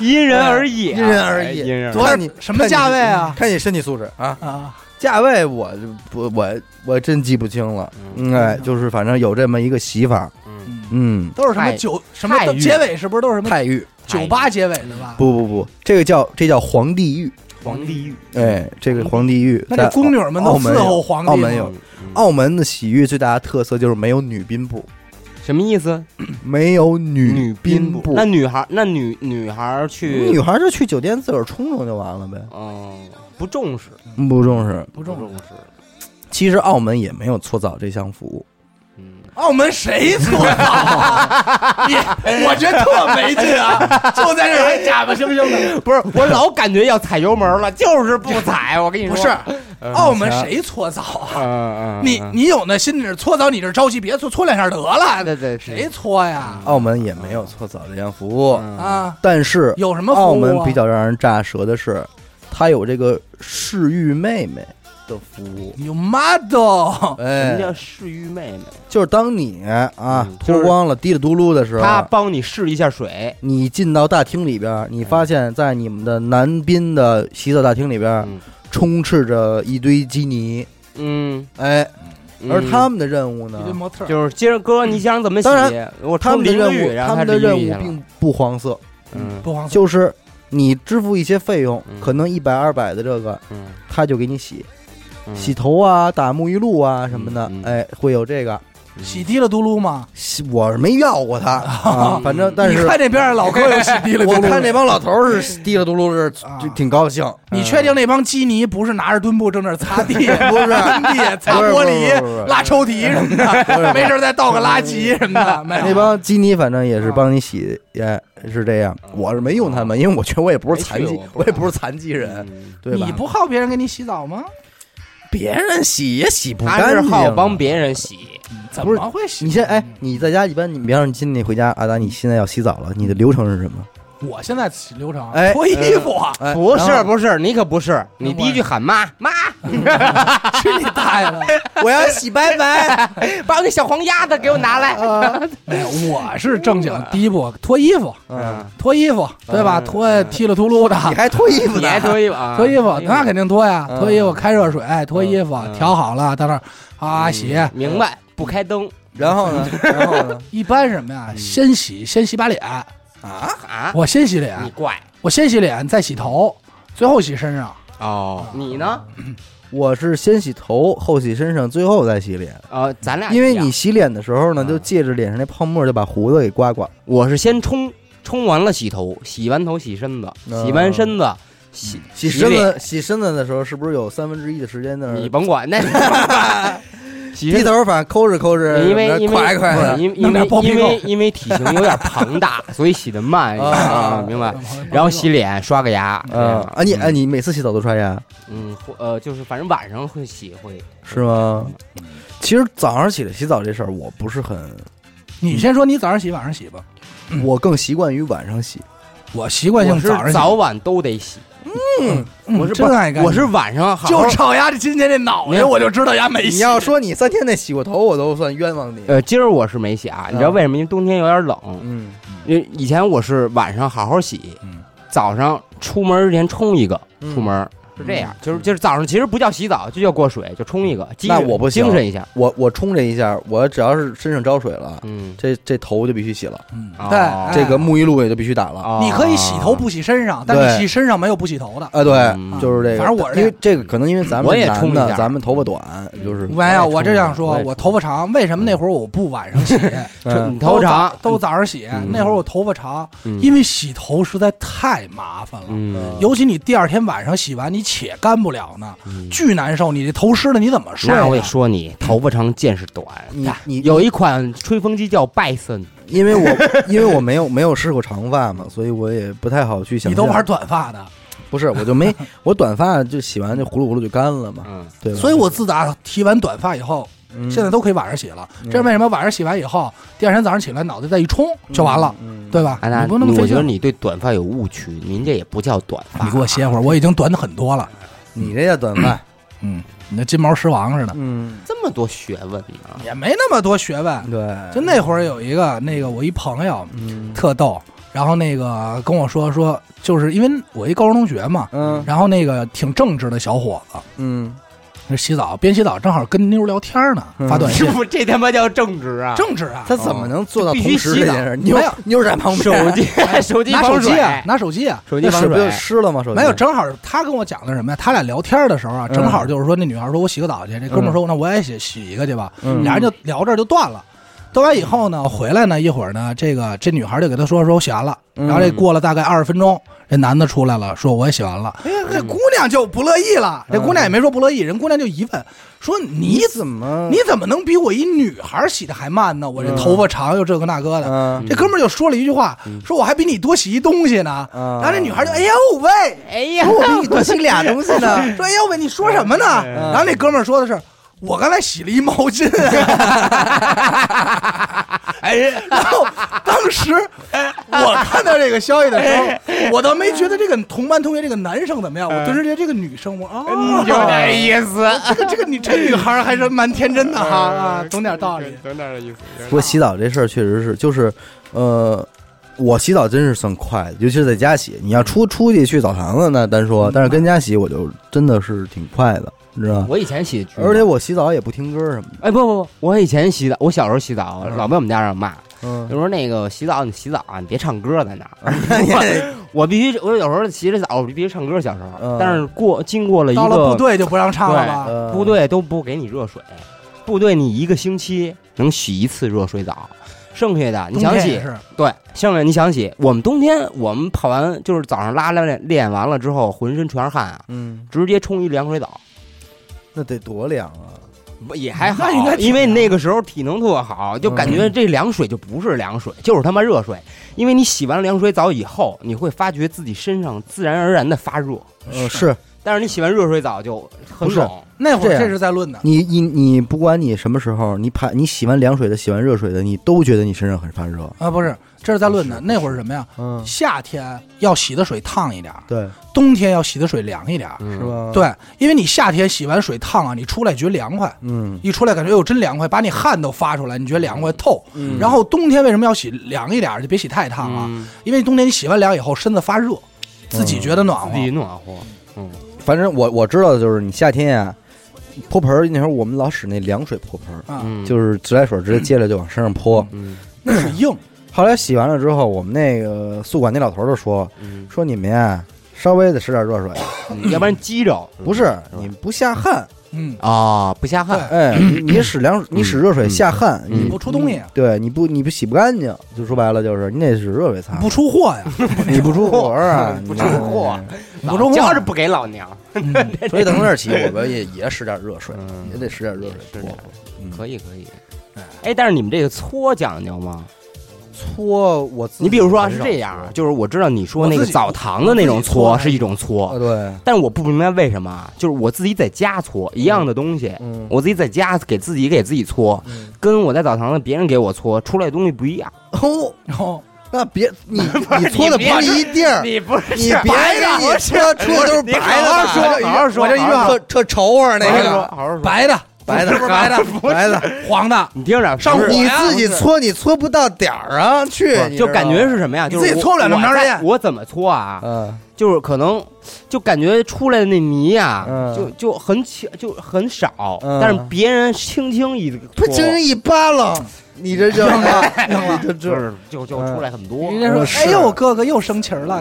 [SPEAKER 3] 因人而异啊，
[SPEAKER 4] 因人而
[SPEAKER 3] 哎
[SPEAKER 4] 异
[SPEAKER 3] 因人而
[SPEAKER 1] 多
[SPEAKER 3] 异。
[SPEAKER 1] 少
[SPEAKER 4] 看你
[SPEAKER 1] 什么价位啊？
[SPEAKER 4] 看你身体素质啊。
[SPEAKER 1] 啊，
[SPEAKER 2] 价位我就不我我真记不清了，嗯哎，就是反正有这么一个洗法，
[SPEAKER 3] 嗯，
[SPEAKER 2] 嗯，
[SPEAKER 1] 都是什么
[SPEAKER 3] 泰
[SPEAKER 1] 九什么
[SPEAKER 3] 泰
[SPEAKER 1] 都
[SPEAKER 3] 浴
[SPEAKER 1] 结尾是不是都是什么
[SPEAKER 2] 太浴
[SPEAKER 1] 九八结尾的吧？
[SPEAKER 2] 不不不，这个叫这叫皇帝浴，
[SPEAKER 3] 皇帝浴，
[SPEAKER 2] 哎，这个皇帝浴，
[SPEAKER 1] 那这宫女儿们都
[SPEAKER 2] 澳门
[SPEAKER 1] 伺
[SPEAKER 2] 有
[SPEAKER 1] 候皇帝
[SPEAKER 2] 澳
[SPEAKER 1] 吗
[SPEAKER 2] 门有，
[SPEAKER 3] 嗯
[SPEAKER 2] 澳门的洗浴最大的特色就是没有女宾部，
[SPEAKER 3] 什么意思？
[SPEAKER 2] 没有女
[SPEAKER 3] 宾
[SPEAKER 2] 部，
[SPEAKER 3] 那女孩，那女女孩去，
[SPEAKER 2] 女孩就去酒店自个儿冲冲就完了呗，
[SPEAKER 3] 嗯，不重视，
[SPEAKER 2] 哦不重视。
[SPEAKER 1] 不重要。
[SPEAKER 3] 视。
[SPEAKER 2] 其实澳门也没有搓澡这项服务，
[SPEAKER 3] 嗯，
[SPEAKER 1] 澳门谁搓 澡啊？你我觉得特没劲啊！就在这儿还假吧惺惺的。
[SPEAKER 3] 不是，我老感觉要踩油门了，就是不踩。我
[SPEAKER 2] 哎
[SPEAKER 3] 跟你说，
[SPEAKER 1] 不是，澳门谁搓澡啊？
[SPEAKER 3] 嗯，嗯
[SPEAKER 1] 你你有那心理搓澡，你这着急，别搓，搓两下得了。
[SPEAKER 3] 对对，
[SPEAKER 1] 谁搓呀？
[SPEAKER 2] 澳门也没有搓澡这项服务。
[SPEAKER 3] 啊？
[SPEAKER 1] 啊，
[SPEAKER 2] 但是
[SPEAKER 1] 有什么服务啊
[SPEAKER 2] 澳门比较让人炸舌的是，它有这个侍浴妹妹的服务。
[SPEAKER 1] 有 model，
[SPEAKER 3] 什么
[SPEAKER 2] 哎，
[SPEAKER 3] 叫侍浴妹妹？
[SPEAKER 2] 就是当你啊
[SPEAKER 3] 嗯就是
[SPEAKER 2] 脱光了滴里嘟噜的时候，
[SPEAKER 3] 她帮你试一下水。
[SPEAKER 2] 你进到大厅里边，你发现，在你们的男宾的洗澡大厅里边，
[SPEAKER 3] 嗯
[SPEAKER 2] 充斥着一堆基尼，
[SPEAKER 3] 嗯，
[SPEAKER 2] 哎，
[SPEAKER 3] 嗯
[SPEAKER 2] 而他们的任务
[SPEAKER 1] 一堆
[SPEAKER 2] 呢，
[SPEAKER 1] 模特儿，
[SPEAKER 3] 就是今儿哥，你想怎么洗？
[SPEAKER 2] 当
[SPEAKER 3] 我
[SPEAKER 2] 他们的
[SPEAKER 3] 淋个
[SPEAKER 2] 任
[SPEAKER 3] 浴，
[SPEAKER 2] 务，
[SPEAKER 3] 然
[SPEAKER 2] 他
[SPEAKER 3] 后
[SPEAKER 2] 们的任
[SPEAKER 3] 淋浴
[SPEAKER 2] 务
[SPEAKER 3] 去了
[SPEAKER 2] 并不黄色，
[SPEAKER 3] 嗯
[SPEAKER 1] 不黄色
[SPEAKER 2] 就是你支付一些费用
[SPEAKER 3] 嗯，
[SPEAKER 2] 可能一百二百的这个，
[SPEAKER 3] 嗯
[SPEAKER 2] 他就给你洗，
[SPEAKER 3] 嗯
[SPEAKER 2] 洗头啊、打沐浴露啊什么的，
[SPEAKER 3] 嗯嗯
[SPEAKER 2] 哎，会有这个。
[SPEAKER 1] 洗滴了嘟噜吗？
[SPEAKER 2] 洗我是没要过它， 啊、反正但
[SPEAKER 1] 你
[SPEAKER 2] 是
[SPEAKER 1] 看这边儿老哥有洗 滴了嘟噜
[SPEAKER 2] 我
[SPEAKER 1] 吗，
[SPEAKER 2] 看那帮老头儿是滴了嘟噜是
[SPEAKER 1] 啊
[SPEAKER 2] 就挺高兴，
[SPEAKER 1] 你确定那帮基尼不是拿着墩布正那儿擦 地、
[SPEAKER 2] 不是
[SPEAKER 1] 喷地、擦
[SPEAKER 2] 不是
[SPEAKER 1] 玻
[SPEAKER 2] 不是不
[SPEAKER 1] 璃、
[SPEAKER 2] 是
[SPEAKER 1] 拉抽屉什么的，没事儿再倒个垃圾什么的。没有
[SPEAKER 2] 那帮基尼反正也是帮你洗，也是这样。啊我是没用他们，因为我觉得我也不是残
[SPEAKER 3] 没去
[SPEAKER 2] 疾
[SPEAKER 3] 过，
[SPEAKER 2] 我也不是残疾人，
[SPEAKER 3] 嗯
[SPEAKER 2] 对吧？
[SPEAKER 1] 你不好别人给你洗澡吗？
[SPEAKER 2] 别人洗也洗不
[SPEAKER 3] 他是
[SPEAKER 2] 干净
[SPEAKER 3] 好
[SPEAKER 2] 啊，
[SPEAKER 3] 帮别人洗，
[SPEAKER 1] 怎
[SPEAKER 2] 不是
[SPEAKER 1] 么会洗？
[SPEAKER 2] 你现在哎，你在家一般，你比方说你今天你回家，阿达，你现在要洗澡了，你的流程是什么？
[SPEAKER 1] 我现在洗流程
[SPEAKER 2] 哎
[SPEAKER 1] 脱衣服啊，
[SPEAKER 2] 哎
[SPEAKER 3] 不
[SPEAKER 2] 然
[SPEAKER 3] 是
[SPEAKER 2] 后
[SPEAKER 3] 不是，你可不是，你
[SPEAKER 1] 那
[SPEAKER 3] 第
[SPEAKER 1] 我
[SPEAKER 3] 一句喊妈妈，
[SPEAKER 2] 嗯
[SPEAKER 1] 去你大爷的！
[SPEAKER 2] 我要 洗嗯拜拜。
[SPEAKER 3] 把我那小黄鸭子给我拿来。
[SPEAKER 1] 没有，我是正经，第一步脱衣服，
[SPEAKER 2] 嗯，
[SPEAKER 1] 脱衣服，对吧？
[SPEAKER 3] 嗯
[SPEAKER 1] 脱踢了秃噜
[SPEAKER 2] 你
[SPEAKER 1] 的。
[SPEAKER 2] 还脱衣服
[SPEAKER 3] 你
[SPEAKER 2] 呢？
[SPEAKER 3] 还脱衣服啊？
[SPEAKER 1] 脱衣服，那肯定脱呀！
[SPEAKER 2] 嗯
[SPEAKER 1] 脱衣服，开热水，脱衣服，
[SPEAKER 3] 嗯
[SPEAKER 1] 调好了，到那儿
[SPEAKER 2] 嗯
[SPEAKER 1] 啊洗。
[SPEAKER 3] 明白，不开灯
[SPEAKER 2] 然后呢？然后呢？
[SPEAKER 1] 一般什么
[SPEAKER 2] 嗯
[SPEAKER 1] 呀？先洗，先洗把脸，
[SPEAKER 3] 啊？
[SPEAKER 1] 我先洗脸，
[SPEAKER 2] 嗯
[SPEAKER 3] 你怪
[SPEAKER 1] 我先洗脸，再洗头，最后洗身上。
[SPEAKER 3] 哦，你呢？
[SPEAKER 2] 我是先洗头，后洗身上，最后再洗脸。
[SPEAKER 3] 呃，咱俩
[SPEAKER 2] 因为
[SPEAKER 3] 一样
[SPEAKER 2] 你洗脸的时候呢，
[SPEAKER 3] 嗯
[SPEAKER 2] 就借着脸上那泡沫就把胡子给刮刮。
[SPEAKER 3] 我是先冲，冲完了洗头，洗完头洗身子，
[SPEAKER 2] 嗯
[SPEAKER 3] 洗完身子洗
[SPEAKER 2] 洗身
[SPEAKER 3] 脸
[SPEAKER 2] 子，洗身子的时候是不是有三分之一的时间在那
[SPEAKER 3] 你
[SPEAKER 2] 儿
[SPEAKER 3] 甭 管那。洗
[SPEAKER 2] 低
[SPEAKER 3] 身子
[SPEAKER 2] 头，反正抠着抠着，
[SPEAKER 3] 因为
[SPEAKER 2] 然后
[SPEAKER 3] 因为
[SPEAKER 2] 快快啊的。
[SPEAKER 3] 因
[SPEAKER 1] 弄
[SPEAKER 3] 因为
[SPEAKER 1] 点包皮
[SPEAKER 3] 因
[SPEAKER 1] 肉
[SPEAKER 3] 为因为体型有点庞大，所以洗的慢
[SPEAKER 2] 啊
[SPEAKER 3] 啊，明白。然后洗脸，刷个牙，这
[SPEAKER 2] 嗯
[SPEAKER 3] 样
[SPEAKER 2] 啊，你哎，你每次洗澡都刷牙
[SPEAKER 3] 嗯，或呃，就是反正晚上会洗会，
[SPEAKER 2] 是吗？
[SPEAKER 3] 嗯
[SPEAKER 2] 其实早上起来洗澡这事儿，我不是很，
[SPEAKER 1] 你先说，你早上洗，晚上洗吧。
[SPEAKER 3] 嗯
[SPEAKER 2] 我更习惯于晚上洗。
[SPEAKER 1] 我习惯性
[SPEAKER 3] 我是
[SPEAKER 1] 上洗，
[SPEAKER 3] 早晚都得洗，
[SPEAKER 1] 嗯
[SPEAKER 3] 我是
[SPEAKER 1] 真
[SPEAKER 3] 晚
[SPEAKER 1] 爱干净。
[SPEAKER 3] 我是晚上好好
[SPEAKER 1] 就瞅丫这今天这脑
[SPEAKER 3] 没
[SPEAKER 1] 袋，
[SPEAKER 3] 有
[SPEAKER 1] 我就知道丫没
[SPEAKER 2] 你
[SPEAKER 1] 洗。
[SPEAKER 2] 要说你三天内洗过头，我都算冤枉你。
[SPEAKER 3] 呃，今儿我是没洗啊，你知道
[SPEAKER 2] 嗯
[SPEAKER 3] 为什么？因为冬天有点冷，
[SPEAKER 2] 嗯，
[SPEAKER 3] 因为以前我是晚上好好洗
[SPEAKER 1] 嗯，
[SPEAKER 3] 早上出门之前冲一个，
[SPEAKER 2] 嗯
[SPEAKER 3] 出门是这样，就是就是早上其实不叫洗澡，就叫过水，就冲一个，精
[SPEAKER 2] 那
[SPEAKER 3] 神
[SPEAKER 2] 我不行
[SPEAKER 3] 精神一下，
[SPEAKER 2] 我我冲这一下，我只要是身上着水了，
[SPEAKER 3] 嗯，
[SPEAKER 2] 这这头就必须洗了，
[SPEAKER 1] 嗯
[SPEAKER 3] 哦
[SPEAKER 1] 对，
[SPEAKER 3] 哎
[SPEAKER 2] 这个沐浴露也就必须打了。
[SPEAKER 3] 哦
[SPEAKER 1] 你可以洗头，不洗身上，但
[SPEAKER 2] 对
[SPEAKER 1] 是洗身上没有不洗头的。
[SPEAKER 2] 啊，对，
[SPEAKER 3] 嗯
[SPEAKER 2] 就是这个。
[SPEAKER 1] 反正我是这样
[SPEAKER 2] 因为这个可能因为咱
[SPEAKER 3] 我
[SPEAKER 2] 们
[SPEAKER 3] 也
[SPEAKER 2] 男
[SPEAKER 3] 冲一
[SPEAKER 2] 的
[SPEAKER 3] 下
[SPEAKER 2] 咱们头发短，就是
[SPEAKER 1] 没有，啊我这样
[SPEAKER 3] 我
[SPEAKER 1] 说，
[SPEAKER 3] 也
[SPEAKER 1] 我头发长，为什么那会儿我不晚 上洗？
[SPEAKER 3] 这
[SPEAKER 2] 嗯
[SPEAKER 3] 你头长
[SPEAKER 1] 都早都早上洗
[SPEAKER 3] 嗯，
[SPEAKER 1] 那会儿我头发长，
[SPEAKER 3] 嗯
[SPEAKER 1] 因为洗头实在太麻烦了。
[SPEAKER 3] 嗯
[SPEAKER 1] 尤其你第二天晚上洗完，你且干不了呢，巨难受。你这头湿了，你怎么睡、啊？
[SPEAKER 3] 嗯那我得说你，头发长见识短。哎
[SPEAKER 2] 你你
[SPEAKER 3] 有一款吹风机叫拜森，
[SPEAKER 2] 因为我 因为我没有没有试过长发嘛，所以我也不太好去想
[SPEAKER 1] 你
[SPEAKER 2] 象。
[SPEAKER 1] 都玩短发的，
[SPEAKER 2] 不是，我就没 我短发就洗完就呼噜呼噜就干了嘛，
[SPEAKER 3] 嗯，
[SPEAKER 2] 对吧？
[SPEAKER 1] 所以我自打剃完短发以后，
[SPEAKER 2] 嗯
[SPEAKER 1] 现在都可以晚上洗了。
[SPEAKER 2] 嗯
[SPEAKER 1] 这是为什么？晚上洗完以后，第二天早上起来脑袋再一冲就完了，
[SPEAKER 2] 嗯嗯
[SPEAKER 1] 对吧？
[SPEAKER 3] 安娜，
[SPEAKER 1] 你不用那么
[SPEAKER 3] 哎我
[SPEAKER 1] 费
[SPEAKER 3] 觉
[SPEAKER 1] 劲
[SPEAKER 3] 得。你对短发有误区，您这也不叫短发。
[SPEAKER 1] 你给我歇会儿，我已经短的很多了。
[SPEAKER 2] 你这叫短发，
[SPEAKER 1] 嗯，你那金毛狮王似的，
[SPEAKER 2] 嗯，
[SPEAKER 3] 这么多学问呢？
[SPEAKER 1] 也没那么多学问。
[SPEAKER 2] 对，
[SPEAKER 1] 就那会儿有一个那个我一朋友
[SPEAKER 2] 嗯
[SPEAKER 1] 特逗，然后那个跟我说说，就是因为我一高中同学嘛，
[SPEAKER 2] 嗯
[SPEAKER 1] 然后那个挺正直的小伙子，
[SPEAKER 2] 嗯，
[SPEAKER 1] 那洗澡边洗澡正好跟妞聊天呢，
[SPEAKER 2] 嗯
[SPEAKER 1] 发短 信，
[SPEAKER 3] 不，这他妈叫正直啊！
[SPEAKER 1] 正直啊，
[SPEAKER 2] 他怎么能做到
[SPEAKER 3] 必须
[SPEAKER 2] 同时这
[SPEAKER 3] 洗澡
[SPEAKER 2] 件事？
[SPEAKER 1] 没有
[SPEAKER 2] 妞妞在旁边，
[SPEAKER 3] 手 机手机
[SPEAKER 1] 拿手
[SPEAKER 3] 防水
[SPEAKER 1] 机啊，拿手机啊。
[SPEAKER 3] 手机
[SPEAKER 2] 那
[SPEAKER 3] 防
[SPEAKER 2] 水不
[SPEAKER 3] 水
[SPEAKER 2] 就湿了吗？手机
[SPEAKER 1] 没有，正好他跟我讲的什么呀？他俩聊天的时候啊，
[SPEAKER 2] 嗯
[SPEAKER 1] 正好就是说那女孩说我洗个澡去，这哥们儿说那我也洗洗一个去吧，
[SPEAKER 2] 嗯
[SPEAKER 1] 俩人就聊这儿就断了。断完以后呢，回来呢一会儿呢，这个这女孩就给他说说我洗完了，
[SPEAKER 2] 嗯
[SPEAKER 1] 然后这过了大概二十分钟，这男的出来了，说我也洗完了。
[SPEAKER 2] 嗯
[SPEAKER 1] 哎，这姑娘就不乐意了，这姑娘也没说不乐意，人姑娘就疑问说你
[SPEAKER 2] 你
[SPEAKER 1] 怎
[SPEAKER 2] 怎么
[SPEAKER 1] 你怎么能比我一女孩洗的还慢呢？我这
[SPEAKER 2] 嗯
[SPEAKER 1] 头发长又这个那个的。
[SPEAKER 2] 嗯
[SPEAKER 1] 这哥们儿就说了一句话，说我还比你多洗一东西呢。
[SPEAKER 2] 嗯
[SPEAKER 1] 然后这女孩就哎呦喂，
[SPEAKER 3] 哎呀
[SPEAKER 1] 说我比你多洗俩东西呢。说哎呦喂，你说什么呢？然后那哥们儿说的是。我刚才洗了一毛巾，哎，然后当时我看到这个消息的时候，我倒没觉得这个同班同学这个男生怎么样，我顿时觉得这个女生，我啊，哦
[SPEAKER 3] 意思，
[SPEAKER 1] 这个这个你这女孩儿还是蛮天真的哈啊，懂点道理。
[SPEAKER 3] 有点意思。
[SPEAKER 2] 不过洗澡这事儿确实是，就是，呃，我洗澡真是算快的，尤其是在家洗。你要出出去去澡堂子那单说，但是跟家洗我就真的是挺快的，你知道吗？
[SPEAKER 3] 我以前洗，
[SPEAKER 2] 而且我洗澡也不听歌什么的，
[SPEAKER 3] 哎不不不，我以前洗澡，我小时候洗澡，老被我们家长骂，
[SPEAKER 2] 嗯
[SPEAKER 3] 就，说那个洗澡你洗澡啊，你别唱歌在那儿。
[SPEAKER 2] 也
[SPEAKER 1] 嗯
[SPEAKER 3] 我必须，我有时候洗着澡，我必须唱歌。小时候
[SPEAKER 2] 嗯，
[SPEAKER 3] 但是过经过了一
[SPEAKER 1] 到了部
[SPEAKER 3] 个
[SPEAKER 1] 队就不让唱了吧？
[SPEAKER 2] 呃
[SPEAKER 3] 部队都不给你热水，部队你一个星期能洗一次热水澡，剩下的
[SPEAKER 1] 冬
[SPEAKER 3] 你想
[SPEAKER 1] 天也
[SPEAKER 3] 洗，
[SPEAKER 1] 是
[SPEAKER 3] 对，剩下你想洗。我们冬天我们跑完就是早上拉拉练练完了之后，浑身全是汗啊，
[SPEAKER 2] 嗯，
[SPEAKER 3] 直接冲一凉水澡。
[SPEAKER 2] 那得多凉啊！
[SPEAKER 3] 不也还好
[SPEAKER 1] 那应该，挺
[SPEAKER 3] 因为那个时候体能特好，就感觉这凉水就不是凉水，就是他妈热水。因为你洗完凉水澡以后，你会发觉自己身上自然而然的发热，
[SPEAKER 2] 呃，是
[SPEAKER 3] 但是你洗完热水澡就很
[SPEAKER 2] 不是
[SPEAKER 3] 冷。
[SPEAKER 1] 那会
[SPEAKER 2] 这
[SPEAKER 1] 儿
[SPEAKER 2] 样
[SPEAKER 1] 这是在论的，
[SPEAKER 2] 你你你不管你什么时候，你排你洗完凉水的，洗完热水的，你都觉得你身上很发热。
[SPEAKER 1] 啊，不是这是在论的。那会儿是什么呀？
[SPEAKER 2] 嗯，
[SPEAKER 1] 夏天要洗的水烫一点儿，
[SPEAKER 2] 对，
[SPEAKER 1] 冬天要洗的水凉一点儿。
[SPEAKER 3] 嗯
[SPEAKER 2] 是吧？，
[SPEAKER 1] 对，因为你夏天洗完水烫啊，你出来觉得凉快，
[SPEAKER 2] 嗯
[SPEAKER 1] 一出来感觉哎呦真凉快，把你汗都发出来，你觉得凉快透。
[SPEAKER 2] 嗯
[SPEAKER 1] 然后冬天为什么要洗凉一点儿？就别洗太烫啊，
[SPEAKER 3] 嗯
[SPEAKER 1] 因为冬天你洗完凉以后身子发热，自己觉得暖
[SPEAKER 3] 自己
[SPEAKER 1] 和。
[SPEAKER 3] 暖和。嗯，
[SPEAKER 2] 反正我我知道的就是你夏天呀、泼盆儿那会儿我们老使那凉水泼盆儿，
[SPEAKER 1] 啊，
[SPEAKER 3] 嗯
[SPEAKER 2] 就是自来水直接接着就往身上泼。
[SPEAKER 3] 嗯
[SPEAKER 1] 那水硬，
[SPEAKER 2] 后来洗完了之后，我们那个宿管那老头儿就说
[SPEAKER 3] 嗯，
[SPEAKER 2] 说你们呀，稍微得使点热水，
[SPEAKER 3] 要不然激着。
[SPEAKER 2] 不是你不下汗，
[SPEAKER 1] 嗯，
[SPEAKER 3] 啊，不下汗。
[SPEAKER 2] 哎，你你使凉你使热水下汗，
[SPEAKER 3] 嗯
[SPEAKER 2] 你
[SPEAKER 1] 不出东西，
[SPEAKER 2] 对你不你不洗不干净，就说白了就是你得使热水擦，
[SPEAKER 1] 不出货 呀，
[SPEAKER 2] 你不出活儿啊，
[SPEAKER 3] 不
[SPEAKER 2] 你
[SPEAKER 3] 出货，
[SPEAKER 1] 不出
[SPEAKER 3] 嗯老家是
[SPEAKER 1] 货。
[SPEAKER 3] 不给老娘。
[SPEAKER 2] 所以从这儿起我们也也使点热水
[SPEAKER 3] 嗯，
[SPEAKER 2] 也得使点热水
[SPEAKER 3] 是
[SPEAKER 2] 泼
[SPEAKER 3] 的。
[SPEAKER 2] 嗯
[SPEAKER 3] 可以可以。哎，但是你们这个搓讲究吗？
[SPEAKER 2] 搓我自己
[SPEAKER 3] 你比如说
[SPEAKER 2] 很
[SPEAKER 3] 是
[SPEAKER 2] 少
[SPEAKER 3] 这样，啊就是我知道你说
[SPEAKER 1] 我
[SPEAKER 3] 那个
[SPEAKER 1] 自己
[SPEAKER 3] 澡堂的那
[SPEAKER 1] 我
[SPEAKER 3] 种
[SPEAKER 1] 自己搓
[SPEAKER 3] 搓是一种
[SPEAKER 2] 啊，
[SPEAKER 3] 搓，
[SPEAKER 2] 对，
[SPEAKER 3] 但是我不明白为什么啊，就是我自己在家搓一样的东西，
[SPEAKER 2] 嗯
[SPEAKER 3] 我自己在家给自己给自己搓，
[SPEAKER 2] 嗯
[SPEAKER 3] 跟我在澡堂子别人给我搓出来的东西不一样。
[SPEAKER 2] 哦，
[SPEAKER 1] 然后
[SPEAKER 2] 那别你你
[SPEAKER 3] 是
[SPEAKER 2] 搓的不
[SPEAKER 3] 你别
[SPEAKER 2] 是一地儿，
[SPEAKER 3] 你不是
[SPEAKER 2] 你别人一搓出的都是白的，
[SPEAKER 3] 好好说好好说
[SPEAKER 2] 我这一句
[SPEAKER 3] 好好
[SPEAKER 2] 特特愁啊，那
[SPEAKER 3] 好
[SPEAKER 2] 个
[SPEAKER 3] 好好说，
[SPEAKER 1] 白的，
[SPEAKER 2] 白的
[SPEAKER 1] 是不是白的？
[SPEAKER 2] 白的，
[SPEAKER 1] 黄的，
[SPEAKER 3] 你听着，
[SPEAKER 1] 上
[SPEAKER 3] 不是
[SPEAKER 1] 火
[SPEAKER 2] 你
[SPEAKER 1] 呀
[SPEAKER 2] 自己搓你搓不到点儿啊，去，你知
[SPEAKER 3] 就
[SPEAKER 2] 道吗
[SPEAKER 3] 感觉是什么呀？
[SPEAKER 1] 你
[SPEAKER 3] 就是
[SPEAKER 1] 自己
[SPEAKER 3] 我
[SPEAKER 1] 搓不了那么长时间
[SPEAKER 3] 我在我怎么搓啊？
[SPEAKER 2] 嗯
[SPEAKER 3] 就是可能就感觉出来的那泥呀、
[SPEAKER 2] 嗯
[SPEAKER 3] 就就很轻，就很少，
[SPEAKER 2] 嗯
[SPEAKER 3] 但是别人轻轻一
[SPEAKER 2] 不
[SPEAKER 3] 搓，
[SPEAKER 2] 轻轻一扒拉，你这就你这
[SPEAKER 3] 就
[SPEAKER 2] 这
[SPEAKER 3] 是就就出来很 多。
[SPEAKER 1] 人家说
[SPEAKER 2] 是：“
[SPEAKER 1] 哎呦，哥哥又生气儿 了。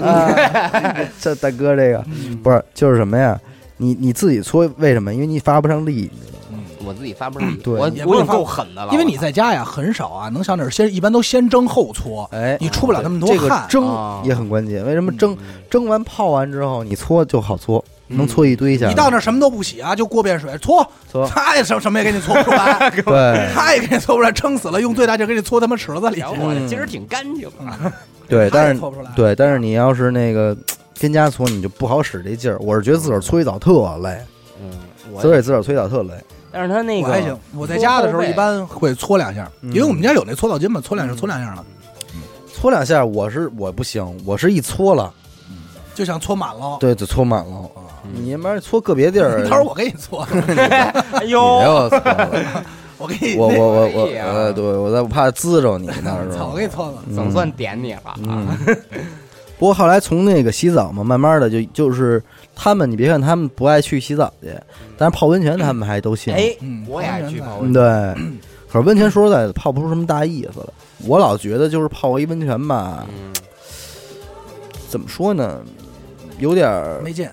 [SPEAKER 2] 哎这大哥这个不是就是什么呀？你你自己搓为什么？因为你发不上力，你知道吗
[SPEAKER 3] 我自己发不上力，
[SPEAKER 2] 对
[SPEAKER 3] 我我已
[SPEAKER 1] 也
[SPEAKER 3] 经
[SPEAKER 1] 不能发
[SPEAKER 3] 够狠的了。
[SPEAKER 1] 因为你在家呀，很少啊，能想点儿先，一般都先蒸后搓，
[SPEAKER 2] 哎，
[SPEAKER 1] 你出不了那么多
[SPEAKER 2] 这个
[SPEAKER 1] 汗。
[SPEAKER 2] 蒸
[SPEAKER 3] 啊
[SPEAKER 2] 也很关键。为什么蒸蒸完泡完之后你搓就好搓？能搓一堆下来。
[SPEAKER 1] 你到那儿什么都不洗啊，就过遍水搓
[SPEAKER 2] 搓
[SPEAKER 1] 他也什什么也给你搓不出来，
[SPEAKER 2] 对
[SPEAKER 1] 他也给你搓不出来，撑死了，用最大劲儿给你搓他妈池子里去。
[SPEAKER 3] 我今儿挺干净啊，
[SPEAKER 2] 对，
[SPEAKER 1] 他也
[SPEAKER 2] 但是
[SPEAKER 1] 搓不出来
[SPEAKER 2] 对，但是你要是那个跟家搓，你就不好使这劲儿。我是觉得自个儿搓一澡特累，
[SPEAKER 3] 嗯，我
[SPEAKER 2] 自个儿自个儿搓一澡特累。
[SPEAKER 3] 但是他那
[SPEAKER 1] 我
[SPEAKER 3] 个
[SPEAKER 1] 还行，我在家的时候一般会搓两下，因为我们家有那搓澡巾嘛，搓两下搓两下了，
[SPEAKER 2] 搓两下我是我不行，我是一搓了，
[SPEAKER 1] 就想搓满了。
[SPEAKER 2] 对，就搓满了啊。你妈搓个别地儿，
[SPEAKER 1] 到时候我给你搓，
[SPEAKER 3] 哎
[SPEAKER 2] 你没
[SPEAKER 3] 呦，
[SPEAKER 2] 有搓 了，
[SPEAKER 1] 我给你
[SPEAKER 2] 我
[SPEAKER 1] 那
[SPEAKER 2] 我我我
[SPEAKER 3] 哎呀
[SPEAKER 2] 呃，对我再不怕滋着你那 时
[SPEAKER 1] 操，
[SPEAKER 2] 候
[SPEAKER 1] 我。给你搓了。
[SPEAKER 3] 总算点你了啊！
[SPEAKER 2] 不过后来从那个洗澡嘛，慢慢的就就是他们，你别看他们不爱去洗澡去，但是泡温泉他们还都信。
[SPEAKER 3] 哎
[SPEAKER 1] 嗯，
[SPEAKER 3] 我也爱去泡温
[SPEAKER 2] 嗯，
[SPEAKER 3] 泉，
[SPEAKER 2] 对。可是温泉说实在的，泡不出什么大意思来。我老觉得就是泡一温泉吧，
[SPEAKER 3] 嗯
[SPEAKER 2] 怎么说呢，有点儿
[SPEAKER 1] 没劲，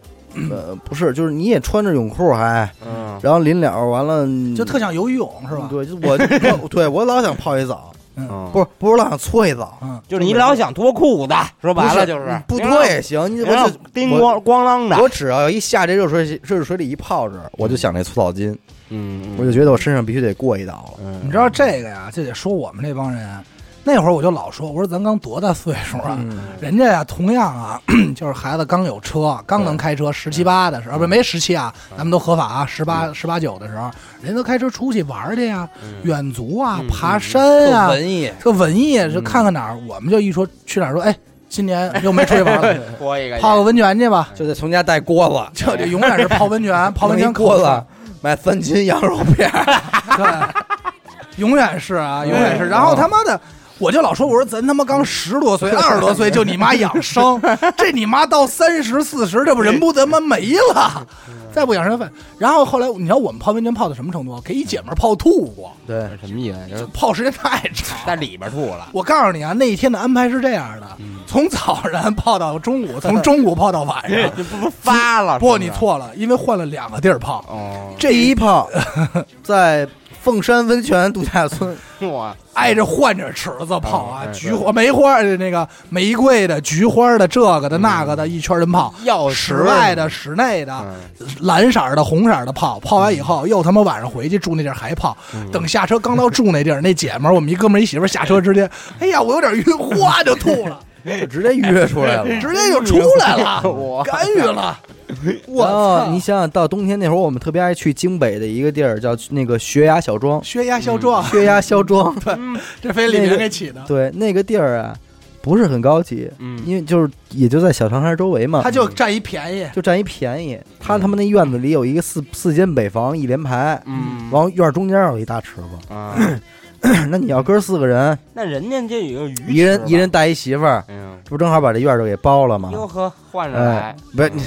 [SPEAKER 2] 呃，不是，就是你也穿着泳裤还，
[SPEAKER 3] 嗯，
[SPEAKER 2] 然后临了完了
[SPEAKER 1] 哦就特想游游泳是吧？
[SPEAKER 2] 嗯
[SPEAKER 1] 哦
[SPEAKER 2] 对，就我我 对我老想泡一澡，
[SPEAKER 3] 嗯
[SPEAKER 2] 不是不是老想搓一澡，
[SPEAKER 1] 嗯，
[SPEAKER 3] 就是你老想脱裤子，说白了就
[SPEAKER 2] 不嗯
[SPEAKER 3] 是
[SPEAKER 2] 不脱也行，你
[SPEAKER 3] 你
[SPEAKER 2] 我
[SPEAKER 3] 老
[SPEAKER 2] 就
[SPEAKER 3] 叮
[SPEAKER 2] 我
[SPEAKER 3] 咣咣啷的，
[SPEAKER 2] 我只要一下这热水热水里一泡着，我就想那搓澡巾，
[SPEAKER 3] 嗯
[SPEAKER 2] 我就觉得我身上必须得过一道了。
[SPEAKER 3] 嗯
[SPEAKER 1] 你知道这个呀，就得说我们这帮人。那会儿我就老说，我说咱刚多大岁数啊？人家呀，同样啊， 就是孩子刚有车，刚能开车，十七八的时候，不是没十七啊，咱们都合法啊，十八十八九的时候，人都开车出去玩儿去呀，远足啊，爬山啊呀，
[SPEAKER 2] 艺，
[SPEAKER 1] 这文艺是看看哪儿，我们就一说去哪儿说，哎，今年又没出去 玩了，
[SPEAKER 3] 脱一个
[SPEAKER 1] 泡个温泉去吧。
[SPEAKER 2] 就得从家带锅 子，
[SPEAKER 1] 这就永远是泡温 泉，泡温
[SPEAKER 2] 弄
[SPEAKER 1] 泉
[SPEAKER 2] 一锅
[SPEAKER 1] 口
[SPEAKER 2] 子
[SPEAKER 1] 渴，
[SPEAKER 2] 买三斤羊肉片 儿，
[SPEAKER 1] 对，永远是啊，永远是。然后他妈的。我就老说，我说咱他妈刚十多 岁、二十多岁就你妈养生，这你妈到三十四十，这不人不他妈没 了，再不养生费。然后后来你知道我们泡温泉泡到什么程度？给一姐们儿泡吐过，
[SPEAKER 2] 对，
[SPEAKER 3] 什么意思？就是
[SPEAKER 1] 泡时间太长。
[SPEAKER 3] 在里边吐了，
[SPEAKER 1] 我告诉你啊，那一天的安排是这样的：
[SPEAKER 3] 嗯
[SPEAKER 1] 从早上泡到中 午，从中午泡到晚上。
[SPEAKER 3] 这不发了？
[SPEAKER 1] 不，
[SPEAKER 3] 是
[SPEAKER 1] 你
[SPEAKER 3] 是
[SPEAKER 1] 错了，因为换了两个地儿泡。
[SPEAKER 3] 啊哦，
[SPEAKER 1] 这
[SPEAKER 2] 第
[SPEAKER 1] 一
[SPEAKER 2] 一泡 在凤山温泉度假村，
[SPEAKER 3] 我
[SPEAKER 1] 挨着换着池子泡啊，
[SPEAKER 3] 嗯
[SPEAKER 1] 菊花、梅花的那个玫瑰的、菊花的、这个的、那个的，一圈人泡。
[SPEAKER 3] 嗯钥匙
[SPEAKER 1] 室外的、室内的、
[SPEAKER 3] 嗯
[SPEAKER 1] 蓝色的、红色的泡，泡完以后又他妈晚上回去住那地儿还泡。
[SPEAKER 3] 嗯
[SPEAKER 1] 等下车刚到住那地儿，那姐们儿，我们一哥们儿一媳妇儿下车直接，哎呀，我有点晕花就吐了，
[SPEAKER 2] 就直接约出 来了。
[SPEAKER 1] 啊直接就出来 了，干预 了。我
[SPEAKER 2] 然后
[SPEAKER 1] 操！，
[SPEAKER 2] 你想想到冬天那会儿，我们特别爱去京北的一个地儿，叫那个悬崖小庄
[SPEAKER 1] 血压消壮，
[SPEAKER 2] 悬崖小庄。
[SPEAKER 1] 嗯这非李明给起的。
[SPEAKER 2] 对，那个地儿啊，不是很高级，
[SPEAKER 3] 嗯
[SPEAKER 2] 因为就是也就在小长山周围嘛
[SPEAKER 1] 他，就占一便宜，
[SPEAKER 2] 就占一便宜。他他妈那院子里有一个四四间北房，一连排，
[SPEAKER 3] 嗯
[SPEAKER 2] 然后院儿中间有一大池子。
[SPEAKER 3] 啊，
[SPEAKER 2] 那你要哥四个人，
[SPEAKER 3] 那人家这有个鱼，
[SPEAKER 2] 一人一人，带一媳妇儿，
[SPEAKER 3] 哎呀，
[SPEAKER 2] 这不正好把这院儿就给包了吗？
[SPEAKER 3] 哟呵，哎换着
[SPEAKER 2] 哎
[SPEAKER 3] 来，，嗯
[SPEAKER 2] 不是，你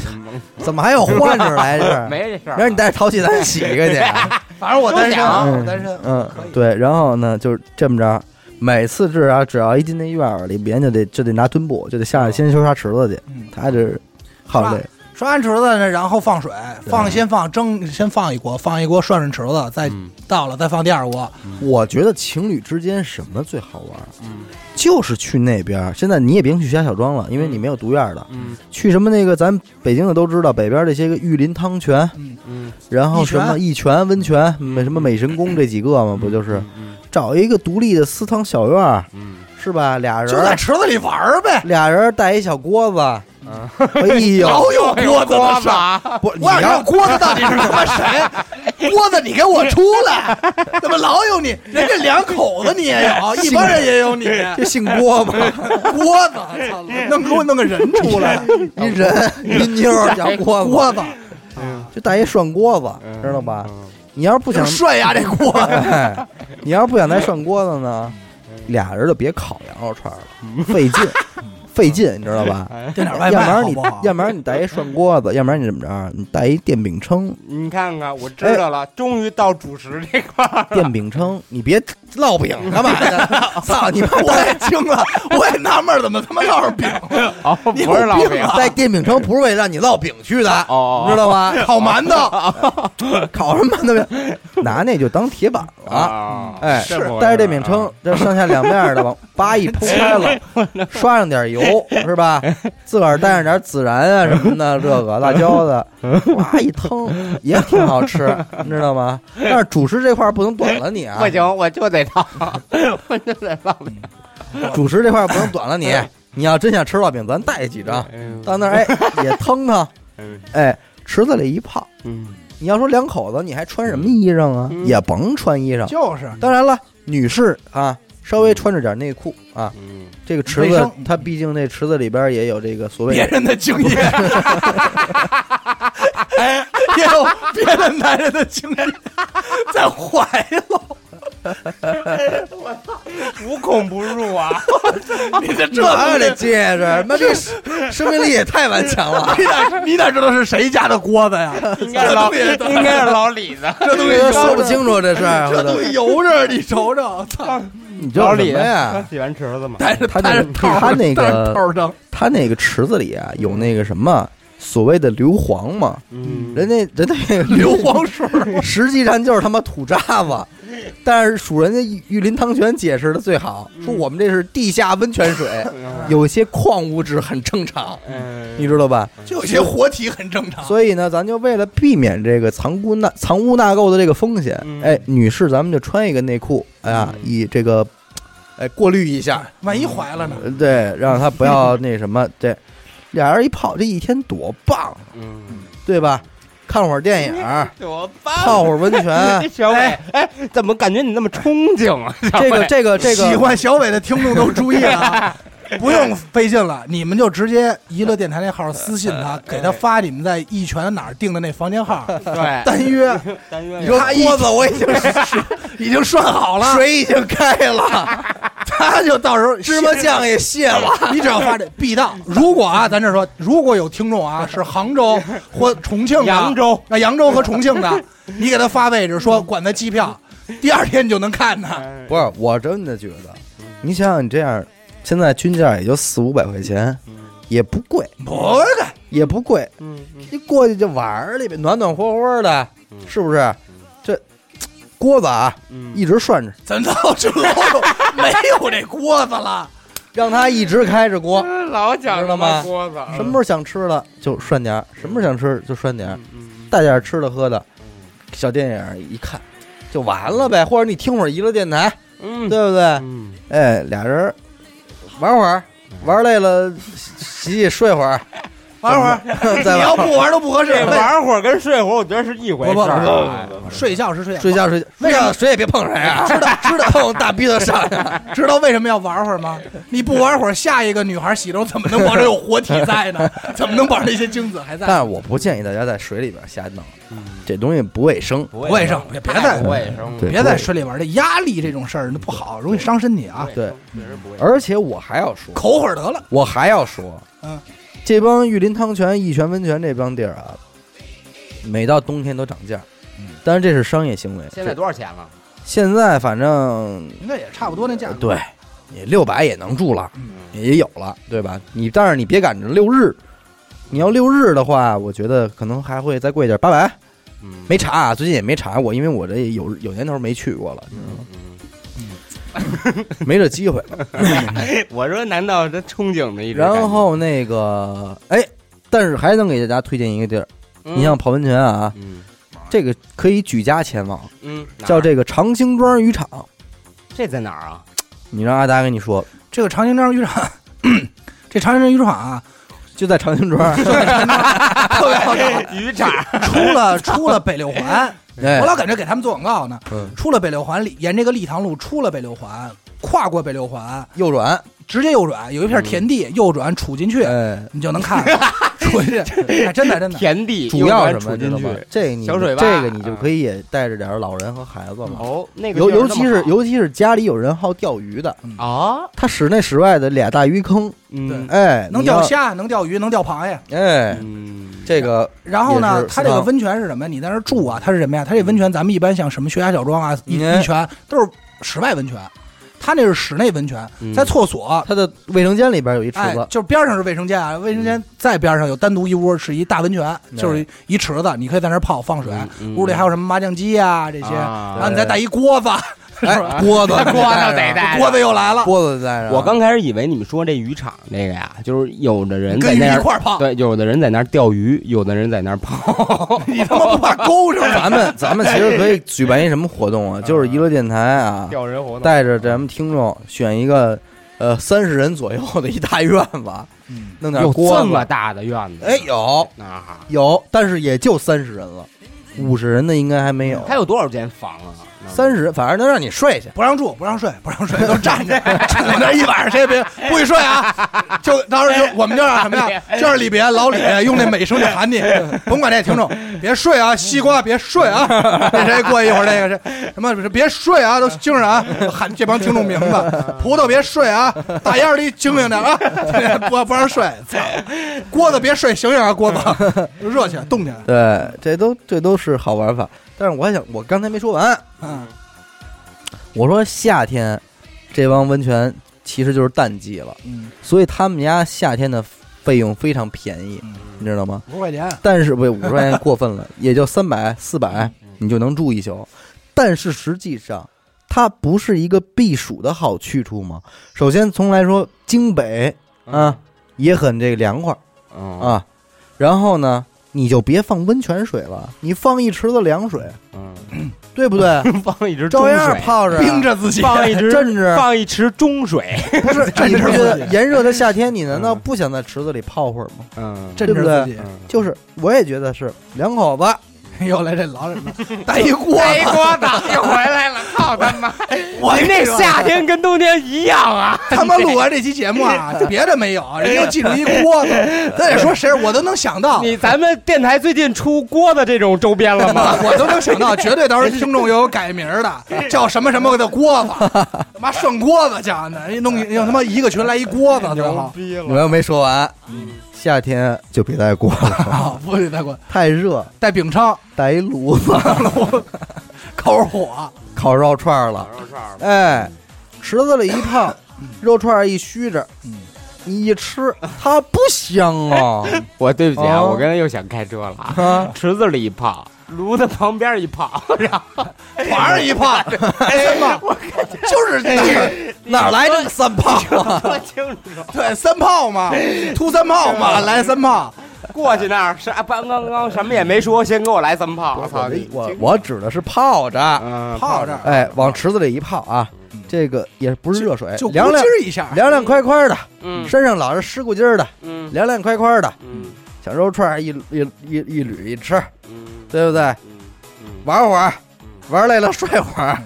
[SPEAKER 2] 怎么还有换着来这儿？
[SPEAKER 3] 没这事儿，啊
[SPEAKER 2] 明儿你带着淘气咱洗一个去。啊
[SPEAKER 1] 反正我单身啊，
[SPEAKER 2] 嗯
[SPEAKER 1] 我单身，
[SPEAKER 2] 嗯
[SPEAKER 1] 可以，
[SPEAKER 2] 对，然后呢，就是这么着，每次至少只要一进那院儿里边，就得就得拿墩布，就得下去先修沙池子去。
[SPEAKER 1] 嗯，
[SPEAKER 2] 他这是好累，
[SPEAKER 1] 涮完池子呢，然后放水，放先放蒸，先放一锅，放一锅涮涮池子，再
[SPEAKER 3] 嗯
[SPEAKER 1] 倒了再放第二锅，
[SPEAKER 2] 我觉得情侣之间什么最好玩儿？
[SPEAKER 3] 嗯
[SPEAKER 2] 就是去那边儿。现在你也别去石家小庄了，因为你没有独院儿的。
[SPEAKER 3] 嗯
[SPEAKER 2] 去什么那个咱北京的都知道，北边儿这些个玉林汤泉，
[SPEAKER 3] 嗯，
[SPEAKER 2] 然后
[SPEAKER 1] 一
[SPEAKER 2] 什
[SPEAKER 1] 泉
[SPEAKER 2] 么一泉温泉，美什么美神宫这几个嘛，不就是
[SPEAKER 3] 嗯
[SPEAKER 2] 找一个独立的私汤小院儿，
[SPEAKER 3] 嗯
[SPEAKER 2] 是吧？俩人
[SPEAKER 1] 就
[SPEAKER 2] 儿
[SPEAKER 1] 在池子里玩儿呗。
[SPEAKER 2] 俩人带一小锅子，
[SPEAKER 3] 嗯
[SPEAKER 2] 哎 呦，
[SPEAKER 1] 老有锅子的事儿，
[SPEAKER 2] 不，你
[SPEAKER 1] 我想知道
[SPEAKER 2] 要
[SPEAKER 1] 锅子到底是他妈 谁？锅子，你给我出来！怎么老有你？人家两口子你也 有，一帮人也有你。
[SPEAKER 2] 就姓郭 嘛，
[SPEAKER 1] 锅子， 操，弄给我弄个人出 来，
[SPEAKER 2] 一人一 妞儿小锅子，
[SPEAKER 1] 锅子
[SPEAKER 2] 就带一涮锅子，知道吧？你要是不
[SPEAKER 1] 就
[SPEAKER 2] 想，
[SPEAKER 1] 涮呀这锅子。
[SPEAKER 2] 哎，你要是不想带涮锅子呢，俩人就别烤羊肉串了，费劲，费劲，你知道吧？
[SPEAKER 1] 订 点
[SPEAKER 2] 要
[SPEAKER 1] 哎外
[SPEAKER 2] 不
[SPEAKER 1] 卖
[SPEAKER 2] 然
[SPEAKER 1] 好
[SPEAKER 2] 你
[SPEAKER 1] 不好，？
[SPEAKER 2] 要不然你带一涮锅子，要不然你怎么着？你带一电饼铛，
[SPEAKER 3] 你看看，我知道
[SPEAKER 2] 哎
[SPEAKER 3] 了，终于到主食这块儿，
[SPEAKER 2] 电饼铛，你别烙饼干嘛的？操你妈！
[SPEAKER 1] 我也惊了，我也纳闷儿，怎么他妈烙上饼了？
[SPEAKER 3] 哦，不
[SPEAKER 1] 你有
[SPEAKER 3] 是老
[SPEAKER 1] 病
[SPEAKER 3] 饼，
[SPEAKER 1] 啊
[SPEAKER 2] 带电饼铛不是为了让你烙饼去的，
[SPEAKER 3] 哦
[SPEAKER 2] 你知道吗？
[SPEAKER 1] 烤馒头，
[SPEAKER 2] 烤什么都没有，拿那就当铁板了。
[SPEAKER 3] 啊，
[SPEAKER 2] 哎，
[SPEAKER 3] 这么回事儿
[SPEAKER 2] 带着这饼铛，这上下两面儿的往叭一剖开了，刷上点油，油是吧？自个儿带上点孜然啊什么的，这个辣椒 的，哇一腾也挺好吃，你知道吗？但是主食这块儿不能短了你啊
[SPEAKER 3] 不，行，我就得烙， 我就得烙饼。
[SPEAKER 2] 主食这块儿不能短了 你。你要真想吃烙饼，咱带几张到那儿，哎，也腾腾，哎，池子里一泡。
[SPEAKER 3] 嗯，
[SPEAKER 2] 你要说两口子，你还穿什么衣裳啊？
[SPEAKER 3] 嗯
[SPEAKER 2] 也甭穿衣裳。
[SPEAKER 1] 就是
[SPEAKER 2] 当然了，女士啊，稍微穿着点内裤啊。
[SPEAKER 3] 嗯，
[SPEAKER 2] 这个池
[SPEAKER 1] 卫
[SPEAKER 2] 子
[SPEAKER 1] 生，
[SPEAKER 2] 它毕竟这池子里边也有这个所谓
[SPEAKER 1] 别
[SPEAKER 2] 的
[SPEAKER 1] 人的经验， 哎，也有别的男人的经验 在怀了。
[SPEAKER 3] 无孔不入啊！
[SPEAKER 1] 你这这
[SPEAKER 2] 哪有
[SPEAKER 1] 不
[SPEAKER 2] 这
[SPEAKER 1] 得
[SPEAKER 2] 戒指？妈这 生命力也太顽强 了！
[SPEAKER 1] 你哪你哪知道是谁家的锅子呀？
[SPEAKER 3] 应该是老，应该是老李的。
[SPEAKER 1] 这东西
[SPEAKER 2] 这说
[SPEAKER 1] 烧
[SPEAKER 2] 不
[SPEAKER 1] 着，
[SPEAKER 2] 清楚这事儿，
[SPEAKER 1] 这东西油着，你瞅 瞅，操！
[SPEAKER 2] 你知道什么
[SPEAKER 1] 啊
[SPEAKER 2] 呀？
[SPEAKER 3] 啊喜欢池子吗？
[SPEAKER 1] 带着
[SPEAKER 2] 他
[SPEAKER 1] 带着
[SPEAKER 2] 那个
[SPEAKER 1] 套儿，
[SPEAKER 2] 他那个
[SPEAKER 1] 带着套儿灯，
[SPEAKER 2] 他那个池子里啊，有那个什么所谓的硫磺嘛，
[SPEAKER 3] 嗯，
[SPEAKER 2] 人家人家那个
[SPEAKER 1] 硫磺水儿，
[SPEAKER 2] 实际上就是他妈土渣 子，但是属人家玉玉林汤泉解释的最好，
[SPEAKER 1] 嗯
[SPEAKER 2] 说我们这是地下温泉 水，有些矿物质很正常，
[SPEAKER 3] 嗯
[SPEAKER 2] 你知道吧？
[SPEAKER 1] 就有些活体很正常。
[SPEAKER 2] 所以呢，咱就为了避免这个藏污纳藏污纳垢的这个风险，
[SPEAKER 3] 嗯
[SPEAKER 2] 哎，女士咱们就穿一个内裤，哎呀，
[SPEAKER 3] 嗯
[SPEAKER 2] 以这个，哎，过滤一下，
[SPEAKER 1] 万一怀了呢？
[SPEAKER 2] 呃对，让她不要那什么，对，俩人一泡，这一天多棒，啊
[SPEAKER 3] 嗯，
[SPEAKER 2] 对吧？看会儿电影儿，
[SPEAKER 3] 我
[SPEAKER 2] 泡会儿温泉，
[SPEAKER 3] 小伟，哎，怎么感觉你那么憧憬啊？小
[SPEAKER 2] 啊这个
[SPEAKER 3] 伟，
[SPEAKER 2] 这个这
[SPEAKER 1] 喜
[SPEAKER 2] 个，
[SPEAKER 1] 欢小伟的听众都注意了 啊，不用费劲了，你们就直接娱乐电台那号私信
[SPEAKER 2] 哎
[SPEAKER 1] 他，给他发你们在一泉哪儿订的那房间号，
[SPEAKER 3] 对，
[SPEAKER 1] 单 约。
[SPEAKER 3] 单
[SPEAKER 1] 你
[SPEAKER 3] 约
[SPEAKER 1] 说锅子我已经已经涮好了，
[SPEAKER 2] 水已经开了，
[SPEAKER 1] 他就到时候
[SPEAKER 2] 芝麻酱也卸了，
[SPEAKER 1] 你只要发这必到。如果啊，咱这说，如果有听众啊是杭州或重 庆的、
[SPEAKER 3] 扬州、
[SPEAKER 1] 啊扬州和重庆的，你给他发位置，说管他机票，第二天你就能看他。
[SPEAKER 2] 不是，我真的觉得，你想想你这样，现在均价也就四五百块钱，也不贵，
[SPEAKER 1] 不是，
[SPEAKER 2] 也不贵，
[SPEAKER 3] 嗯嗯
[SPEAKER 2] 你过去就玩儿里边，暖暖和和的，是不是？这锅子啊，
[SPEAKER 3] 嗯，
[SPEAKER 2] 一直涮着，
[SPEAKER 1] 咱到这楼没有这锅子了，
[SPEAKER 2] 让它一直开着锅。
[SPEAKER 3] 老讲
[SPEAKER 2] 知道吗
[SPEAKER 3] 锅子，
[SPEAKER 2] 什么时候想吃了就涮点儿，什么时候想吃就涮点儿，
[SPEAKER 3] 嗯
[SPEAKER 2] 带点儿吃的喝的，小电影儿一看就完了呗。或者你听会儿娱乐电 台，
[SPEAKER 3] 嗯
[SPEAKER 2] 对不对？
[SPEAKER 3] 嗯，
[SPEAKER 2] 哎，俩人儿玩会儿，玩累了洗洗睡会儿，
[SPEAKER 1] 玩会儿。
[SPEAKER 2] 再
[SPEAKER 1] 你
[SPEAKER 2] 玩
[SPEAKER 1] 要
[SPEAKER 2] 会儿
[SPEAKER 1] 不玩都不合适。
[SPEAKER 3] 这玩会儿跟睡会儿，我觉得是一回事儿。
[SPEAKER 1] 睡觉是睡觉，
[SPEAKER 2] 睡觉睡觉，
[SPEAKER 1] 为
[SPEAKER 2] 睡
[SPEAKER 1] 什么
[SPEAKER 2] 觉谁也别碰谁啊！
[SPEAKER 1] 知道知道
[SPEAKER 2] 碰大逼 的上来，
[SPEAKER 1] 知道为什么要玩会儿吗？你不玩会儿，下一个女孩洗头怎么能保证有活体在呢？怎么能保证那些精子还在？
[SPEAKER 2] 但是我不建议大家在水里边瞎弄，
[SPEAKER 1] 嗯
[SPEAKER 2] 这东西不卫生。
[SPEAKER 3] 不
[SPEAKER 1] 不卫生，别别再
[SPEAKER 3] 不卫 生，
[SPEAKER 2] 对
[SPEAKER 1] 别在水里玩儿，这压力这种事儿那不好，容易伤身体啊。
[SPEAKER 2] 对，
[SPEAKER 3] 确实不卫生。
[SPEAKER 2] 而且我还要说，
[SPEAKER 1] 口会儿得了，
[SPEAKER 2] 我还要说，
[SPEAKER 1] 嗯，
[SPEAKER 2] 这帮玉林汤泉、益泉温泉这帮地儿啊，每到冬天都涨价，
[SPEAKER 1] 嗯
[SPEAKER 2] 但是这是商业行为。
[SPEAKER 3] 现在多少钱了？
[SPEAKER 2] 现在反正
[SPEAKER 1] 应该也差不多那价格。
[SPEAKER 2] 对，你六百也能住了，
[SPEAKER 1] 嗯
[SPEAKER 2] 也有了，对吧？你但是你别赶着六日，你要六日的话，我觉得可能还会再贵一点，八百。
[SPEAKER 3] 嗯，
[SPEAKER 2] 没查啊，最近也没查过，因为我这有有年头没去过了，
[SPEAKER 3] 嗯
[SPEAKER 2] 没这机会。
[SPEAKER 3] 我说难道这憧憬的一种感觉？
[SPEAKER 2] 然后那个，哎，但是还能给大家推荐一个地儿，
[SPEAKER 3] 嗯
[SPEAKER 2] 你像，泡温泉啊，
[SPEAKER 3] 嗯
[SPEAKER 2] 这个可以举家前往，
[SPEAKER 3] 嗯，哪儿
[SPEAKER 2] 叫这个长兴庄渔场。
[SPEAKER 3] 这在哪儿 啊？
[SPEAKER 2] 你让阿达跟你说，
[SPEAKER 1] 这个长兴庄渔场， 这长兴庄渔场 啊，
[SPEAKER 2] 就在长兴庄。
[SPEAKER 1] 特别好找。
[SPEAKER 3] 渔 场，
[SPEAKER 1] 出了出了北六 环，
[SPEAKER 2] 哎
[SPEAKER 1] 我，老感觉给他们做广告呢。
[SPEAKER 2] 嗯
[SPEAKER 1] 出了北六环里，沿这个立塘路出了北六环，跨过北六环，
[SPEAKER 2] 右转，
[SPEAKER 1] 直接右转，有一
[SPEAKER 2] 嗯
[SPEAKER 1] 片田地，右转杵进去，
[SPEAKER 2] 哎，
[SPEAKER 1] 你就能看。 杵进去，哎真的真的。
[SPEAKER 3] 田地，
[SPEAKER 2] 主要
[SPEAKER 3] 用
[SPEAKER 2] 什么
[SPEAKER 3] 船
[SPEAKER 2] 知道
[SPEAKER 3] 杵
[SPEAKER 2] 吗
[SPEAKER 3] 进去？
[SPEAKER 2] 这你
[SPEAKER 3] 小水坝
[SPEAKER 2] 这个你就可以也带着点儿老人和孩子嘛。
[SPEAKER 3] 哦，那个
[SPEAKER 2] 尤
[SPEAKER 3] 地儿
[SPEAKER 2] 尤其是
[SPEAKER 3] 那么好
[SPEAKER 2] 尤其是家里有人好钓鱼的，
[SPEAKER 3] 啊，
[SPEAKER 2] 他室内室外的俩大鱼坑，
[SPEAKER 3] 嗯
[SPEAKER 2] 哎，
[SPEAKER 1] 能
[SPEAKER 2] 你要
[SPEAKER 1] 钓，虾，能钓鱼，能钓螃蟹。
[SPEAKER 2] 哎，
[SPEAKER 3] 嗯，
[SPEAKER 2] 这个
[SPEAKER 1] 然后
[SPEAKER 2] 也
[SPEAKER 1] 呢
[SPEAKER 2] 是，
[SPEAKER 1] 它这个
[SPEAKER 3] 啊
[SPEAKER 2] 私房
[SPEAKER 1] 温泉是什么？你在那儿住啊？它是什么呀？它这温泉，咱们一般像什么悬崖小庄啊、一
[SPEAKER 2] 嗯
[SPEAKER 1] 一泉都是室外温泉，它那是室内温泉，
[SPEAKER 3] 嗯
[SPEAKER 1] 在厕所，
[SPEAKER 2] 他的卫生间里边有一池
[SPEAKER 1] 哎
[SPEAKER 2] 子，，
[SPEAKER 1] 就是边上是卫生间啊，卫生
[SPEAKER 3] 嗯
[SPEAKER 1] 间再边上有单独一屋是一大温泉，
[SPEAKER 2] 嗯
[SPEAKER 1] 就是一池子，你可以在那儿泡放水，
[SPEAKER 3] 嗯嗯
[SPEAKER 1] 屋里还有什么麻将机啊这些，
[SPEAKER 3] 啊
[SPEAKER 1] 然后你再带一锅子，是
[SPEAKER 2] 哎
[SPEAKER 1] 吧？
[SPEAKER 4] 锅子
[SPEAKER 3] 哎锅都得带着
[SPEAKER 4] 锅子又来了，锅子在
[SPEAKER 3] 我刚开始以为你们说这渔场那个呀，就是有的人在
[SPEAKER 1] 跟鱼
[SPEAKER 3] 那
[SPEAKER 1] 一
[SPEAKER 3] 儿
[SPEAKER 1] 块儿泡，
[SPEAKER 3] 对，有的人在那儿钓鱼，有的人在那 儿跑。
[SPEAKER 1] 你他妈不怕勾上吗？
[SPEAKER 2] 咱们咱们其实可以举办一什么活动啊？就是娱乐电台啊，
[SPEAKER 3] 嗯钓人活动，
[SPEAKER 2] 带着咱们听众选一个呃三十人左右的一大院子，弄点
[SPEAKER 3] 有
[SPEAKER 2] 锅
[SPEAKER 3] 这么
[SPEAKER 2] 子。
[SPEAKER 3] 大的院子？
[SPEAKER 2] 哎，有
[SPEAKER 3] 啊，
[SPEAKER 2] 有，但是也就三十人了，五十人的应该还没有。
[SPEAKER 1] 嗯
[SPEAKER 3] 它有多少间房啊？
[SPEAKER 2] 三十，反正能让你睡去。
[SPEAKER 1] 不让住，不让睡，不让睡，都站着，站在那儿一晚上，谁也别不许睡啊！就到时候就我们就让什么呀？就让李别老李用那美声就喊你，甭管这听众，别睡啊，西瓜别睡 啊，那谁过一会儿那个谁什么别睡啊，都精神啊，喊这帮听众名字，葡萄别睡啊，大烟儿里精明点啊，不不让睡，操，锅子别睡，醒醒啊，锅子，热起来，动起来，
[SPEAKER 2] 对，这都这都是好玩法。但是我还想，我刚才没说完，
[SPEAKER 1] 嗯，
[SPEAKER 2] 我说夏天这帮温泉其实就是淡季了，
[SPEAKER 1] 嗯
[SPEAKER 2] 所以他们家夏天的费用非常便宜，
[SPEAKER 1] 嗯
[SPEAKER 2] 你知道吗？
[SPEAKER 1] 五块钱，
[SPEAKER 2] 但是不五十块钱 过分了，也就三百四
[SPEAKER 3] 哎
[SPEAKER 2] 百你就能住一宿。但是实际上，它不是一个避暑的好去处吗？首先从来说，京北
[SPEAKER 1] 嗯
[SPEAKER 2] 啊也很这个凉快
[SPEAKER 3] 嗯
[SPEAKER 2] 啊，然后呢，你就别放温泉水了，你放一池子凉水，
[SPEAKER 3] 嗯，
[SPEAKER 2] 对不 对？
[SPEAKER 3] 放一只
[SPEAKER 2] 照
[SPEAKER 3] 中
[SPEAKER 2] 样
[SPEAKER 3] 水，
[SPEAKER 2] 泡着啊，
[SPEAKER 1] 冰着自己，
[SPEAKER 3] 放一只
[SPEAKER 2] 镇着
[SPEAKER 3] 放一池中水。
[SPEAKER 2] 不是
[SPEAKER 1] 站
[SPEAKER 2] 你
[SPEAKER 1] 着
[SPEAKER 2] 不觉
[SPEAKER 1] 自
[SPEAKER 2] 得
[SPEAKER 1] 己嗯
[SPEAKER 2] 炎热的夏天，你难道不想在池子里泡会儿吗？
[SPEAKER 3] 嗯，
[SPEAKER 1] 镇着自己。
[SPEAKER 3] 嗯
[SPEAKER 2] 就是，我也觉得是两口子，
[SPEAKER 1] 又来这老人了，带一锅
[SPEAKER 3] 背
[SPEAKER 1] 子，
[SPEAKER 3] 锅子又回来了，操他妈！
[SPEAKER 1] 我
[SPEAKER 3] 你那夏天跟冬天一样啊！
[SPEAKER 1] 他妈录完这期节目啊，别的没有，人又记住一锅子，咱得说谁，我都能想到，
[SPEAKER 3] 你咱们电台最近出锅的这种周边 了吗？
[SPEAKER 1] 我都能想到，绝对到时候听众有改名儿的，叫什么什么的锅子，他妈涮锅子家呢，人弄让他妈一个群来一锅子，最好
[SPEAKER 3] 逼
[SPEAKER 2] 我！又没说完。
[SPEAKER 1] 嗯
[SPEAKER 2] 夏天就别带锅 了，
[SPEAKER 1] 啊，不许带锅，
[SPEAKER 2] 太热，
[SPEAKER 1] 带饼铛、
[SPEAKER 2] 带一炉 子，
[SPEAKER 1] 烤肉火，
[SPEAKER 2] 烤肉串儿了。嗯哎，池子里一泡，肉串儿一虚着，你一吃它不香啊！
[SPEAKER 3] 我对不起啊，
[SPEAKER 2] 哦
[SPEAKER 3] 我刚才又想开车了啊。
[SPEAKER 2] 啊，
[SPEAKER 3] 池子里一泡，炉子旁边一泡，然后
[SPEAKER 1] 皇上一胖， 哎妈，就是
[SPEAKER 2] 哪来这么三泡啊？
[SPEAKER 3] 说清楚，
[SPEAKER 1] 对三炮嘛，秃三炮嘛，来三炮，
[SPEAKER 3] 过去那儿是啊，刚刚刚什么也没说，先给我来三炮，我操！
[SPEAKER 2] 我我指的是泡着，
[SPEAKER 3] 嗯，
[SPEAKER 1] 泡这儿
[SPEAKER 2] 哎，往池子里一泡啊，这个也不是热水
[SPEAKER 1] 就，咕
[SPEAKER 2] 哎凉凉
[SPEAKER 1] 叽一下，
[SPEAKER 2] 凉凉快快的，
[SPEAKER 3] 嗯
[SPEAKER 2] 身上老是湿咕筋儿的，
[SPEAKER 3] 嗯
[SPEAKER 2] 凉凉快快的，
[SPEAKER 3] 嗯
[SPEAKER 2] 小肉串儿一一一一捋一吃，
[SPEAKER 3] 嗯
[SPEAKER 2] 对不对？
[SPEAKER 3] 嗯
[SPEAKER 2] 玩会儿，玩累了睡会儿，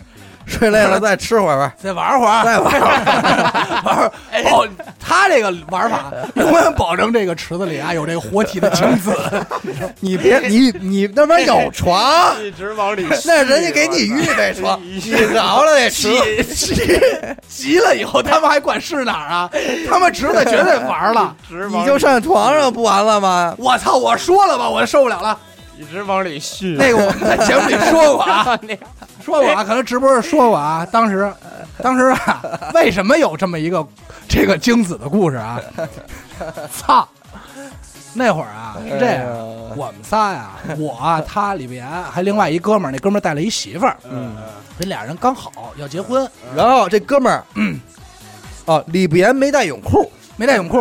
[SPEAKER 2] 睡累了再吃会儿，
[SPEAKER 1] 再玩会儿，啊
[SPEAKER 2] 再玩会儿。
[SPEAKER 1] 玩儿保他这个玩法，永远保证这个池子里啊有这个活体的精 子，
[SPEAKER 2] 啊你别你你那边有床，
[SPEAKER 3] 一直往里
[SPEAKER 2] 那人家给你预备床，你着了得吃。
[SPEAKER 1] 急急急了以后，他们还管是哪儿啊？
[SPEAKER 2] 哎
[SPEAKER 1] 他们池子绝对玩了。
[SPEAKER 3] 直
[SPEAKER 2] 你就上床上不完了吗？
[SPEAKER 1] 我操！我说了吧，我受不了了。
[SPEAKER 3] 一直往里续啊
[SPEAKER 1] 那个我们在节目里说过啊，
[SPEAKER 3] 那个
[SPEAKER 1] 说过啊，可能直播时说过啊。当时，当时啊，为什么有这么一个这个精子的故事啊？操！那会儿啊是这样，我们仨呀、我啊、他李岩还另外一哥们儿，那哥们儿带了一媳妇儿，嗯，这俩人刚好要结婚，
[SPEAKER 3] 嗯
[SPEAKER 2] 然后这哥们儿，哦，里边没带泳裤，
[SPEAKER 1] 没带泳裤，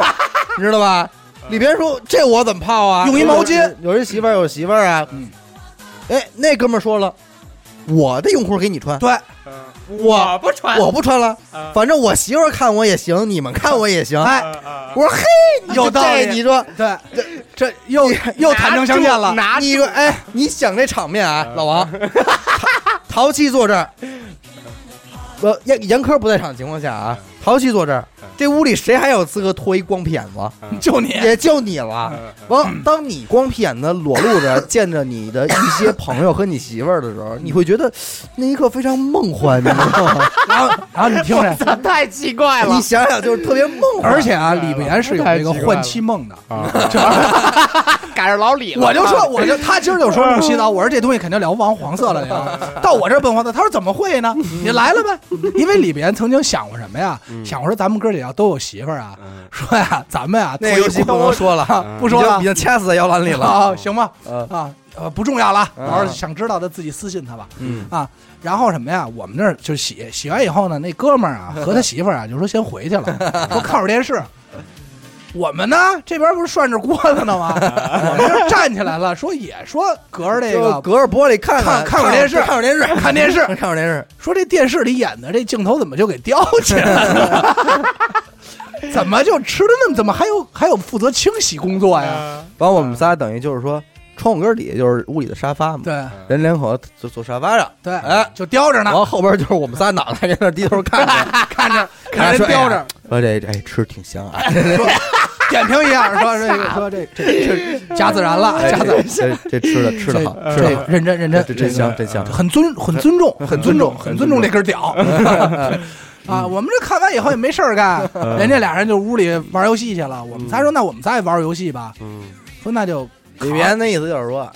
[SPEAKER 2] 你知道吧？
[SPEAKER 3] 嗯
[SPEAKER 2] 里边说这我怎么泡啊？
[SPEAKER 1] 用一毛巾，
[SPEAKER 2] 有人媳妇儿有媳妇儿啊。
[SPEAKER 1] 嗯
[SPEAKER 2] 哎，那哥们儿说了，我的泳裤给你穿，
[SPEAKER 1] 对，
[SPEAKER 2] 我
[SPEAKER 3] 不穿
[SPEAKER 2] 我不穿了
[SPEAKER 3] 啊，
[SPEAKER 2] 反正我媳妇儿看我也行，你们看我也行。
[SPEAKER 1] 哎，
[SPEAKER 2] 我
[SPEAKER 3] 我
[SPEAKER 2] 说嘿，你
[SPEAKER 1] 有
[SPEAKER 2] 这
[SPEAKER 1] 道理
[SPEAKER 2] 你说
[SPEAKER 1] 对，这这又又坦诚相见了，
[SPEAKER 3] 拿
[SPEAKER 2] 你说，哎，你想这场面啊，老王， 淘淘气坐 这儿，呃，严严科不在场的情况下啊，啊淘气坐这儿，这屋里谁还有资格脱一光屁眼子？
[SPEAKER 1] 就你
[SPEAKER 2] 也就你了。王，当你光屁眼子裸露着见着你的一些朋友和你媳妇儿的时候，你会觉得那一刻非常梦幻，你知道吗？
[SPEAKER 1] 然后然后你听着，
[SPEAKER 3] 操，太奇怪
[SPEAKER 2] 你想想就是特别梦幻，
[SPEAKER 1] 而且啊，李岩是有这个换妻梦的。
[SPEAKER 3] 赶上老李了，
[SPEAKER 1] 我就说，我就他今儿就说不洗澡，我说这东西肯定聊王黄
[SPEAKER 3] 嗯
[SPEAKER 1] 色了，聊到我这儿奔黄色。他说怎么会呢？你来了呗，因为里边曾经想过什么呀？想我说咱们哥俩都有媳妇儿啊，
[SPEAKER 3] 嗯
[SPEAKER 1] 说呀，咱们啊，
[SPEAKER 2] 那
[SPEAKER 1] 脱
[SPEAKER 2] 游
[SPEAKER 1] 一
[SPEAKER 2] 戏不
[SPEAKER 1] 光
[SPEAKER 2] 能说了，
[SPEAKER 1] 啊，不
[SPEAKER 2] 不
[SPEAKER 1] 说了
[SPEAKER 2] 已，经掐死在摇篮里了。
[SPEAKER 1] 啊，行吧，
[SPEAKER 2] 嗯
[SPEAKER 1] 啊，呃，不重要了，
[SPEAKER 2] 嗯
[SPEAKER 1] 老师想知道的自己私信他吧。
[SPEAKER 2] 嗯
[SPEAKER 1] 啊，然后什么呀？我们那儿就洗洗完以后呢，那哥们儿 啊和他媳妇儿啊就说先回去了，说看会儿电视。我们呢这边不是涮着锅子呢吗？我们就站起来了，说也说隔着 这
[SPEAKER 2] 就
[SPEAKER 1] 个
[SPEAKER 2] 隔着玻璃看
[SPEAKER 1] 看
[SPEAKER 2] 看
[SPEAKER 1] 看会儿电视
[SPEAKER 2] 看会儿电视，
[SPEAKER 1] 看电视，
[SPEAKER 2] 看会儿电视。
[SPEAKER 1] 说这电视里演的这镜头怎么就给叼起来了？ 怎么就吃的那么？怎么还有还有负责清洗工作 呀？
[SPEAKER 3] 嗯
[SPEAKER 2] 完，我们仨等于就是说，窗户根儿底下就是屋里的沙发嘛，
[SPEAKER 1] 对
[SPEAKER 2] 人两口子就坐沙发上，
[SPEAKER 1] 对，
[SPEAKER 2] 哎
[SPEAKER 1] 就叼着呢
[SPEAKER 2] 然，后后边就是我们仨脑袋在那儿低头看着，
[SPEAKER 1] 看 着看人
[SPEAKER 2] 说哎呀
[SPEAKER 1] 叼着，
[SPEAKER 2] 说这这哎吃挺香啊，
[SPEAKER 1] 点评一 下，说这个说这这这加孜然了，
[SPEAKER 2] 哎
[SPEAKER 1] 加孜然，
[SPEAKER 2] 这这这吃的吃的好，吃的
[SPEAKER 1] 这认真认
[SPEAKER 2] 好，
[SPEAKER 1] 真，
[SPEAKER 2] 这真香真香。
[SPEAKER 1] 很尊很尊重，很尊重，很尊重这根屌。
[SPEAKER 2] 嗯
[SPEAKER 1] 啊，我们这看完以后也没事儿干，人家俩人就屋里玩游戏去了。
[SPEAKER 2] 嗯
[SPEAKER 1] 我们仨说，那我们仨也玩游戏吧。说那就
[SPEAKER 2] 李岩的意思就是说，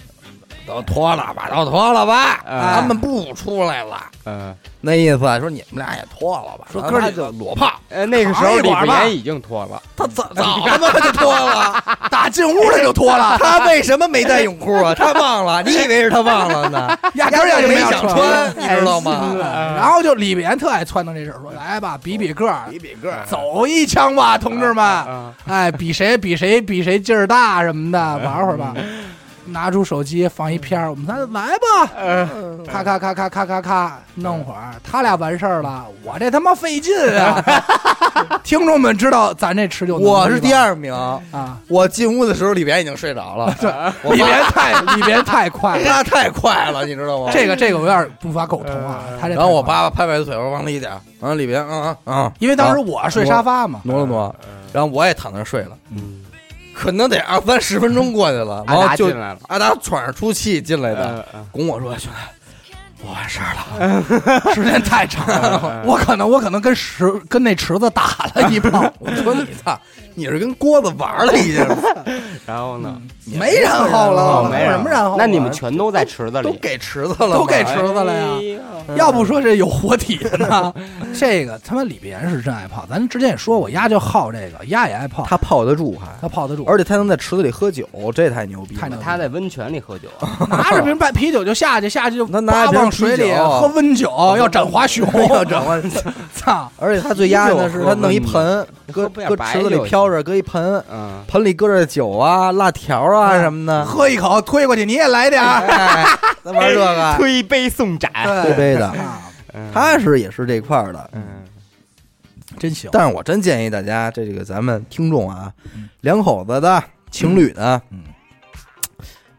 [SPEAKER 2] 都脱了吧，都脱了吧，
[SPEAKER 1] 哎
[SPEAKER 2] 咱们不出来了。
[SPEAKER 3] 嗯，
[SPEAKER 2] 那意思啊说你们俩也脱了吧，
[SPEAKER 1] 说
[SPEAKER 2] 咱
[SPEAKER 1] 哥
[SPEAKER 2] 们
[SPEAKER 1] 俩
[SPEAKER 2] 俩就裸泡，
[SPEAKER 3] 呃，那个时
[SPEAKER 1] 扛
[SPEAKER 3] 候
[SPEAKER 1] 一
[SPEAKER 3] 李
[SPEAKER 1] 会儿
[SPEAKER 3] 不
[SPEAKER 1] 吧
[SPEAKER 3] 言已经脱了，
[SPEAKER 2] 他早早他妈就脱了，
[SPEAKER 1] 打进屋了就脱 了，
[SPEAKER 2] 他为什么没带泳裤啊？他忘了，你以为是他忘了 呢？
[SPEAKER 1] 压根儿也
[SPEAKER 2] 压根儿
[SPEAKER 1] 没
[SPEAKER 2] 没想
[SPEAKER 1] 穿哎
[SPEAKER 2] 穿，。你知道吗？
[SPEAKER 1] 然后就李岩特爱撺掇这事儿，说来吧，比比个儿，比比个儿，走一枪吧，同志们，哎，比谁比谁比谁劲儿大什么的，玩会儿吧。拿出手机放一片儿，我们仨就来吧，嗯咔咔咔咔咔咔咔，弄会儿，他俩完事儿了，我这他妈费劲啊！听众们知道咱这持久能力吧，
[SPEAKER 2] 我是第二名，
[SPEAKER 1] 啊，
[SPEAKER 2] 我进屋的时候李岩已经睡着 了，对，我
[SPEAKER 1] 李
[SPEAKER 2] 妈
[SPEAKER 1] 岩太李岩太快 了，
[SPEAKER 2] 他太快了，你知道吗？
[SPEAKER 1] 这个这个我有点不法苟同啊，他这
[SPEAKER 2] 然后我
[SPEAKER 1] 太快了，
[SPEAKER 2] 爸爸拍拍腿，我往里一点，然后里边，嗯嗯嗯，
[SPEAKER 1] 因为当时
[SPEAKER 2] 啊
[SPEAKER 1] 我睡沙发嘛，
[SPEAKER 2] 挪了挪，
[SPEAKER 3] 嗯
[SPEAKER 2] 然后我也躺那儿睡了，可能得二三十分钟过去了，
[SPEAKER 3] 阿
[SPEAKER 2] 然后
[SPEAKER 3] 达
[SPEAKER 2] 哦就
[SPEAKER 3] 进来了
[SPEAKER 2] 阿达喘着粗气进来的，
[SPEAKER 3] 嗯
[SPEAKER 2] 拱我说兄弟，我完事儿了，
[SPEAKER 1] 时间太长了，我可能我可能跟池跟那池子打了一炮，
[SPEAKER 2] 我说你操，你是跟锅子玩了一下，
[SPEAKER 3] 然后呢？
[SPEAKER 1] 没然后
[SPEAKER 2] 哦
[SPEAKER 1] 了，
[SPEAKER 3] 哦没
[SPEAKER 1] 有
[SPEAKER 3] 有
[SPEAKER 1] 什么然后了？
[SPEAKER 3] 那你们全都在池子
[SPEAKER 2] 都
[SPEAKER 3] 里，
[SPEAKER 2] 给池子了，
[SPEAKER 1] 都给池
[SPEAKER 2] 哎
[SPEAKER 1] 子了呀？
[SPEAKER 3] 呀，
[SPEAKER 1] 要不说这有活体的呢？ 这个他妈李必言是真爱泡，咱之前也说过，丫就好这个，丫也爱泡，
[SPEAKER 2] 他泡得住还，
[SPEAKER 1] 他泡得住，
[SPEAKER 2] 而且他能在池子里喝酒，这太牛逼
[SPEAKER 1] 太牛
[SPEAKER 2] 了。
[SPEAKER 1] 逼
[SPEAKER 3] 他在温泉里喝酒，
[SPEAKER 2] 嗯
[SPEAKER 1] 拿着瓶白啤酒就下去，下去就
[SPEAKER 2] 他拿
[SPEAKER 1] 叭
[SPEAKER 2] 着瓶
[SPEAKER 1] 往水里
[SPEAKER 2] 啤酒
[SPEAKER 1] 喝温酒，要斩华雄，
[SPEAKER 2] 要斩
[SPEAKER 1] 华雄， 操！
[SPEAKER 2] 而且他最压的是，
[SPEAKER 3] 啤
[SPEAKER 2] 他
[SPEAKER 3] 酒喝
[SPEAKER 2] 弄一盆，搁
[SPEAKER 3] 喝不了
[SPEAKER 2] 搁
[SPEAKER 3] 白
[SPEAKER 2] 池子
[SPEAKER 3] 酒
[SPEAKER 2] 里
[SPEAKER 3] 去
[SPEAKER 2] 飘着，搁一盆，
[SPEAKER 3] 嗯，
[SPEAKER 2] 盆里搁着酒啊、辣条啊什么的，
[SPEAKER 1] 喝一口推过去，你也来点儿，
[SPEAKER 2] 哎，他玩这个，
[SPEAKER 3] 推杯送盏，
[SPEAKER 2] 对
[SPEAKER 1] 对
[SPEAKER 2] 杯 的，
[SPEAKER 1] 啊，
[SPEAKER 3] 嗯
[SPEAKER 2] 他是也是这块儿的。
[SPEAKER 3] 嗯
[SPEAKER 1] 真行，
[SPEAKER 2] 但是我 真建议大家，这个咱们听众啊，
[SPEAKER 3] 嗯
[SPEAKER 2] 两口子的、情侣的，
[SPEAKER 1] 嗯，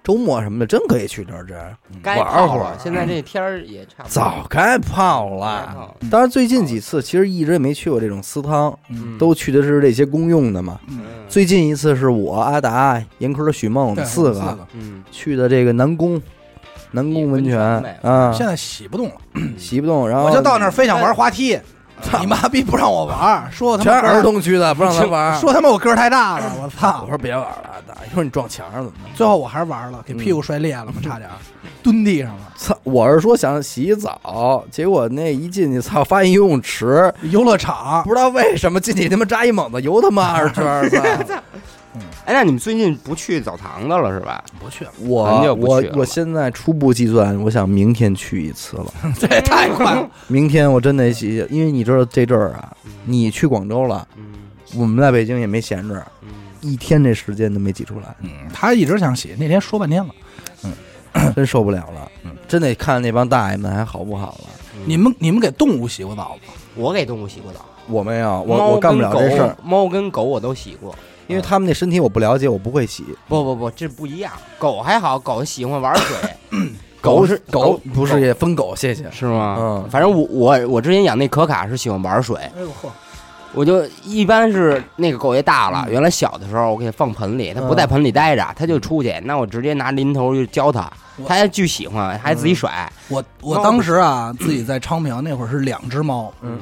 [SPEAKER 2] 周末什么的，真可以去这儿这儿
[SPEAKER 3] 该
[SPEAKER 2] 玩
[SPEAKER 3] 泡
[SPEAKER 2] 会
[SPEAKER 3] 了
[SPEAKER 2] 儿。。嗯
[SPEAKER 3] 现在这天儿也差不多，
[SPEAKER 2] 早该泡
[SPEAKER 3] 该泡
[SPEAKER 2] 了
[SPEAKER 3] 了，
[SPEAKER 1] 嗯
[SPEAKER 2] 当然最近几次其实一直也没去过这种私汤，
[SPEAKER 3] 嗯
[SPEAKER 2] 都去的是这些公用的嘛。
[SPEAKER 3] 嗯
[SPEAKER 2] 最近一次是我、阿达、严科、许梦，我
[SPEAKER 1] 对
[SPEAKER 2] 们四
[SPEAKER 1] 我们
[SPEAKER 2] 个
[SPEAKER 3] 嗯
[SPEAKER 2] 去的这个南宫，南宫温泉
[SPEAKER 3] 温泉呗
[SPEAKER 2] 啊，
[SPEAKER 1] 现在洗不动了。
[SPEAKER 2] 洗不动，然后
[SPEAKER 1] 我就到那儿非想玩滑梯，你妈逼不让我玩，说我他
[SPEAKER 2] 全
[SPEAKER 1] 妈
[SPEAKER 2] 是
[SPEAKER 1] 个
[SPEAKER 2] 儿，童区的，不让他玩儿。
[SPEAKER 1] 说他妈我个儿太大了，我操
[SPEAKER 2] 我！说别玩了，大一会儿你撞墙上怎么办？
[SPEAKER 1] 最后我还是玩了，给屁股摔裂了嘛，差点儿蹲地上了。
[SPEAKER 2] 操！我是说想洗澡，结果那一进去，操，发现游泳池，
[SPEAKER 1] 游乐场
[SPEAKER 2] 不知道为什么进去他妈扎一猛子，游他妈二十圈儿。操
[SPEAKER 3] 哎，那你们最近不去澡堂子了是吧？
[SPEAKER 1] 不去了，
[SPEAKER 3] 很
[SPEAKER 2] 我
[SPEAKER 3] 久不
[SPEAKER 2] 我
[SPEAKER 3] 去了
[SPEAKER 2] 我现在初步计算，我想明天去一次了。
[SPEAKER 1] 这也太快了。
[SPEAKER 2] 明天我真得洗，因为你知道这阵儿啊，你去广州了，
[SPEAKER 3] 嗯
[SPEAKER 2] 我们在北京也没闲着，
[SPEAKER 3] 嗯，
[SPEAKER 2] 一天这时间都没挤出来，
[SPEAKER 1] 他一直想洗，那天说半天了。
[SPEAKER 2] 真受不了了。真得看那帮大爷们还好不好了。
[SPEAKER 1] 你们你们给动物洗过澡吗？
[SPEAKER 3] 我给动物洗过澡，
[SPEAKER 2] 我没有，
[SPEAKER 3] 猫
[SPEAKER 2] 我我干不了
[SPEAKER 3] 跟
[SPEAKER 2] 这事儿
[SPEAKER 3] 狗，，猫跟狗我都洗过。
[SPEAKER 2] 因为他们那身体我不了解，我不会洗。
[SPEAKER 3] 不不不，这不一样。狗还好，狗喜欢玩水，是
[SPEAKER 2] 狗，不是也分狗，谢谢。
[SPEAKER 3] 是吗？
[SPEAKER 2] 嗯
[SPEAKER 3] 反正我我我之前养那可卡是喜欢玩水，
[SPEAKER 1] 哎呦呵，
[SPEAKER 3] 我就一般是那个狗也大
[SPEAKER 1] 嗯
[SPEAKER 3] 了，原来小的时候我给它放盆里，它不在盆里待着，它就出去，那我直接拿淋头就浇它，它还巨喜欢，还
[SPEAKER 1] 嗯
[SPEAKER 3] 自己甩。
[SPEAKER 1] 我我
[SPEAKER 3] 猫
[SPEAKER 1] 当时啊，自己在昌平那会儿是两只猫，
[SPEAKER 2] 嗯，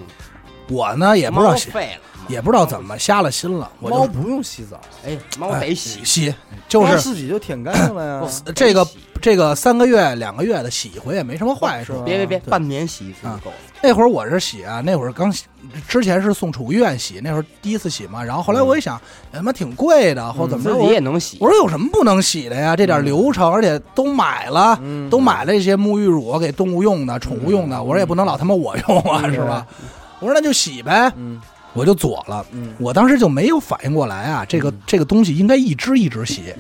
[SPEAKER 1] 我呢也不知
[SPEAKER 3] 猫
[SPEAKER 1] 道洗，
[SPEAKER 3] 废了，
[SPEAKER 1] 也不知道怎么瞎了心了，我
[SPEAKER 2] 猫
[SPEAKER 1] 就
[SPEAKER 2] 不用洗澡，
[SPEAKER 3] 哎，猫
[SPEAKER 1] 哎
[SPEAKER 3] 得洗，
[SPEAKER 1] 洗，就
[SPEAKER 2] 猫
[SPEAKER 1] 是
[SPEAKER 2] 自己就舔干净了呀。
[SPEAKER 1] 这个
[SPEAKER 3] 得洗
[SPEAKER 1] 这个三个月、两个月的洗一回也没什么坏处。
[SPEAKER 3] 别别别，
[SPEAKER 1] 嗯对
[SPEAKER 3] 半年洗一次
[SPEAKER 1] 啊
[SPEAKER 3] 够。
[SPEAKER 1] 那会儿我是洗啊，那会儿刚洗，之前是送宠物医院洗，那会儿第一次洗嘛。然后后来我一想，他妈挺贵的，或者怎么
[SPEAKER 3] 嗯自
[SPEAKER 1] 着，
[SPEAKER 3] 己
[SPEAKER 1] 我
[SPEAKER 3] 也嗯能洗，
[SPEAKER 1] 我说有什么不能洗的呀？这点流程，而且都买了，
[SPEAKER 3] 嗯
[SPEAKER 1] 都买了这些沐浴乳给动物用的、宠物用的，我说也不能老他妈我用啊，是吧？
[SPEAKER 3] 嗯
[SPEAKER 1] 我说那就洗呗，
[SPEAKER 4] 嗯
[SPEAKER 1] 我就左了。
[SPEAKER 4] 嗯，
[SPEAKER 1] 我当时就没有反应过来啊，这个
[SPEAKER 3] 嗯
[SPEAKER 1] 这个东西应该一只一只洗，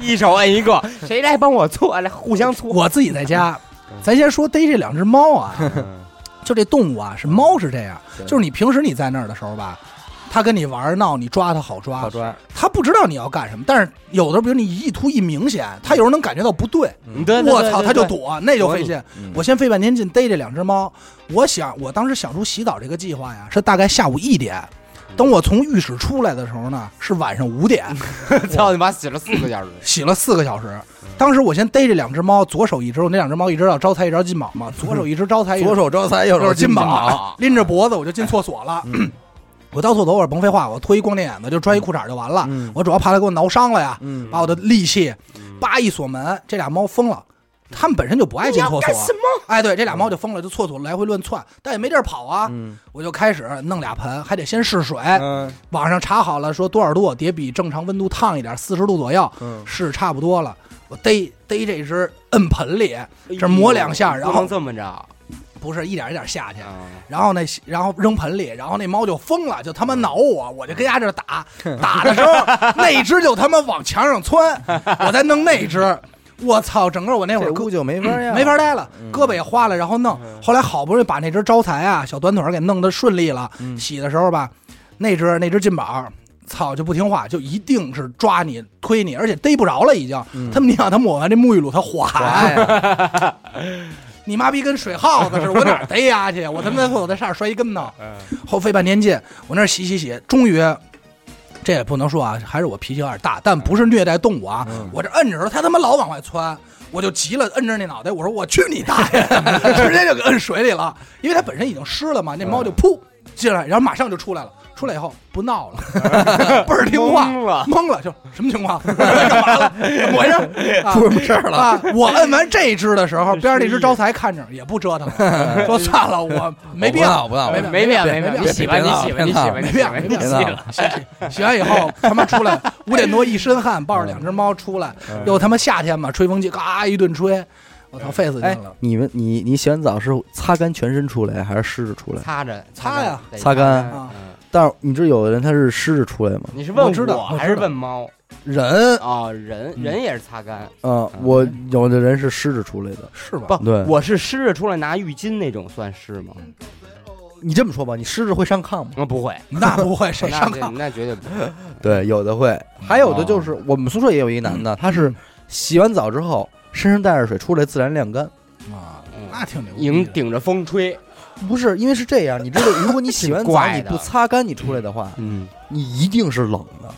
[SPEAKER 3] 一手摁一个，谁来帮我搓？来互相搓。
[SPEAKER 1] 我自己在家。
[SPEAKER 3] 嗯
[SPEAKER 1] 咱先说逮这两只猫啊，就这动物啊，是猫是这样，
[SPEAKER 4] 对
[SPEAKER 1] 就是你平时你在那儿的时候吧，它跟你玩儿闹，你抓它好抓
[SPEAKER 2] 好，抓，
[SPEAKER 1] 它不知道你要干什么，但是有的比如你一意图一明显，它有时候能感觉到不对，
[SPEAKER 3] 你对
[SPEAKER 1] 我操，它就躲，那就费劲
[SPEAKER 4] 你嗯。
[SPEAKER 1] 我先费半天劲逮这两只猫，我想我当时想出洗澡这个计划呀，是大概下午一点。
[SPEAKER 3] 嗯
[SPEAKER 1] 等我从浴室出来的时候呢，是晚上五点，
[SPEAKER 3] 操你妈，洗了四个 小时。
[SPEAKER 1] 洗了四个小时。
[SPEAKER 4] 嗯
[SPEAKER 1] 当时我先逮这两只猫，左手一只，我那两只猫一只叫招财，一只叫金宝嘛， 左手一只招财，一只
[SPEAKER 2] 左手招财，右
[SPEAKER 1] 就是
[SPEAKER 2] 手
[SPEAKER 1] 金
[SPEAKER 2] 宝，
[SPEAKER 1] 宝， 拎着脖子我就进厕所了。
[SPEAKER 4] 嗯
[SPEAKER 1] 我到厕所我说甭废话，我脱一光腚眼子就穿一裤衩就完了。
[SPEAKER 4] 嗯
[SPEAKER 1] 我主要怕它给我挠伤了呀，
[SPEAKER 4] 嗯
[SPEAKER 1] 把我的力气叭一锁门，这俩猫疯了。它们本身就不爱进厕所， 哎，对，这俩猫就疯了，就厕所来回乱窜，但也没地儿跑啊。
[SPEAKER 4] 嗯
[SPEAKER 1] 我就开始弄俩盆，还得先试水。
[SPEAKER 4] 嗯
[SPEAKER 1] 网上查好了，说多少度得比正常温度烫一点，四十度左右，
[SPEAKER 4] 嗯
[SPEAKER 1] 是差不多了。我逮逮这只摁盆里，这磨两下，啊然
[SPEAKER 3] 哎不
[SPEAKER 1] 后
[SPEAKER 3] 能这么着。
[SPEAKER 1] 不是一点一点下去，
[SPEAKER 3] 啊
[SPEAKER 1] 然后那然后扔盆里，然后那猫就疯了，就他妈挠我，我就跟家这打，
[SPEAKER 3] 嗯
[SPEAKER 1] 打的时候那只就他妈往墙上窜，我再弄那只，我操，整个我那会
[SPEAKER 2] 这
[SPEAKER 1] 儿
[SPEAKER 2] 屋
[SPEAKER 1] 胳
[SPEAKER 2] 就嗯没法呀，
[SPEAKER 1] 没法待了，胳膊也花了，然后弄，后来好不容易把那只招财啊小短腿儿给弄得顺利了，洗的时候吧，那只那只金宝。操，就不听话，就一定是抓你推你，而且逮不着了已经。他们你想，他抹完这沐浴乳，他滑呀，你妈逼跟水耗子似的，我哪儿逮丫去？我他妈在厕所在上面摔一跟头，后费半天劲，我那儿洗洗洗，终于。这也不能说啊，还是我脾气有点大，但不是虐待动物啊。我这摁着时候，它他妈老往外窜，我就急了，摁着那脑袋，我说我去你大爷，直接就给摁水里了，因为它本身已经湿了嘛。那猫就噗进来，然后马上就出来了，出来以后不闹了，倍儿听话，
[SPEAKER 3] 懵了
[SPEAKER 1] 懵了，就什么情况？ 干嘛了？怎么回事？啊
[SPEAKER 2] 出什么事儿了？
[SPEAKER 1] 啊！我摁完这只的时候，边上那只招财看着也不折腾了，说算了，我没必要，
[SPEAKER 2] 我不闹我不闹
[SPEAKER 1] 没
[SPEAKER 3] 必要，没
[SPEAKER 1] 没
[SPEAKER 3] 必
[SPEAKER 1] 必
[SPEAKER 3] 要，你
[SPEAKER 1] 要
[SPEAKER 3] 洗吧，
[SPEAKER 2] 别
[SPEAKER 3] 你
[SPEAKER 2] 闹
[SPEAKER 3] 洗吧，你洗吧，
[SPEAKER 1] 没
[SPEAKER 3] 你
[SPEAKER 1] 必
[SPEAKER 3] 洗
[SPEAKER 1] 要，
[SPEAKER 3] 吧，
[SPEAKER 1] 没
[SPEAKER 3] 你
[SPEAKER 1] 必
[SPEAKER 3] 洗
[SPEAKER 1] 要，
[SPEAKER 2] 别闹
[SPEAKER 3] 吧。
[SPEAKER 1] 洗 洗洗完以后，他妈出来五点多一身汗，抱着两只猫出来，又他妈夏天嘛，吹风机嘎一顿吹，我操，费死劲
[SPEAKER 2] 哎
[SPEAKER 1] 了，。
[SPEAKER 2] 你们你你洗完澡是擦干全身出来还是湿着出来？
[SPEAKER 3] 擦着，
[SPEAKER 1] 擦呀
[SPEAKER 3] 得
[SPEAKER 2] 擦干
[SPEAKER 1] 啊
[SPEAKER 3] 嗯
[SPEAKER 2] 但是你知道有的人他是湿着出来吗？
[SPEAKER 3] 你是问
[SPEAKER 1] 我知道我知道
[SPEAKER 3] 还是问猫？
[SPEAKER 2] 人，
[SPEAKER 3] 啊，人人也是擦干，
[SPEAKER 2] 嗯，我有的人是湿着出来的。
[SPEAKER 1] 是吧？
[SPEAKER 3] 不，
[SPEAKER 2] 对
[SPEAKER 3] 我是湿着出来拿浴巾那种算湿吗？
[SPEAKER 1] 嗯
[SPEAKER 2] 你这么说吧，你湿着会上炕吗？
[SPEAKER 3] 嗯，不会，
[SPEAKER 1] 那不会，谁
[SPEAKER 3] 那
[SPEAKER 1] 上
[SPEAKER 3] 这
[SPEAKER 1] 炕？
[SPEAKER 3] 那绝对不会。
[SPEAKER 2] 对，有的会，嗯哦还有的就是我们宿舍也有一男的，他是洗完澡之后身上带着水出来自然晾干。
[SPEAKER 1] 啊
[SPEAKER 3] 嗯，
[SPEAKER 1] 那挺牛逼的，
[SPEAKER 3] 迎顶着风吹，
[SPEAKER 2] 不是，因为是这样，你知道，如果你洗 完
[SPEAKER 3] 挺
[SPEAKER 2] 澡
[SPEAKER 3] 怪
[SPEAKER 2] 你
[SPEAKER 3] 的
[SPEAKER 2] 不擦干你出来的话，
[SPEAKER 3] 嗯
[SPEAKER 2] 你一定是冷的，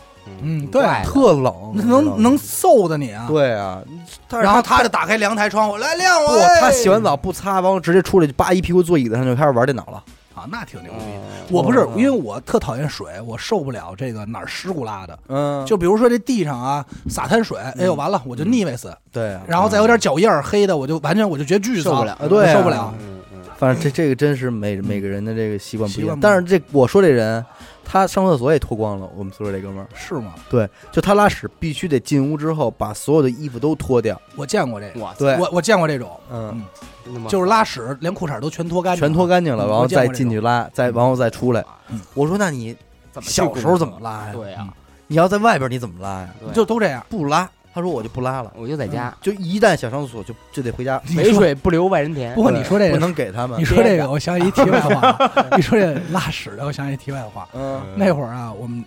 [SPEAKER 1] 嗯对
[SPEAKER 3] 怪的
[SPEAKER 2] 特冷，你知道吗
[SPEAKER 1] 能能揍的你啊！
[SPEAKER 2] 对啊。但是
[SPEAKER 1] 然后
[SPEAKER 2] 他
[SPEAKER 1] 他就打开阳台窗户来晾
[SPEAKER 2] 不
[SPEAKER 1] 我，，哎
[SPEAKER 2] 他洗完澡不擦，完了直接出来就扒一屁股坐椅子上就开始玩电脑了。
[SPEAKER 1] 啊，那挺牛逼。
[SPEAKER 3] 嗯
[SPEAKER 1] 我不是
[SPEAKER 2] 哦，
[SPEAKER 1] 因为我特讨厌水，我受不了这个哪儿湿咕啦的。
[SPEAKER 2] 嗯
[SPEAKER 1] 就比如说这地上啊，洒滩水，哎呦
[SPEAKER 3] 嗯
[SPEAKER 1] 完了，我就腻歪死。
[SPEAKER 2] 对啊。
[SPEAKER 1] 然后再有点脚印儿，黑的，我就完全我就觉得巨
[SPEAKER 3] 受
[SPEAKER 1] 脏
[SPEAKER 3] 不了
[SPEAKER 2] 啊对啊
[SPEAKER 1] 受不了。
[SPEAKER 3] 嗯嗯，
[SPEAKER 2] 反正这这个真是每每个人的这个习惯不一
[SPEAKER 1] 习惯
[SPEAKER 2] 样。
[SPEAKER 1] 不
[SPEAKER 2] 但是这我说这人，他上厕所也脱光了。我们宿舍这哥们儿，
[SPEAKER 1] 是吗？
[SPEAKER 2] 对，就他拉屎必须得进屋之后把所有的衣服都脱掉。
[SPEAKER 1] 我见过这个，
[SPEAKER 3] 我操，
[SPEAKER 2] 对，
[SPEAKER 1] 我我见过这种，
[SPEAKER 2] 嗯，
[SPEAKER 3] 真的吗
[SPEAKER 1] 就是拉屎连裤衩都全脱干净，
[SPEAKER 2] 全脱干净了，
[SPEAKER 1] 嗯
[SPEAKER 2] 然后
[SPEAKER 1] 我见
[SPEAKER 2] 再
[SPEAKER 1] 过这
[SPEAKER 2] 进去拉，再然后再出来。我说那你
[SPEAKER 3] 怎么去
[SPEAKER 2] 小
[SPEAKER 3] 工
[SPEAKER 2] 时候
[SPEAKER 3] 作
[SPEAKER 2] 怎么拉呀？
[SPEAKER 3] 对啊呀，
[SPEAKER 2] 你要在外边你怎么拉呀？
[SPEAKER 3] 对
[SPEAKER 1] 就都这样。
[SPEAKER 2] 不拉，他说我就不拉了，
[SPEAKER 3] 我就在家，
[SPEAKER 2] 就一旦想上厕所就就得 回家。
[SPEAKER 1] 嗯你
[SPEAKER 3] 肥
[SPEAKER 1] 说
[SPEAKER 3] 水不流外人田
[SPEAKER 1] 不。过你说这
[SPEAKER 2] 不
[SPEAKER 1] 个，
[SPEAKER 2] 能给他们
[SPEAKER 1] 你。说这个，我想起一题外话 啊。你说这拉屎的，我想起一题外话。
[SPEAKER 2] 嗯
[SPEAKER 1] 那会儿啊，我们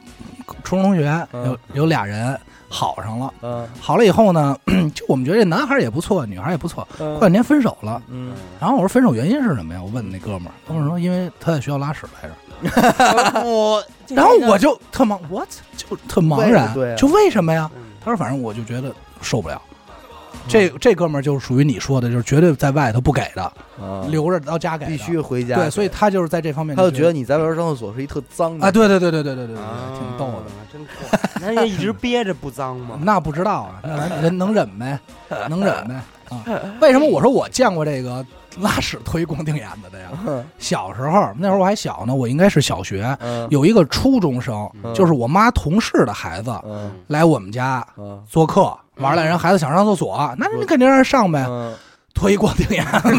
[SPEAKER 1] 初中同学
[SPEAKER 2] 嗯
[SPEAKER 1] 有有俩人好上了，
[SPEAKER 2] 嗯
[SPEAKER 1] 好了以后呢，就我们觉得这男孩儿也不错，女孩儿也不错，过两
[SPEAKER 2] 嗯
[SPEAKER 1] 年分手了。
[SPEAKER 2] 嗯，
[SPEAKER 1] 然后我说分手原因是什么呀？我问那哥们儿，哥们儿说因为他在学校拉屎来着。
[SPEAKER 3] 我，
[SPEAKER 1] 然后我就特茫，what 就特茫然，
[SPEAKER 2] 对啊
[SPEAKER 1] 就为什么呀
[SPEAKER 3] 嗯？
[SPEAKER 2] 嗯
[SPEAKER 1] 他说反正我就觉得受不了，这这哥们儿就是属于你说的，就是绝对在外头不给的，
[SPEAKER 2] 啊
[SPEAKER 1] 留着到家给的，
[SPEAKER 2] 必须回家。
[SPEAKER 1] 对，所以他就是在这方面，
[SPEAKER 2] 他就觉得你在外边上厕所是一特脏的
[SPEAKER 1] 啊，，对对对对对对对对，
[SPEAKER 3] 啊
[SPEAKER 1] 挺逗的。，
[SPEAKER 3] 真逗。那人一直憋着不脏吗？
[SPEAKER 1] 那不知道啊，那咱人能忍呗， 能忍呗啊！为什么我说我见过这个拉屎推光腚眼子的 呀？小时候那会儿我还小呢，我应该是小学，
[SPEAKER 2] 嗯
[SPEAKER 1] 有一个初中生，
[SPEAKER 2] 嗯
[SPEAKER 1] 就是我妈同事的孩子
[SPEAKER 2] 嗯
[SPEAKER 1] 来我们家
[SPEAKER 2] 嗯
[SPEAKER 1] 做客，玩了，人孩子想上厕
[SPEAKER 3] 嗯
[SPEAKER 1] 所，那你肯定让上呗，
[SPEAKER 2] 嗯
[SPEAKER 1] 推光腚 眼子，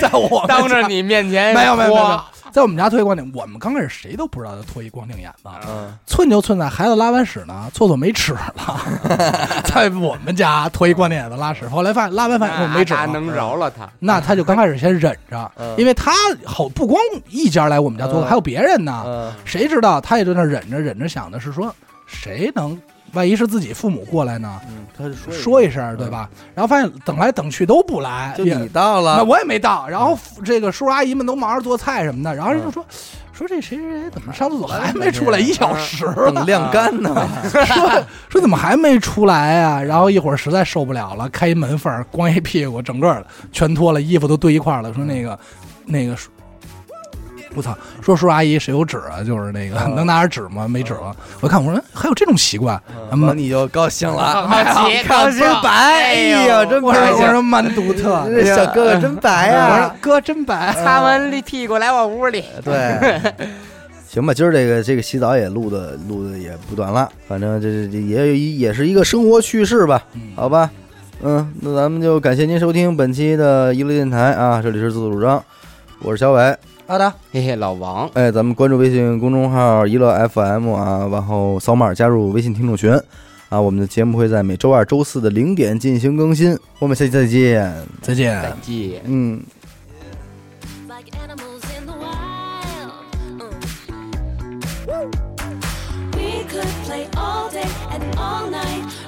[SPEAKER 1] 在我们
[SPEAKER 3] 当着你面前
[SPEAKER 1] 没有没有没有没有
[SPEAKER 3] 哇，
[SPEAKER 1] 在我们家推光腚，我们刚开始谁都不知道他推光腚眼子，
[SPEAKER 2] 嗯，
[SPEAKER 1] 寸就寸在孩子拉完屎呢，厕所没纸 了，在我们家拖一光腚眼子拉屎，后来发现拉完饭以后没纸
[SPEAKER 3] 那
[SPEAKER 1] 了，嗯
[SPEAKER 3] 能饶了他？
[SPEAKER 1] 那他就刚开始先忍着，
[SPEAKER 2] 啊嗯
[SPEAKER 1] 因为他好不光一家来我们家做客，
[SPEAKER 2] 嗯
[SPEAKER 1] 还有别人呢，
[SPEAKER 2] 嗯
[SPEAKER 1] 谁知道他也在那忍着忍着，想的是说谁能。万一是自己父母过来呢？
[SPEAKER 2] 嗯，他就说
[SPEAKER 1] 说一声，对吧？
[SPEAKER 2] 嗯
[SPEAKER 1] 然后发现等来等去都不来，
[SPEAKER 2] 就
[SPEAKER 1] 也
[SPEAKER 2] 你到
[SPEAKER 1] 那
[SPEAKER 2] 了，
[SPEAKER 1] 我也没到。然后这个叔叔阿姨们都忙着做菜什么的，然后人就说、说这谁谁谁怎么上厕所还没出
[SPEAKER 2] 嗯
[SPEAKER 1] 来一小时呢？
[SPEAKER 2] 等晾干呢，
[SPEAKER 1] 说 说怎么还没出来啊？然后一会儿实在受不了了，开一门缝儿，光一屁股，整个儿全脱了，衣服都堆一块儿了。说那个，那个叔，我操！说叔叔阿姨谁有纸啊？就是那个、
[SPEAKER 2] 嗯
[SPEAKER 1] 能拿着纸吗？没纸了。我看我说哎还有这种习惯，嗯
[SPEAKER 2] 然后你就高兴
[SPEAKER 1] 啊
[SPEAKER 2] 了，
[SPEAKER 3] 好奇高兴
[SPEAKER 2] 真白，哎呦，真
[SPEAKER 1] 我说
[SPEAKER 2] 白，
[SPEAKER 1] 我说蛮独特。
[SPEAKER 2] 这小哥哥真白
[SPEAKER 1] 我
[SPEAKER 2] 呀嗯
[SPEAKER 1] 说，哥真白，
[SPEAKER 3] 擦完屁屁股来我屋里，
[SPEAKER 1] 嗯
[SPEAKER 2] 对。 行吧，今儿这个这个洗澡也录的录的也不短了，反正这这这也也是一个生活趣事吧，好吧，嗯，那咱们就感谢您收听本期的娱乐电台啊，这里是自作主张，我是小伟，
[SPEAKER 1] 好的，
[SPEAKER 3] 嘿嘿，老王，
[SPEAKER 2] 哎，咱们关注微信公众号“一乐 FM” 啊，然后扫码加入微信听众群啊。我们的节目会在每周二、周四的零点进行更新。我们下期再见。
[SPEAKER 1] 再见
[SPEAKER 3] 再见。
[SPEAKER 2] 嗯。
[SPEAKER 6] like animals in the wild. Mm. We could play all day and all night,